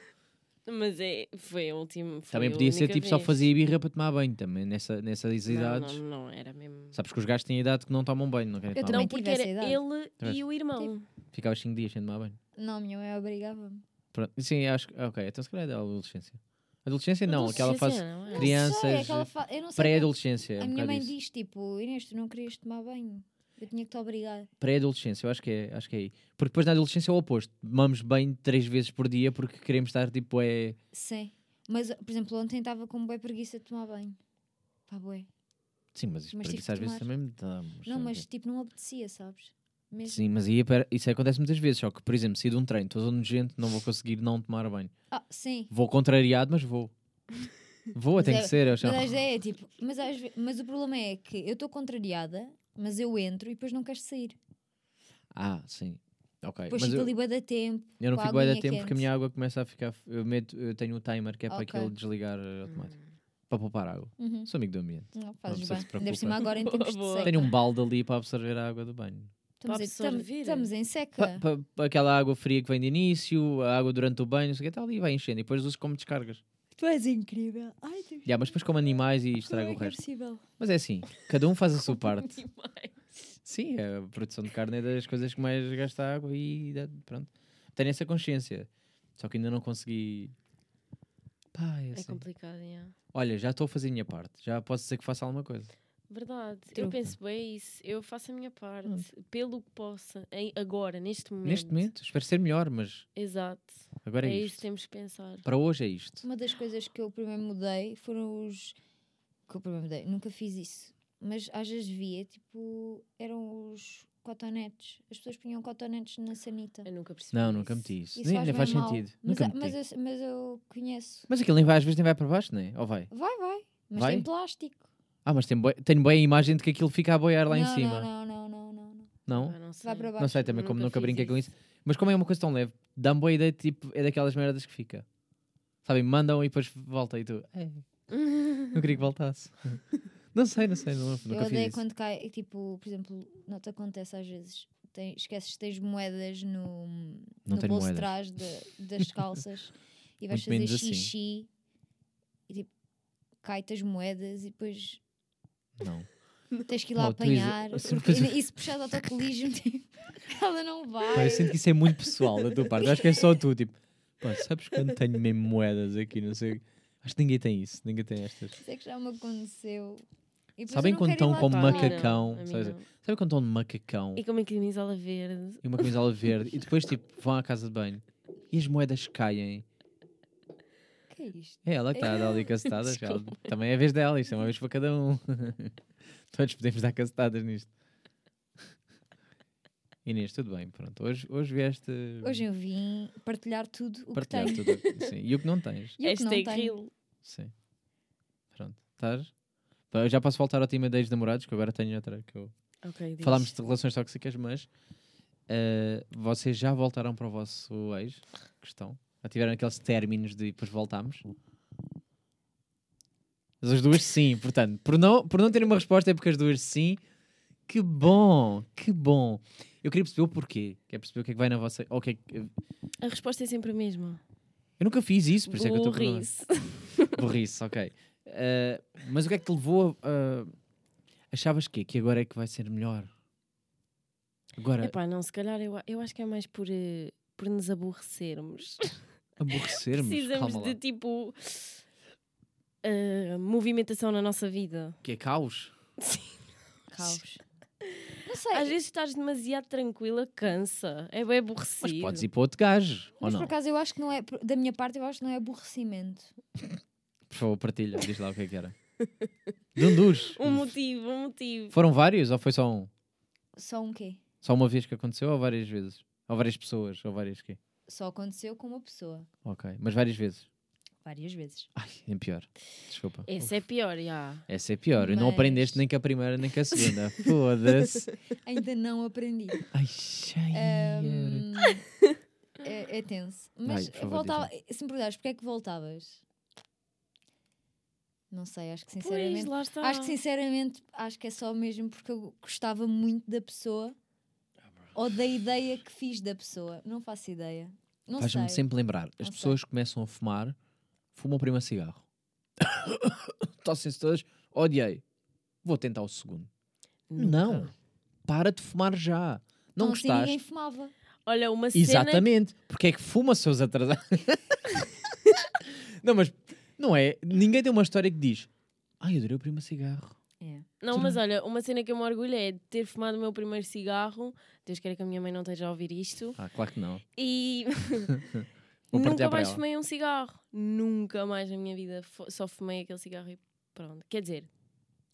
Mas é, foi a última. Foi Também a podia ser única tipo só vez. fazia birra para tomar banho também, nessa, nessas Não, idades. não, não, era mesmo. Sabes que os gajos têm a idade que não tomam banho, não querem Eu tomar Não, banho. porque também tive era essa idade. ele Tiveste? e o irmão. Ficavas 5 dias sem tomar banho. Não, minha mãe obrigava-me. Pronto. Sim, acho que. Ok, então se calhar é da adolescência. Adolescência não, aquela Adolescência, fase não é? Não Crianças, sei, aquela fa- eu não sei pré-adolescência. é A um minha bocado mãe isso. diz tipo, Inês, tu não querias tomar banho. Eu tinha que te obrigar. Pré-adolescência, eu acho que, é, acho que é aí. Porque depois na adolescência é o oposto. Tomamos bem três vezes por dia porque queremos estar tipo é. Sim. Mas, por exemplo, ontem estava com boa preguiça de tomar banho. Pá, bué. Sim, mas isso Mas tive preguiça às que vezes tomar. também me dá. mas Não, sabe? mas tipo, não apetecia, sabes? Mesmo. Sim, mas aí apare- isso acontece muitas vezes. Só que, por exemplo, saí de um treino, estou nojento, não vou conseguir não tomar banho. Ah, sim. Vou contrariado, mas (laughs) vou. Vou, Mas tem é- que ser. Eu Mas chamo. a ideia é tipo, mas, às ve- mas o problema é que eu estou contrariada, mas eu entro e depois não queres sair. Ah, sim. Ok. Depois mas fico eu, ali bué da tempo. eu não com a fico bem a aguinha tempo porque a minha água começa a ficar. Eu, meto, eu tenho o timer que é para Ok. Hum. aquele desligar eh, automático. Para poupar água. Uhum. Sou amigo do ambiente. Não, Não sei fazes bem. se Ainda por preocupa. cima (laughs) agora em tempos de Boa. seca. Tenho um balde ali para absorver a água do banho. Estamos, Para em- tam- absorver. estamos em seca. Pa- pa- pa- aquela água fria que vem de início, a água durante o banho, não sei o que, está ali e vai enchendo. E depois uso como descargas. Tu és incrível. Ai, Deus. Yeah, mas depois como animais e estraga o resto. Mas é assim, cada um (laughs) faz a sua (laughs) parte. Sim, a produção de carne é das coisas que mais gasta água e dá- pronto. Tenho essa consciência. Só que ainda não consegui. Pá, é É assim. complicado, yeah. Olha, já estou a fazer a minha parte. Já posso dizer que faço alguma coisa. Verdade. Eu True. penso bem isso. Eu faço a minha parte. Pelo que possa. em- agora, neste momento. Hum. Neste momento, espero ser melhor, mas Exato. agora é, é isso isto. que temos que pensar. Para hoje é isto. Uma das coisas que eu primeiro mudei foram os. Que eu primeiro mudei, nunca fiz isso. Mas às vezes via, tipo, eram os cotonetes. As pessoas punham cotonetes na sanita. Eu nunca percebi. Não, nunca isso. meti isso. é Isso nem nem bem faz mal. sentido. Mas, nunca a- meti. mas, é- Mas, eu, mas eu conheço. aquilo nem vai, às vezes nem vai para baixo, não é? Ou vai? Vai, vai. Mas Vai? tem plástico. Ah, mas tem boi- tenho bem a imagem de que aquilo fica a boiar lá não, em cima. Não, não, não, não, não. Não? Ah, não sei. (laughs) Vai para Não baixo. sei também, como nunca fiz brinquei com isso. Mas como é uma coisa tão leve, dá-me boa ideia, tipo, é daquelas merdas que fica. Sabem, mandam e depois volta e tu. "Ei, não queria que voltasse. (laughs) não sei, não sei, não, Eu nunca fiz odeio isso. quando cai, tipo, por exemplo, não te acontece às vezes. Tem, esqueces que tens moedas no, Não no tenho bolso de moedas. trás de- das (laughs) calças e vais Muito menos fazer assim. xixi e tipo, cai-te as moedas e depois Não. tens que ir lá Não, tu is- (laughs) apanhar. assim, porque, pois- e se puxar de (laughs) autocolismo, tipo, ela não vai. Pá, eu sinto que isso é muito pessoal da tua parte. Acho que é só tu, tipo, pá, sabes quando tenho mesmo moedas aqui, não sei. Acho que ninguém tem isso, ninguém tem estas. Isso é que já me aconteceu. E depois Sabem eu não quando quero estão ir lá com atrás. macacão, sabes? Sabe quando estão de macacão E com uma camisola verde. e uma camisola verde e depois, tipo, vão à casa de banho e as moedas caem? Que é isto? É ela que está a dar (laughs) ali castadas. já. Também é a vez dela, isto é uma vez para cada um. (laughs) Todos podemos dar castadas nisto. Inês, tudo bem, pronto. Hoje, hoje vieste Hoje eu vim partilhar tudo o partilhar que tenho. tudo. o que- Sim. E o que não tens. E o que não Hashtag tenho. real. Sim. Pronto. Estás? Pá, eu Já posso voltar ao tema de ex-namorados, que agora tenho outra. Que eu... Ok, diz. Falámos de relações tóxicas, mas eh, vocês já voltaram para o vosso ex? Questão. Já tiveram aqueles términos de depois voltámos? Mas As duas sim, portanto, por não, por não terem uma resposta é porque as duas sim. Que bom, que bom. Eu queria perceber o porquê. Quer perceber o que é que vai na vossa. ou o que é que- Eu A resposta é sempre a mesma. nunca fiz isso, por isso é que eu estou a perguntar. Burrice. (laughs) Burrice, ok. Eh, mas o que é que te levou a. a- achavas que Que agora é que vai ser melhor? Agora. Epá, não, se calhar eu, a- eu acho que é mais por, eh, por nos aborrecermos. Aborrecermos. Precisamos Calma lá. de tipo ah, movimentação na nossa vida. Que é caos? Sim. Caos. Não sei. Às vezes estás demasiado tranquila, cansa. É bem Mas aborrecido. podes ir para outro gajo, ou Mas não? por Por, acaso eu acho que não é, da minha parte, eu acho que não é aborrecimento. favor, partilha, diz lá o que é que (laughs) era. Dundus. Um motivo, um motivo. Foram vários ou foi só um? Só um quê? Só uma vez que aconteceu ou várias vezes? Ou várias pessoas, ou várias quê? Só aconteceu com uma pessoa, Ok, mas várias vezes. várias vezes. (laughs) Ai, é pior. Desculpa. Esse é pior, já. Essa é pior. Não Mas- aprendeste nem que a primeira nem que a (laughs) segunda. Foda-se. Ainda não aprendi. Ai, cheia. Hum, é, é tenso. Mas por favor, voltava, se me perguntares, porquê é que voltavas? Não sei, acho que Pois, sinceramente. lá está. acho que sinceramente, acho que é só mesmo porque eu gostava muito da pessoa Ah, ou da ideia que fiz da pessoa. Não faço ideia. Não sei. Faz-me sempre lembrar. As sei. pessoas começam a fumar, fumam primeiro cigarro. (coughs) Tossem-se todas. Odiei. Vou tentar o segundo. Nunca. Não. Para de fumar já. Não Então, Assim, gostaste? ninguém fumava. Olha, uma cena. Exatamente. Porque é que fuma seus (laughs) atrasados? não, mas não é. Ninguém tem uma história que diz: Ai, eu adorei o primo cigarro. É. Não, mas olha, uma cena que eu me orgulho é de ter fumado o meu primeiro cigarro. Deus queira que a minha mãe não esteja a ouvir isto. Ah, claro que não. E (laughs) Vou nunca partilhar para mais ela. fumei um cigarro. Nunca mais na minha vida. Fo- Só fumei aquele cigarro e pronto. Quer dizer, pá,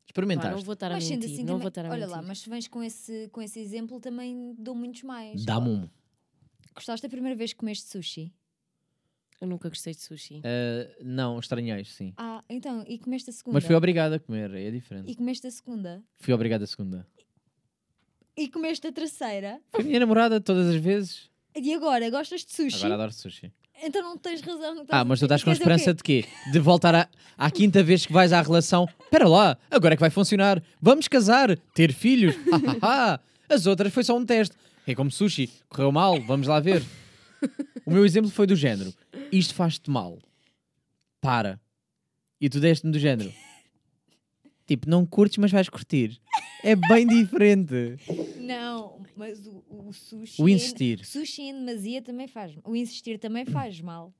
Experimentaste. não vou estar a Mas mentir. sendo assim, não também- vou estar a olha mentir. lá, mas se vens com esse, com esse exemplo, também dou muitos mais. Dá-me um. Gostaste da primeira vez que comeste sushi? Eu nunca gostei de sushi. Ah, não, estranhei, sim. Ah, então, e comeste a segunda? Mas fui obrigado a comer, é diferente. E comeste a segunda? Fui obrigado a segunda. E comeste a terceira? Foi a minha namorada todas as vezes. E agora? Gostas de sushi? Agora adoro sushi. Então não tens razão. não estás Ah, a mas tu dizer- estás com a quer dizer o esperança de quê? De voltar à, à quinta vez que vais à relação. Espera lá, agora é que vai funcionar. Vamos casar, ter filhos. Ah, ah, ah. As outras foi só um teste. É como sushi, correu mal, vamos lá ver. O meu exemplo foi do género: isto faz-te mal. Para. E tu deste-me do género. Tipo, não curtes, mas vais curtir. É bem diferente. quê? Não, mas o, o sushi... O em- insistir. Sushi em demasia também faz O insistir também faz mal.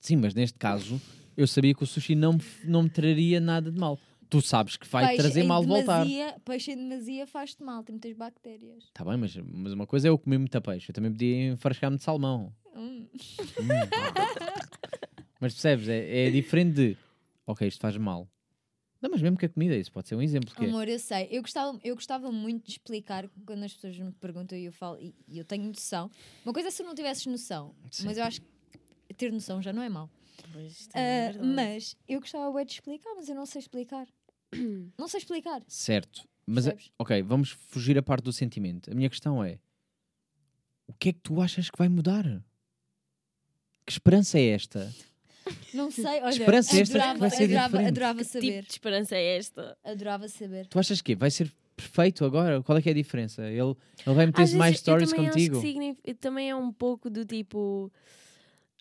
Sim, mas neste caso, eu sabia que o sushi não, me f- não me traria nada de mal. Tu sabes que vai Peixe trazer em mal de voltar. demasia- Peixe em demasia faz-te mal, tem muitas bactérias. Está Tá bem, mas, mas uma coisa é eu comer muita peixe. Eu também podia enfrascar-me de salmão. Hum. Mas percebes? É, é diferente de. Ok, isto faz mal. Não, mas mesmo que a comida, isso pode ser um exemplo. Que é. Amor, eu sei. Eu gostava, eu gostava muito de explicar quando as pessoas me perguntam e eu falo, e, e eu tenho noção. Uma coisa é se eu não tivesses noção, Sim. mas eu acho que ter noção já não é mau. Pois, Ah, também é verdade. mas eu gostava bué de explicar, mas eu não sei explicar. (coughs) não sei explicar. Certo. Mas, Percebes? ok, vamos fugir a parte do sentimento. A minha questão é: o que é que tu achas que vai mudar? Que esperança é esta? Não sei. Olha, Esperança extra que adorava, vai ser adorava, diferente. adorava Que tipo saber. de esperança é esta? Adorava saber. Tu achas que é? vai ser perfeito agora? Qual é que é a diferença? Ele, ele vai meter tipo mais stories contigo? também é um pouco do tipo.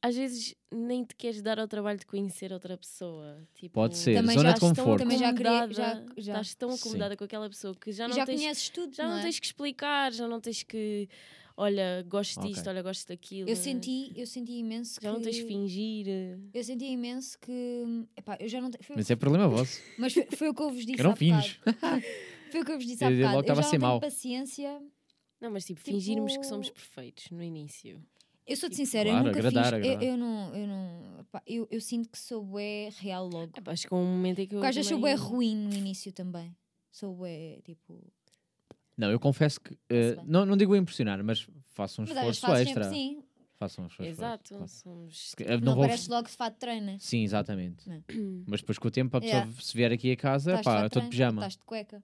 Às vezes nem te queres dar ao trabalho de conhecer outra pessoa. Tipo, Pode ser, Também zona já de estão- conforto. também já queria- acomodada, já- já. Estás tão Sim. acomodada com aquela pessoa que já não já tens conheces tudo, já não, não é? tens que explicar, já não tens que. Olha, gosto Ok. disto, olha, gosto daquilo. Eu senti, eu senti imenso Já não que... tens que fingir. Eu senti imenso que... Epá, eu já não... te- Foi, Mas é problema vosso. Mas foi, foi o que eu vos disse Eu não há bocado. finjo. Foi o que eu vos disse Eu há diria logo bocado. Eu que estava já não a ser tenho mau. paciência... Não, mas tipo, fingirmos que Tipo- somos perfeitos no início. Eu sou de Tipo, sincera, claro, é eu nunca agradar, fiz... Eu, agradar. eu não... Eu, não pá, eu, eu sinto que sou bué real logo. Ah, pá, acho que há um momento em que eu. Porque às vezes sou bué também- ruim no início também. Sou bué, tipo... (laughs) Não, eu confesso que. eh, bem. não, não digo impressionar, mas faço um Mas às vezes esforço fazes extra. sempre sim. Faço um esforço Exato, extra. somos. tipo, Porque, eh, Não, Não vou... parece logo de fato de treino. Sim, exatamente. Não. é? (clears throat) Mas depois com o tempo, a pessoa, Yeah. se vier aqui a casa, Estás de é pá, fato estou de treino, pijama. Estás de cueca.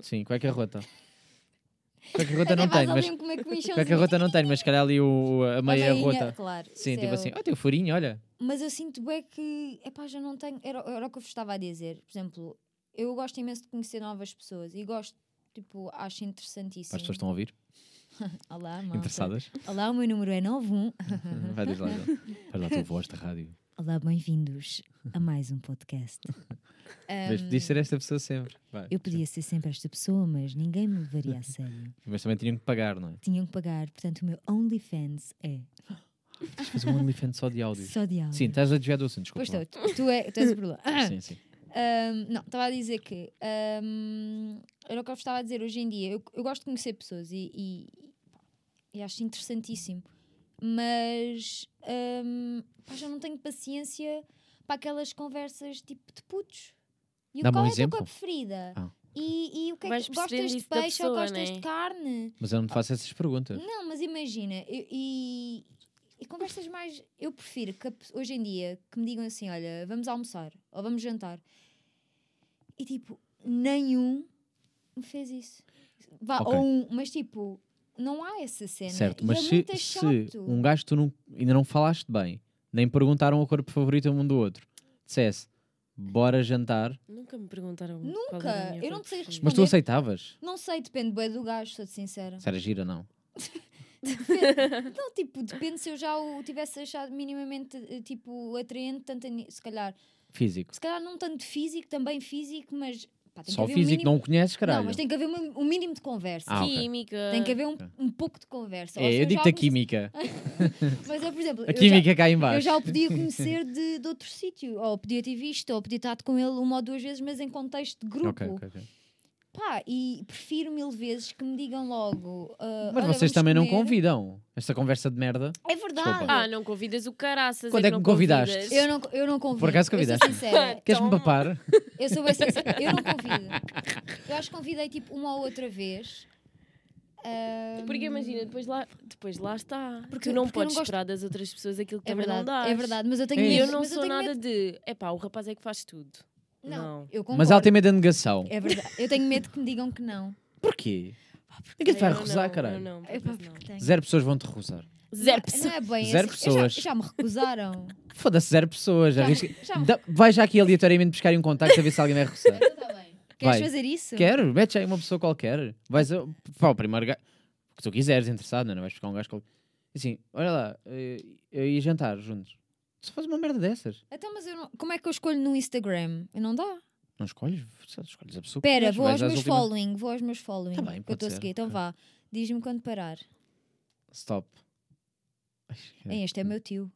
Sim, (laughs) qual é que é a rota? Qual é que a rota Até não vais tenho, ali mas. um comer Qual é que a comichãozinho. rota não tenho, mas se calhar ali o, a meia meinha, rota. Claro. Sim, isso tipo é assim, ó, tem o furinho, olha. Mas eu sinto bem que, epá, já não tenho. Era, era o que eu vos estava a dizer. Por exemplo, eu gosto imenso de conhecer novas pessoas e gosto, tipo, acho interessantíssimo. As pessoas estão a ouvir, Olá, malta. interessadas. Olá, o meu número é 91. Vai (laughs) diz lá, então. faz lá a tua voz da rádio. Olá, bem-vindos a mais um (laughs) podcast. Mas podias ser esta pessoa sempre. Vai. Eu podia ser sempre esta pessoa, mas ninguém me levaria (laughs) a sério. Mas também tinham que pagar, não é? Tinham que pagar, portanto, o meu OnlyFans é Tens de fazer um OnlyFans só de áudio. só de áudio. Sim, estás a desviar do assunto, Pois desculpa. estou, tu, tu é, tu és o problema. Sim, sim. Ahm, não, estava a dizer que ahm, era o que eu vos estava a dizer hoje em dia. Eu, eu gosto de conhecer pessoas e, e, e acho interessantíssimo, mas ahm, pá, já não tenho paciência para aquelas conversas tipo de putos. E Dá-me qual um é a tua exemplo. cor preferida? Ah. E, e o que é Vais que percebendo gostas de isso da peixe ou pessoa, gostas né? de carne? Mas eu não te faço essas perguntas. Ah. Não, mas imagina, eu- e, e conversas mais. Eu prefiro que a pe- hoje em dia que me digam assim: olha, vamos almoçar ou vamos jantar. E tipo, nenhum me fez isso. Vá, Ok. ou um, mas tipo, não há essa cena. Certo, e mas é se, muito se chato. um gajo que tu não- ainda não falaste bem, nem perguntaram a cor favorita um do outro, dissesse bora jantar, Nunca me perguntaram. qual era a Nunca, minha eu não cor sei preferida. mas responder. tu aceitavas? Não sei, depende bem do gajo, sou sincera. Se era gira ou não? (laughs) Não, tipo, depende se eu já o tivesse achado minimamente eh, tipo, atraente, tanto a ni- se calhar. Físico. Se calhar não tanto físico, também físico, mas pá, tem Só que haver físico um não mínimo... o conheces, caralho. Não, mas tem que haver uma- um mínimo de conversa. Ah, ok. Química. Tem que haver um, ok. um pouco de conversa. Ou se É, eu já digo-te a o conhe- química. Mas eu, por exemplo, A (laughs) eu já- química cá em eu, já, baixo. (laughs) o podia conhecer de, de outro sítio. Ou podia ter visto, ou podia ter estado com ele uma ou duas vezes, mas em contexto de grupo. Ok, ok, ok. Pá, e prefiro mil vezes que me digam logo. ah, Mas olha, vocês vamos também não comer. convidam esta conversa de merda. É verdade. Desculpa. Ah, não convidas o caraças. Quando é que não me convidaste? convidas. Eu não, eu não convido. acaso Eu convidaste? sou sincera. Queres-me Toma. papar? Eu sou bem sincera. (laughs) Eu não convido. Eu acho que convidei tipo uma ou outra vez. Ah, Porque imagina, depois lá, depois lá está. Porque- Porque tu não porque eu podes não gosto- esperar das outras pessoas aquilo que é também verdade, não dá. é verdade, mas eu tenho É E medo. eu não mas sou tenho nada medo- de. Epá, o rapaz é que faz tudo. Não, Não. eu concordo. Mas ela tem medo da negação. É verdade. Eu tenho medo que me digam que (laughs) não. Porquê? Aquilo te vai Eu recusar, não, caralho. eu não, por É pá, acaso não. porque tenho. Zero pessoas vão te recusar. Zero Não, não pessoas. é bem Zero assim. Eu já- pessoas. Já, me recusaram. Foda-se, zero pessoas. Já, arrisca- já me Dá- Vai já aqui aleatoriamente buscar um contacto a ver se alguém vai (laughs) recusar. recusaram. Tá bem. Queres Vai. fazer isso? Quero, mete aí uma pessoa qualquer. Vais a, pá, o primeiro gajo. O que tu quiseres, interessado, não é? Não Vais buscar um gajo qualquer. Assim, olha lá, eh, eu ia jantar juntos. Só faz uma merda dessas. Então, mas eu não... como é que eu escolho no Instagram? Não dá. Não escolhes, só escolhes a pessoa que Espera, queres, vou aos vais às meus últimas- following. Vou aos meus following. Tá bem, que eu pode estou a ser, seguir. Então ok. vá. Diz-me quando parar. Stop. Ai, que Ei, Este é meu tio.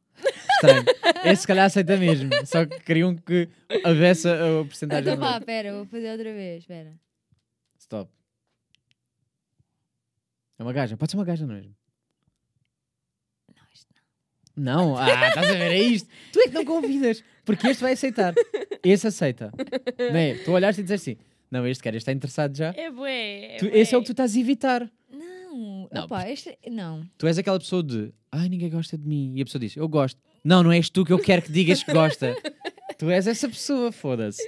Estranho. Esse se calhar aceita mesmo. Só que queriam que houvesse a, (laughs) a porcentagem. Então vá, pera, vou fazer outra vez. Espera. Stop. É uma gaja, pode ser uma gaja, não é mesmo? Não, isto Não, ah, estás a ver, é isto. (laughs) Tu é que não convidas, porque este vai aceitar. Esse aceita. Não é? Tu olhaste e disseste assim: não, este quer, este está interessado já. É bué. Tu- bué. esse é o que tu estás a evitar. Não, Não, opa, este. Não. Tu és aquela pessoa de ai, ninguém gosta de mim. E a pessoa diz: eu gosto. Não, não és tu que eu quero que digas que (laughs) gosta. tu és essa pessoa, foda-se.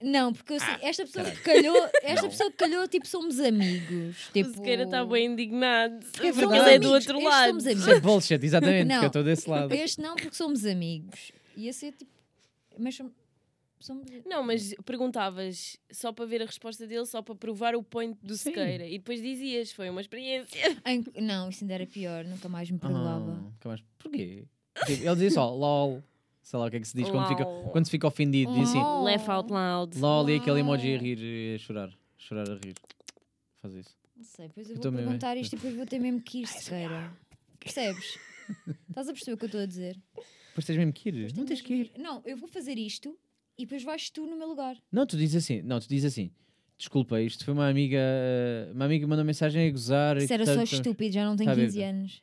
Não, porque eu Ah, sei- esta pessoa que calhou, esta pessoa que calhou, tipo, somos amigos. O Tipo, Sequeira está bem indignado. Porque é ele verdade. é do outro Estes lado. somos amigos. Isso é (laughs) bullshit, exatamente, Não. porque eu estou desse lado. Este não, porque somos amigos. E esse é tipo. Mas som- somos. Não, mas perguntavas só para ver a resposta dele, só para provar o point do Sim. Sequeira. E depois dizias, foi uma experiência. Ai, Não, isso ainda era pior, nunca mais me Ah, perdoava. nunca mais. Porquê? Tipo, ele dizia só lol, sei lá o que é que se diz quando, fica, Lol. quando se fica ofendido. Diz assim Oh. Laugh out loud. lol e aquele emoji a Lol. rir, eh, a chorar, a chorar a rir. Faz isso. Não sei, depois eu Eu vou também, perguntar é. isto e depois vou ter mesmo que ir sequeira. Percebes? Estás a perceber o que eu estou a dizer? Depois tens mesmo que ir. Não tens mesmo que ir. Não, eu vou fazer isto e depois vais tu no meu lugar. Não, tu dizes assim, não, tu dizes assim. Desculpa, isto foi uma amiga. eh, Uma amiga mandou mensagem a gozar. e Isso era tal, só tal." estúpido, já não tenho Tá a ver? 15 anos.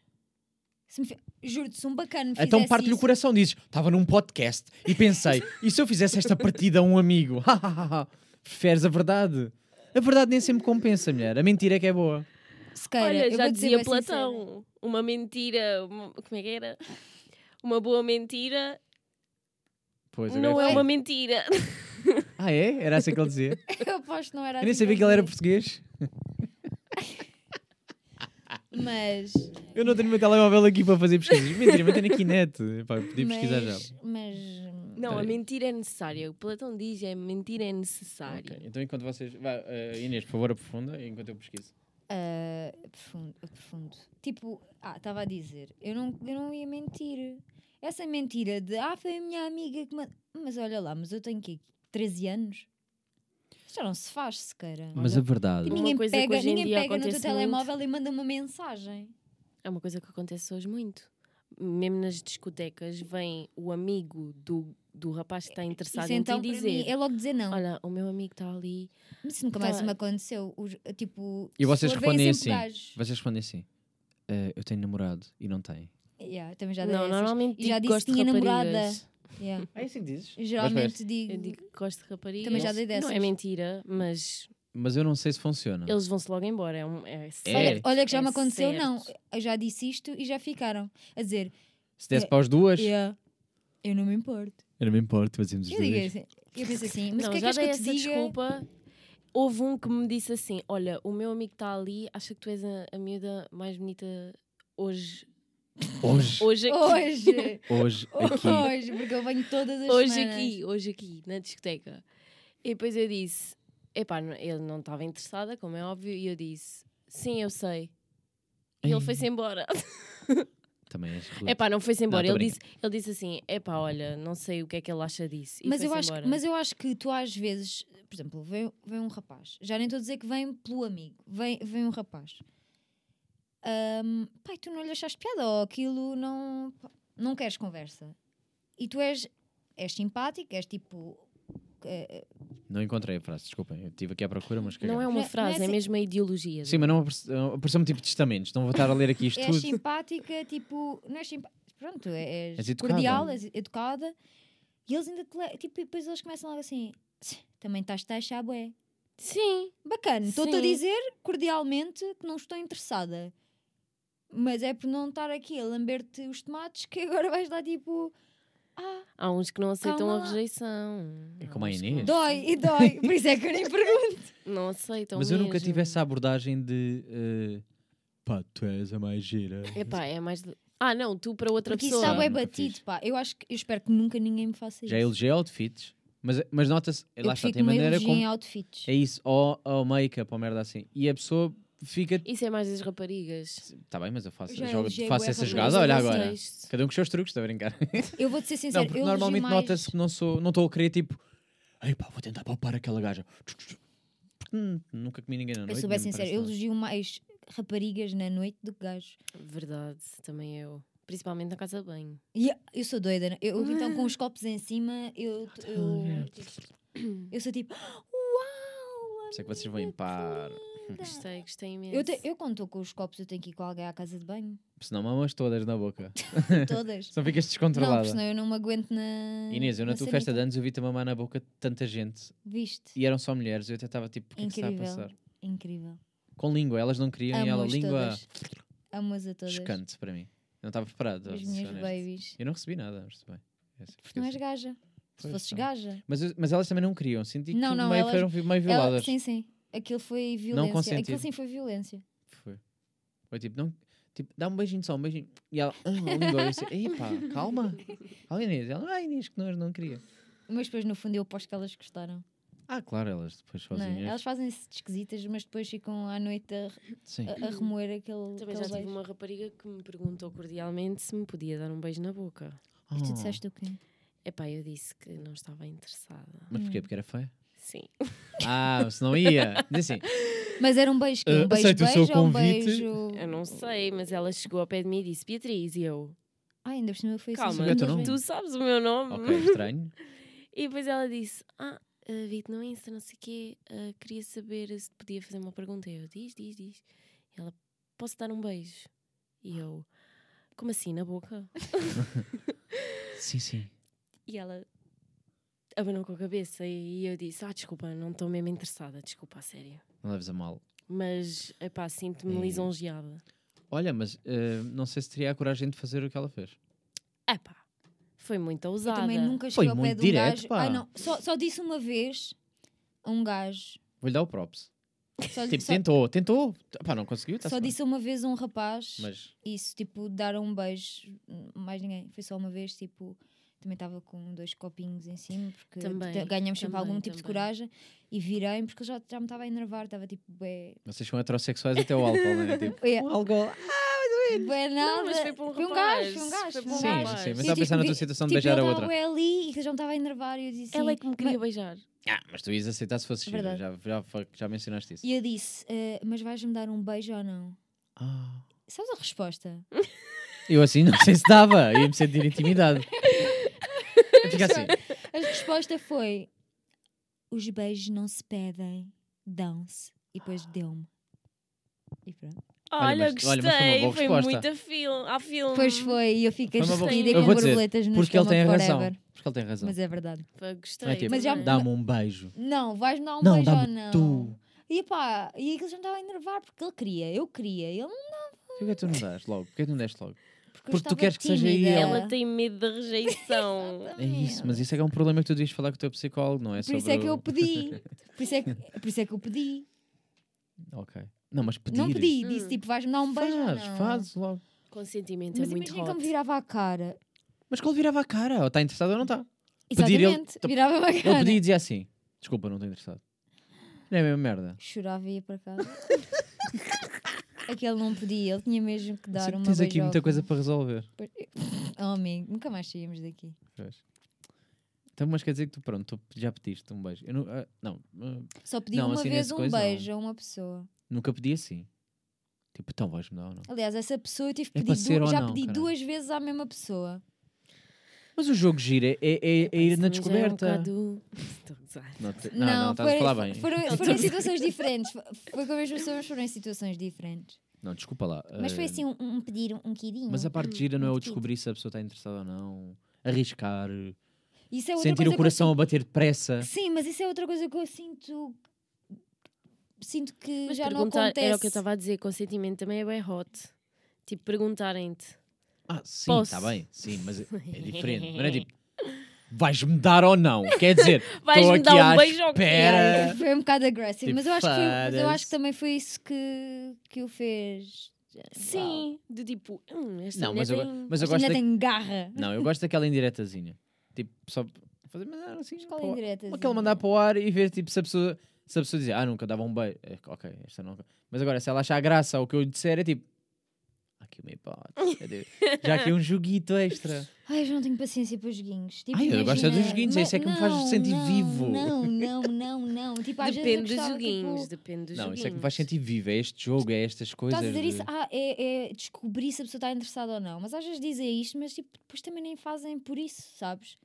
Se me fi- Juro-te, se um bacana me fizesse Então parte-lhe o isso- coração, dizes, estava num podcast e pensei, e se eu fizesse esta partida a um amigo? (laughs) Preferes a verdade? A verdade nem sempre compensa, mulher. A mentira é que é boa. Sequeira, Olha, eu já vou dizer dizia bem sincera. Platão. Uma mentira. uma- como é que era? Uma boa mentira Pois, não agora é fiquei- uma mentira. Ah, é? Era assim que ele (laughs) dizia? (laughs) Eu aposto que não era Eu nem assim sabia que ele ele era dizia. português. Mas. Eu não tenho meu telemóvel aqui para fazer pesquisas. Mentira, mas tenho aqui net. Pá, eu podia pesquisar já. mas, mas. Não, a Peraí. mentira é necessária. O Platão diz é mentira é necessária. Ok, Então enquanto vocês... Vá, eh, Inês, por favor, aprofunda enquanto eu pesquiso. ah, profundo, profundo. Tipo, ah, estava a dizer, eu não, eu não ia mentir. Essa mentira de, ah, foi a minha amiga que. ma-" Mas olha lá, mas eu tenho aqui 13 anos. Isto Já não se faz sequeira. Mas a verdade... Tipo, Uma ninguém coisa que pega, hoje em ninguém dia pega no teu acontece telemóvel e manda uma mensagem. É uma coisa que acontece hoje muito. Mesmo nas discotecas, vem o amigo do, do rapaz que está interessado Isso em então, ti para dizer: mim, é logo dizer não. Olha, o meu amigo está ali. Mas isso nunca mais Então, me aconteceu. Os- tipo, E vocês se for, vêm respondem sempre assim. gajos. Vocês respondem assim. "Eh, eu tenho namorado e não tem. Yeah, também já dei não, essas. normalmente E já digo que gosto disse que tinha de namorada. raparigas. Yeah. É isso que dizes? Geralmente Eu digo. digo que gosto de raparigas. Também já dei Não é dessas. mentira, mas Mas eu não sei se funciona. eles vão-se logo embora. É, um, é, Olha, certo, olha que já é me aconteceu, certo. não. Eu já disse isto e já ficaram a dizer. Se é- desse para as duas, "Yeah, eu não me importo. eu não me importo, fazemos os Eu, digo dois. assim, eu penso assim, mas o não, que é que já és que dei eu te essa diga? desculpa. Houve um que me disse assim: Olha, o meu amigo está ali, acha que tu és a, a miúda mais bonita hoje. Hoje, assim. Hoje aqui. (laughs) Hoje, hoje, (laughs) aqui. hoje, porque eu venho todas as hoje semanas. aqui, hoje aqui, na discoteca. E depois eu disse: Epá, não- ele não estava interessada, como é óbvio, e eu disse: Sim, eu sei. E ele assim. foi-se embora. Também É és rude. Epá, não foi-se embora. tô ele, a disse, ele disse assim: Epá, olha, não sei o que é que ele acha disso. E Mas eu, foi-se acho, embora. mas eu acho que tu às vezes, por exemplo, vem, vem um rapaz, já nem estou a dizer que vem pelo amigo, vem, vem um rapaz. Ahm, pai, tu não lhe achaste piada ou aquilo não, pá, não queres conversa. E tu és, és simpático, és tipo. eh, Não encontrei a frase, desculpem. Eu estive aqui à procura, mas Não cagava. é uma Não é- não é frase, é, assim- mesmo a ideologia. Sim, mas não aparece- não apareceu-me tipo testamentos. Não vou estar a ler aqui isto és tudo. simpática, tipo. Não és simpática. Pronto, é, és, És educada. cordial, és educada. E eles ainda te. le- Tipo, e depois eles começam logo assim. Também estás-te a achar bué. Sim. Bacana, estou-te Sim. a dizer cordialmente que não estou interessada. Mas é por não estar aqui a lamber-te os tomates que agora vais dar tipo. Ah, Há uns que não aceitam Calma a lá. rejeição. É Há como a uns que Inês. dói e dói. (laughs) Por isso é que eu nem pergunto. Não, não aceitam. Então Mas eu nunca mesmo. tive essa abordagem de eh, pá, tu és a mais gira. Epá, é mais. de- Ah, não, tu para outra Porque isso pessoa. está sabe- bem Nunca batido, fiz. pá. Eu acho que eu espero que nunca ninguém me faça isso. Já é elogiei outfits, mas, mas nota-se, eh, lá eu está, fico tem maneira em como. outfits. É isso, ou, ou make-up, ou merda assim. E a pessoa fica. Isso é mais das raparigas. Tá bem, mas eu faço, Já é jogo- elogiei faço bué essa rapazes. jogada, olha Mas eu agora. gosto. Cada um com os seus truques, estou a brincar. Eu vou-te ser Não, sincera. porque eu é, elogio normalmente mais... nota-se que não sou, não estou a querer tipo, ei pá, vou tentar poupar aquela gaja. Porque hum, nunca comi ninguém na noite. Eu sou bem não me sincera. parece Eu nada. elogio mais raparigas na noite do que gajos. Verdade, também eu. Principalmente na casa de banho. E eu sou doida. não? Eu, eu, então com os copos em cima, eu. Então, eu... Eu sou tipo, (gasps) uau! Sei é que vocês vão em par. amiga, que linda." Gostei, gostei imenso. Eu, te, eu quando estou com os copos, eu tenho que ir com alguém à casa (laughs) de banho. Senão mamas todas na boca. Todas. Senão ficas não, descontrolada. porque senão eu não me aguento na. Inês, eu na na tua sanita. festa de anos eu vi-te a mamar na boca de tanta gente. Viste? E eram só mulheres. Eu até estava tipo, o que é que se está a Incrível. passar? Incrível. Com língua, elas não queriam e ela Amo-as língua todas. Amo-as a todas. chocante para mim. Eu não estava preparado. As vou ser minhas honesto. babies. Eu não recebi nada, mas bem. É assim, Porque não és assim. gaja. Se Pois, fosses não. gaja. Mas, eu- mas elas também não queriam. Senti que Não, não, meio elas- foram vi- meio Ela- violadas. sim, sim. Aquilo foi violência. consentido. Aquilo sim foi violência. Foi. Foi tipo, não. Tipo, dá um beijinho só, um beijinho. E ela, ah, a língua. Eu disse, epá, calma. Olha Inês. Ela, ah, Inês, que nós não queria. Mas depois no fundo eu aposto que elas gostaram. Ah, claro, elas depois Não é? sozinhas. Elas fazem-se de esquisitas, mas depois ficam à noite a, Sim. a- a remoer aquele. Também já aquele tive beijo. uma rapariga que me perguntou cordialmente se me podia dar um beijo na boca. E tu Oh. disseste o quê? Epá, eu disse que não estava interessada. hum. Mas porquê? Porque era feia? Sim. Ah, se não ia. Diz assim, Mas era um beijo que Eh, um beijo aceito o seu beijo ou um convite. beijo. Eu não sei, mas ela chegou ao pé de mim e disse: Beatriz, e eu. Ah, ainda por cima foi assim. Calma, Sabia o teu nome? tu sabes o meu nome. ok, estranho. E depois ela disse: Ah, eh, vi-te no Insta, não sei o quê, eh, queria saber se te podia fazer uma pergunta. E eu: Diz, diz, diz. E ela: Posso dar um beijo? E eu: Como assim, na boca? Sim, sim. E ela abanou com a cabeça. E eu disse: Ah, desculpa, não estou mesmo interessada, desculpa, a sério. Não leves a mal. Mas, epá, sinto-me Ei. lisonjeada. Olha, mas eh, não sei se teria a coragem de fazer o que ela fez. Epá, foi muito Eu ousada. também nunca Foi cheguei ao pé muito de um direto, gajo. pá. Ai, não. Só, só disse uma vez a um gajo. Vou-lhe dar o props. Só, Tipo, só, tentou, tentou. Pá, não conseguiu, tá só bem. disse uma vez a um rapaz. Mas Isso, tipo, dar um beijo. Mais ninguém. Foi só uma vez, tipo. Também estava com dois copinhos em cima, porque Também, te- ganhamos sempre também, algum tipo de também. coragem. E virei, porque ele já, já me estava a enervar, estava tipo, bué. "Ah, vocês são heterossexuais até o álcool, não é? (laughs) Tipo, Yeah. o álcool. Bué nada. Não, mas foi para um um rapaz, gajo, foi um gajo. foi Foi para um um Sim, gajo. rapaz. sim, mas Sim, estava a pensar na vi- tua situação de tipo, beijar ele a tava outra. bué ali e que já me estava a enervar. E eu disse assim, Ela é que me queria "Mas-" beijar. Ah, mas tu ias aceitar se fosses gira, Verdade. já, já, fa- já mencionaste isso. E eu disse, "Eh, mas vais-me dar um beijo ou não? Ah. Sabes a resposta? (laughs) Eu assim não sei se dava, ia me sentir intimidade. Fica assim. A resposta foi: os beijos não se pedem, dão-se. E depois deu-me. E pronto. Olha, Olha, mas- gostei. olha, mas foi uma boa foi, resposta. muito a filme, ao filme. Depois foi e eu fiquei Foi uma boa- despedida Eu com vou dizer, borboletas no Porque ele tem estômago razão. forever. Porque ele tem razão. Mas é verdade. Foi, gostei. Não é tipo, Mas já- também. dá-me um beijo. Não, vais-me dar um não, beijo ou dá-me não? tu. E pá, e aquilo já me estava a enervar porque ele queria, eu queria, ele não, Porquê que tu não dás logo? Porquê que tu não deste logo? porque, eu Porque tu estava queres que seja tímida. ele. Ela tem medo da rejeição. É isso, mas isso é que é um problema que tu devias falar com o teu psicólogo, não é? Por isso sobre é que eu o- pedi. (laughs) Por isso é que, por isso é que eu pedi. Ok. Não, mas pedir. Não pedi, disse Hum. tipo, vais-me dar um beijo. ou Faz, não? faz logo. Consentimento é Mas muito imagina que eu me hot. virava a cara. Mas quando virava a cara, ou está interessado ou não tá. está. Pedir, ele- Exatamente, virava-me a Ele cara. pedia e dizia assim: Desculpa, não estou interessado. Não é a mesma merda. Chorava e ia para casa. (laughs) Aquele não podia, ele tinha mesmo que dar Sempre uma Assim tens aqui muita beijoca. coisa para resolver. Oh, amigo, nunca mais saímos daqui. Pois. Então, mas quer dizer que tu, pronto, tu já pediste um beijo. Eu não, ah, não, ah, Só pedi Não, uma assim, vez nessa um coisa, não. beijo a uma pessoa. nunca pedi assim. Tipo, então vais-me dar ou não? Aliás, essa pessoa eu tive É que para pedir ser du- ou já não, pedi caralho. duas vezes à mesma pessoa. Mas o jogo gira é, é- é- é ir na Isso também já descoberta. É um bocado... (laughs) Estou a gozar. Não, te- Ah, não, Não, não, estás foi- a falar bem. (laughs) Então- Foram, foram em situações diferentes. Fo- Foi com as mesmas pessoas, mas foram em situações diferentes. Não, desculpa lá. Mas ah, foi assim um, um pedir um quidinho. Mas a parte gira não é o muito descobrir se a pessoa está interessada ou não, arriscar, Isso é outra sentir coisa o coração a bater Que depressa. (laughs) eu... Sim, mas isso é outra coisa que eu sinto. Sinto que Mas já não perguntar, acontece. era o que eu estava a dizer, consentimento também é bem hot. Tipo, perguntarem-te. Ah, sim, Posso? está bem, sim, mas é, (laughs) é diferente. Mas não é tipo, vais-me dar ou não? Quer dizer, estou Vais-me aqui dar um à beijo ou quê? espera. (laughs) Foi um bocado agressivo, Tipo, mas eu acho, que foi- mas eu acho foda-se. que também foi isso que, que o fez. eh, Sim, do tipo, hum, esta Não, mas eu, mulher go- tem- mas eu Mas ainda gosto da... tem garra. Não, eu gosto daquela indiretazinha. Tipo, só fazer mandar assim. Qual para é o a ar. direta? Aquela mandar para o ar e ver tipo, se a pessoa, se a pessoa dizer, ah, nunca dava um beijo. É, ok, esta não. Mas agora, se ela achar graça ao que eu lhe disser, é tipo, "Há aqui uma hipótese. quer (laughs) dizer, Já aqui um joguito extra. Ai, eu já não tenho paciência para os joguinhos. Tipo, Ai, eu gosto é dos imagina- joguinhos, é isso é que me faz Não, sentir não, vivo. (laughs) Não, não, não, não. Tipo, às vezes eu Depende dos gostava, tipo, joguinhos, depende dos Não, joguinhos. isso é que me faz sentir vivo, é este jogo, é estas coisas. Estás a dizer de- isso, ah, é, é descobrir se a pessoa está interessada ou não. Mas às vezes dizem isto, mas tipo, depois também nem fazem por isso, sabes?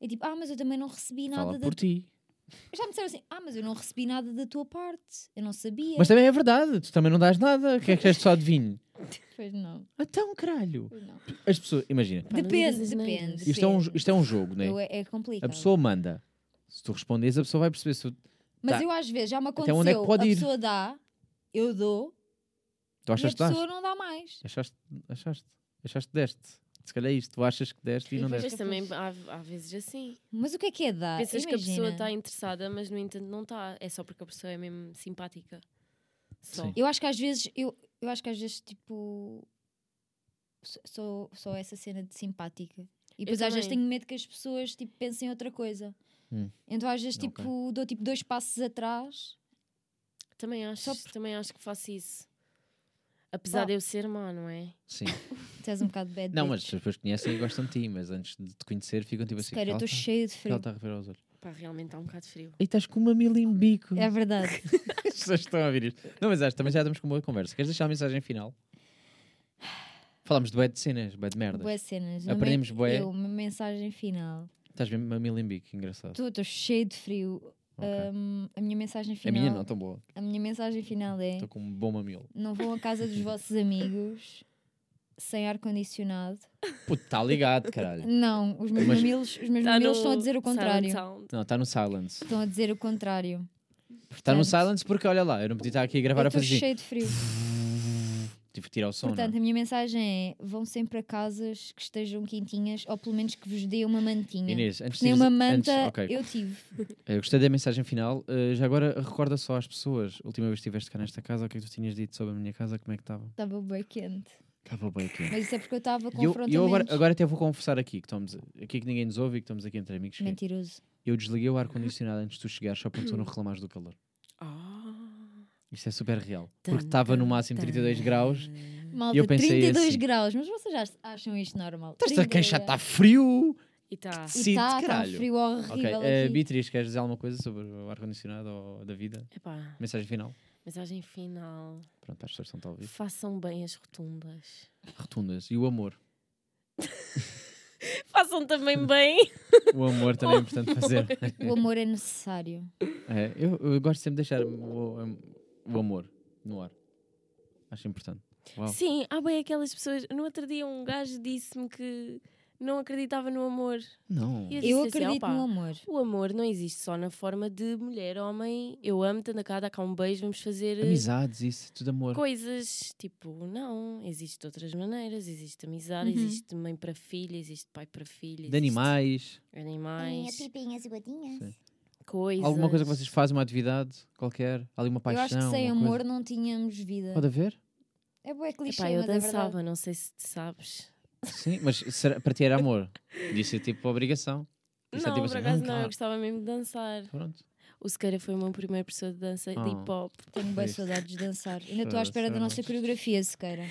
É tipo, ah, mas eu também não recebi nada Fala da por ti. Já me disseram assim, ah, mas eu não recebi nada da tua parte. Eu não sabia. Mas também é verdade, tu também não dás nada. O que é que és só adivinho? (laughs) Pois não, Então, caralho. pois não. As pessoas, imagina, não Depende, digas asneiras. depende. isto é um, depende. isto é um jogo, não é? Eu- é, é complicado. A pessoa manda. Se tu respondes, a pessoa vai perceber. Se tu, Mas Tá. eu às vezes já me Até aconteceu. onde é que pode a ir? pessoa dá, eu dou, tu e a achas que pessoa dás? não dá mais. Achaste, achaste, achaste que deste. Se calhar é isto, tu achas que deste e E não depois deste. Mas também há, há vezes assim. Mas o que é que é dar? Pensas que a Imagina. pessoa está interessada, mas no entanto não está. É só porque a pessoa é mesmo simpática. Só. Sim. Eu acho que às vezes, eu, eu acho que às vezes, tipo, so- sou, sou essa cena de simpática. E depois às vezes também. tenho medo que as pessoas tipo, pensem outra coisa. Hum. Então às vezes Ok. tipo, dou tipo dois passos atrás. Também acho, Só por- também acho que faço isso. Apesar Pá. de eu ser má, não é? Sim. Tu és um bocado bad Não, mas as bitch. pessoas conhecem e gostam de ti, mas antes de te conhecer ficam tipo assim. Se calhar eu "Ela estou tá- cheio de ela frio. está a revirar os olhos. Pá, realmente está um bocado frio. E estás com uma mil em bico. É verdade. As pessoas estão a ouvir isto. Não, mas acho que também já estamos com uma boa conversa. Queres deixar a mensagem final? Falámos de bué de cenas, bué de merda. Boas cenas. Aprendemos bué. Eu, uma mensagem final. Estás mesmo uma mil em bico, engraçado. Estou cheio de frio. Ok. Hum, a minha mensagem a final. minha não, tão boa. a minha mensagem final é. Estou com um bom mamilo. Não vão à casa dos vossos amigos sem ar-condicionado. Puto, está ligado, (laughs) caralho. Não, os meus Mas- mamilos, os meus Tá mamilos no estão a dizer o silent contrário. sound. Não, está no silence. Estão a dizer o contrário. Está no Portanto, silence porque, olha lá, eu não podia estar aqui a gravar eu a estou fazer assim. cheio de frio. Tive que tirar o som, não é? Portanto, a minha mensagem é: vão sempre a casas que estejam quentinhas ou pelo menos que vos dê uma mantinha. Inês, antes de Nem uma dizeres- antes- manta ok. Eh, eu tive. Eu gostei da mensagem final. Uh, já agora recorda só às pessoas. A última vez que estiveste cá nesta casa, o que é que tu tinhas dito sobre a minha casa? Como é que estava? Estava bem quente. Estava bem aqui. Mas isso é porque eu estava com E eu, e eu agora, afrontamentos. agora até vou confessar aqui que, estamos, aqui que ninguém nos ouve e que estamos aqui entre amigos. que Mentiroso. Eu desliguei o ar-condicionado antes de tu chegares só para tu não reclamares do calor. Ah. Isto é super real. Tan, Porque estava no tan, máximo tan. 32 graus. Malta, eu pensei 32 assim. graus, mas vocês já acham isto normal? Estás a 32 queixar, está graus. frio. E tá. está. Sim. E frio, está, está um caralho. frio Ok, horrível eh, aqui. Beatriz, queres dizer alguma coisa sobre o ar-condicionado ou da vida? Epá, Mensagem final? mensagem final. Pronto, para as pessoas que estão a ouvir. (laughs) Façam bem as rotundas. Rotundas. E o amor? façam também bem. O amor também é importante fazer. O amor é necessário. (laughs) É, eu, eu gosto sempre de deixar o, o amor no ar. Acho importante. Uau. Sim, há bem aquelas pessoas. No outro dia, um gajo disse-me que não acreditava no amor. Não. E Eu disse assim, acredito "Opa, no amor. O amor não existe só na forma de mulher, homem. Eu amo-te, anda cá, dá cá um beijo, vamos fazer eh, Amizades, isso, tudo amor. coisas. Tipo, não. Existe de outras maneiras. Existe amizade, Uhum. existe de mãe para filha, existe de pai para filha. De animais, Animais. pipinhas e botinhas. Sim. Coisas. alguma coisa que vocês fazem, uma atividade qualquer, alguma eu paixão. acho que sem uma amor coisa. não tínhamos vida. Pode haver? É bué clichê, Epá, eu mas é verdade. dançava, não sei se tu sabes. Sim, mas será, para ti era (laughs) amor. Disse tipo obrigação. Isso é não, tipo por assim, acaso "Ah, não, cara." eu gostava mesmo de dançar. Pronto. O Sequeira foi o meu primeiro professor de dança de Ah. hip hop. Tenho bem Triste. saudades de dançar. Ainda estou à Foda-se, espera da era nossa muito coreografia, Sequeira.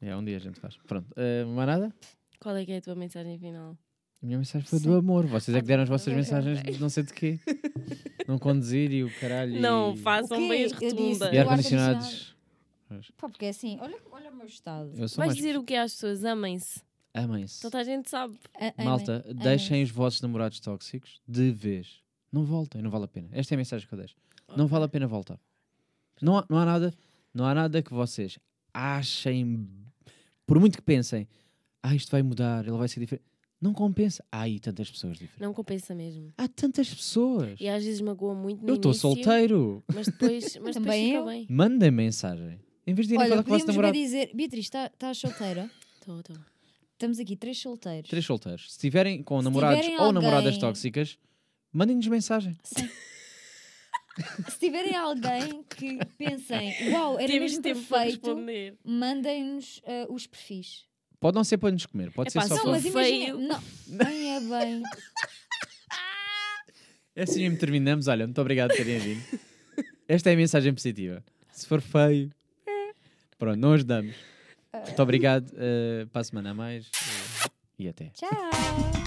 É, um dia a gente faz. Pronto. Eh, mais nada? Qual é que é a tua mensagem final? A minha mensagem foi Sim. do amor. Vocês é que deram as vossas Ok. mensagens de não sei de quê. não conduzir e o caralho. Não, e... façam O quê? bem as Eu disse- rotundas. E Eu acho ar-condicionados. Pá, porque é assim, olha, olha o meu estado. Eu sou Vais mais. Ah, dizer o Então tá que é às pessoas, amem-se. Amem-se. Toda a gente sabe. A- amém. Malta, Amém. deixem os vossos namorados tóxicos de vez. Não voltem, não vale a pena. Esta é a mensagem que eu deixo. Não vale a pena voltar. Não há, não há nada, não há nada que vocês achem, por muito que pensem, ah, isto vai mudar, ele vai ser diferente. Não compensa. Há aí tantas pessoas diferentes. Não compensa mesmo. Há tantas pessoas. E às vezes magoa muito no Eu estou início, solteiro. Mas depois, mas depois Também fica eu. bem. Mandem mensagem. Em vez de irem Olha, falar com o vosso podíamos bem namorado. dizer, Beatriz, tá- estás solteira? Estou, estou. Estamos aqui, três solteiros. Três solteiros. Se tiverem com Se namorados tiverem ou namoradas alguém- tóxicas, mandem-nos mensagem. Sim. (laughs) Se tiverem alguém que pensem, uau, era Temos mesmo tempo para perfeito, responder. mandem-nos ah, os perfis. Pode não ser para nos comer, pode ser Epá, só são para. não, mas imagina. feio. Não, bem é bem. É assim mesmo terminamos. Olha, muito obrigado por terem vindo. Esta é a mensagem positiva. Se for feio, pronto, não ajudamos. Muito obrigado. eh, para a semana a mais. eh, e até. Tchau!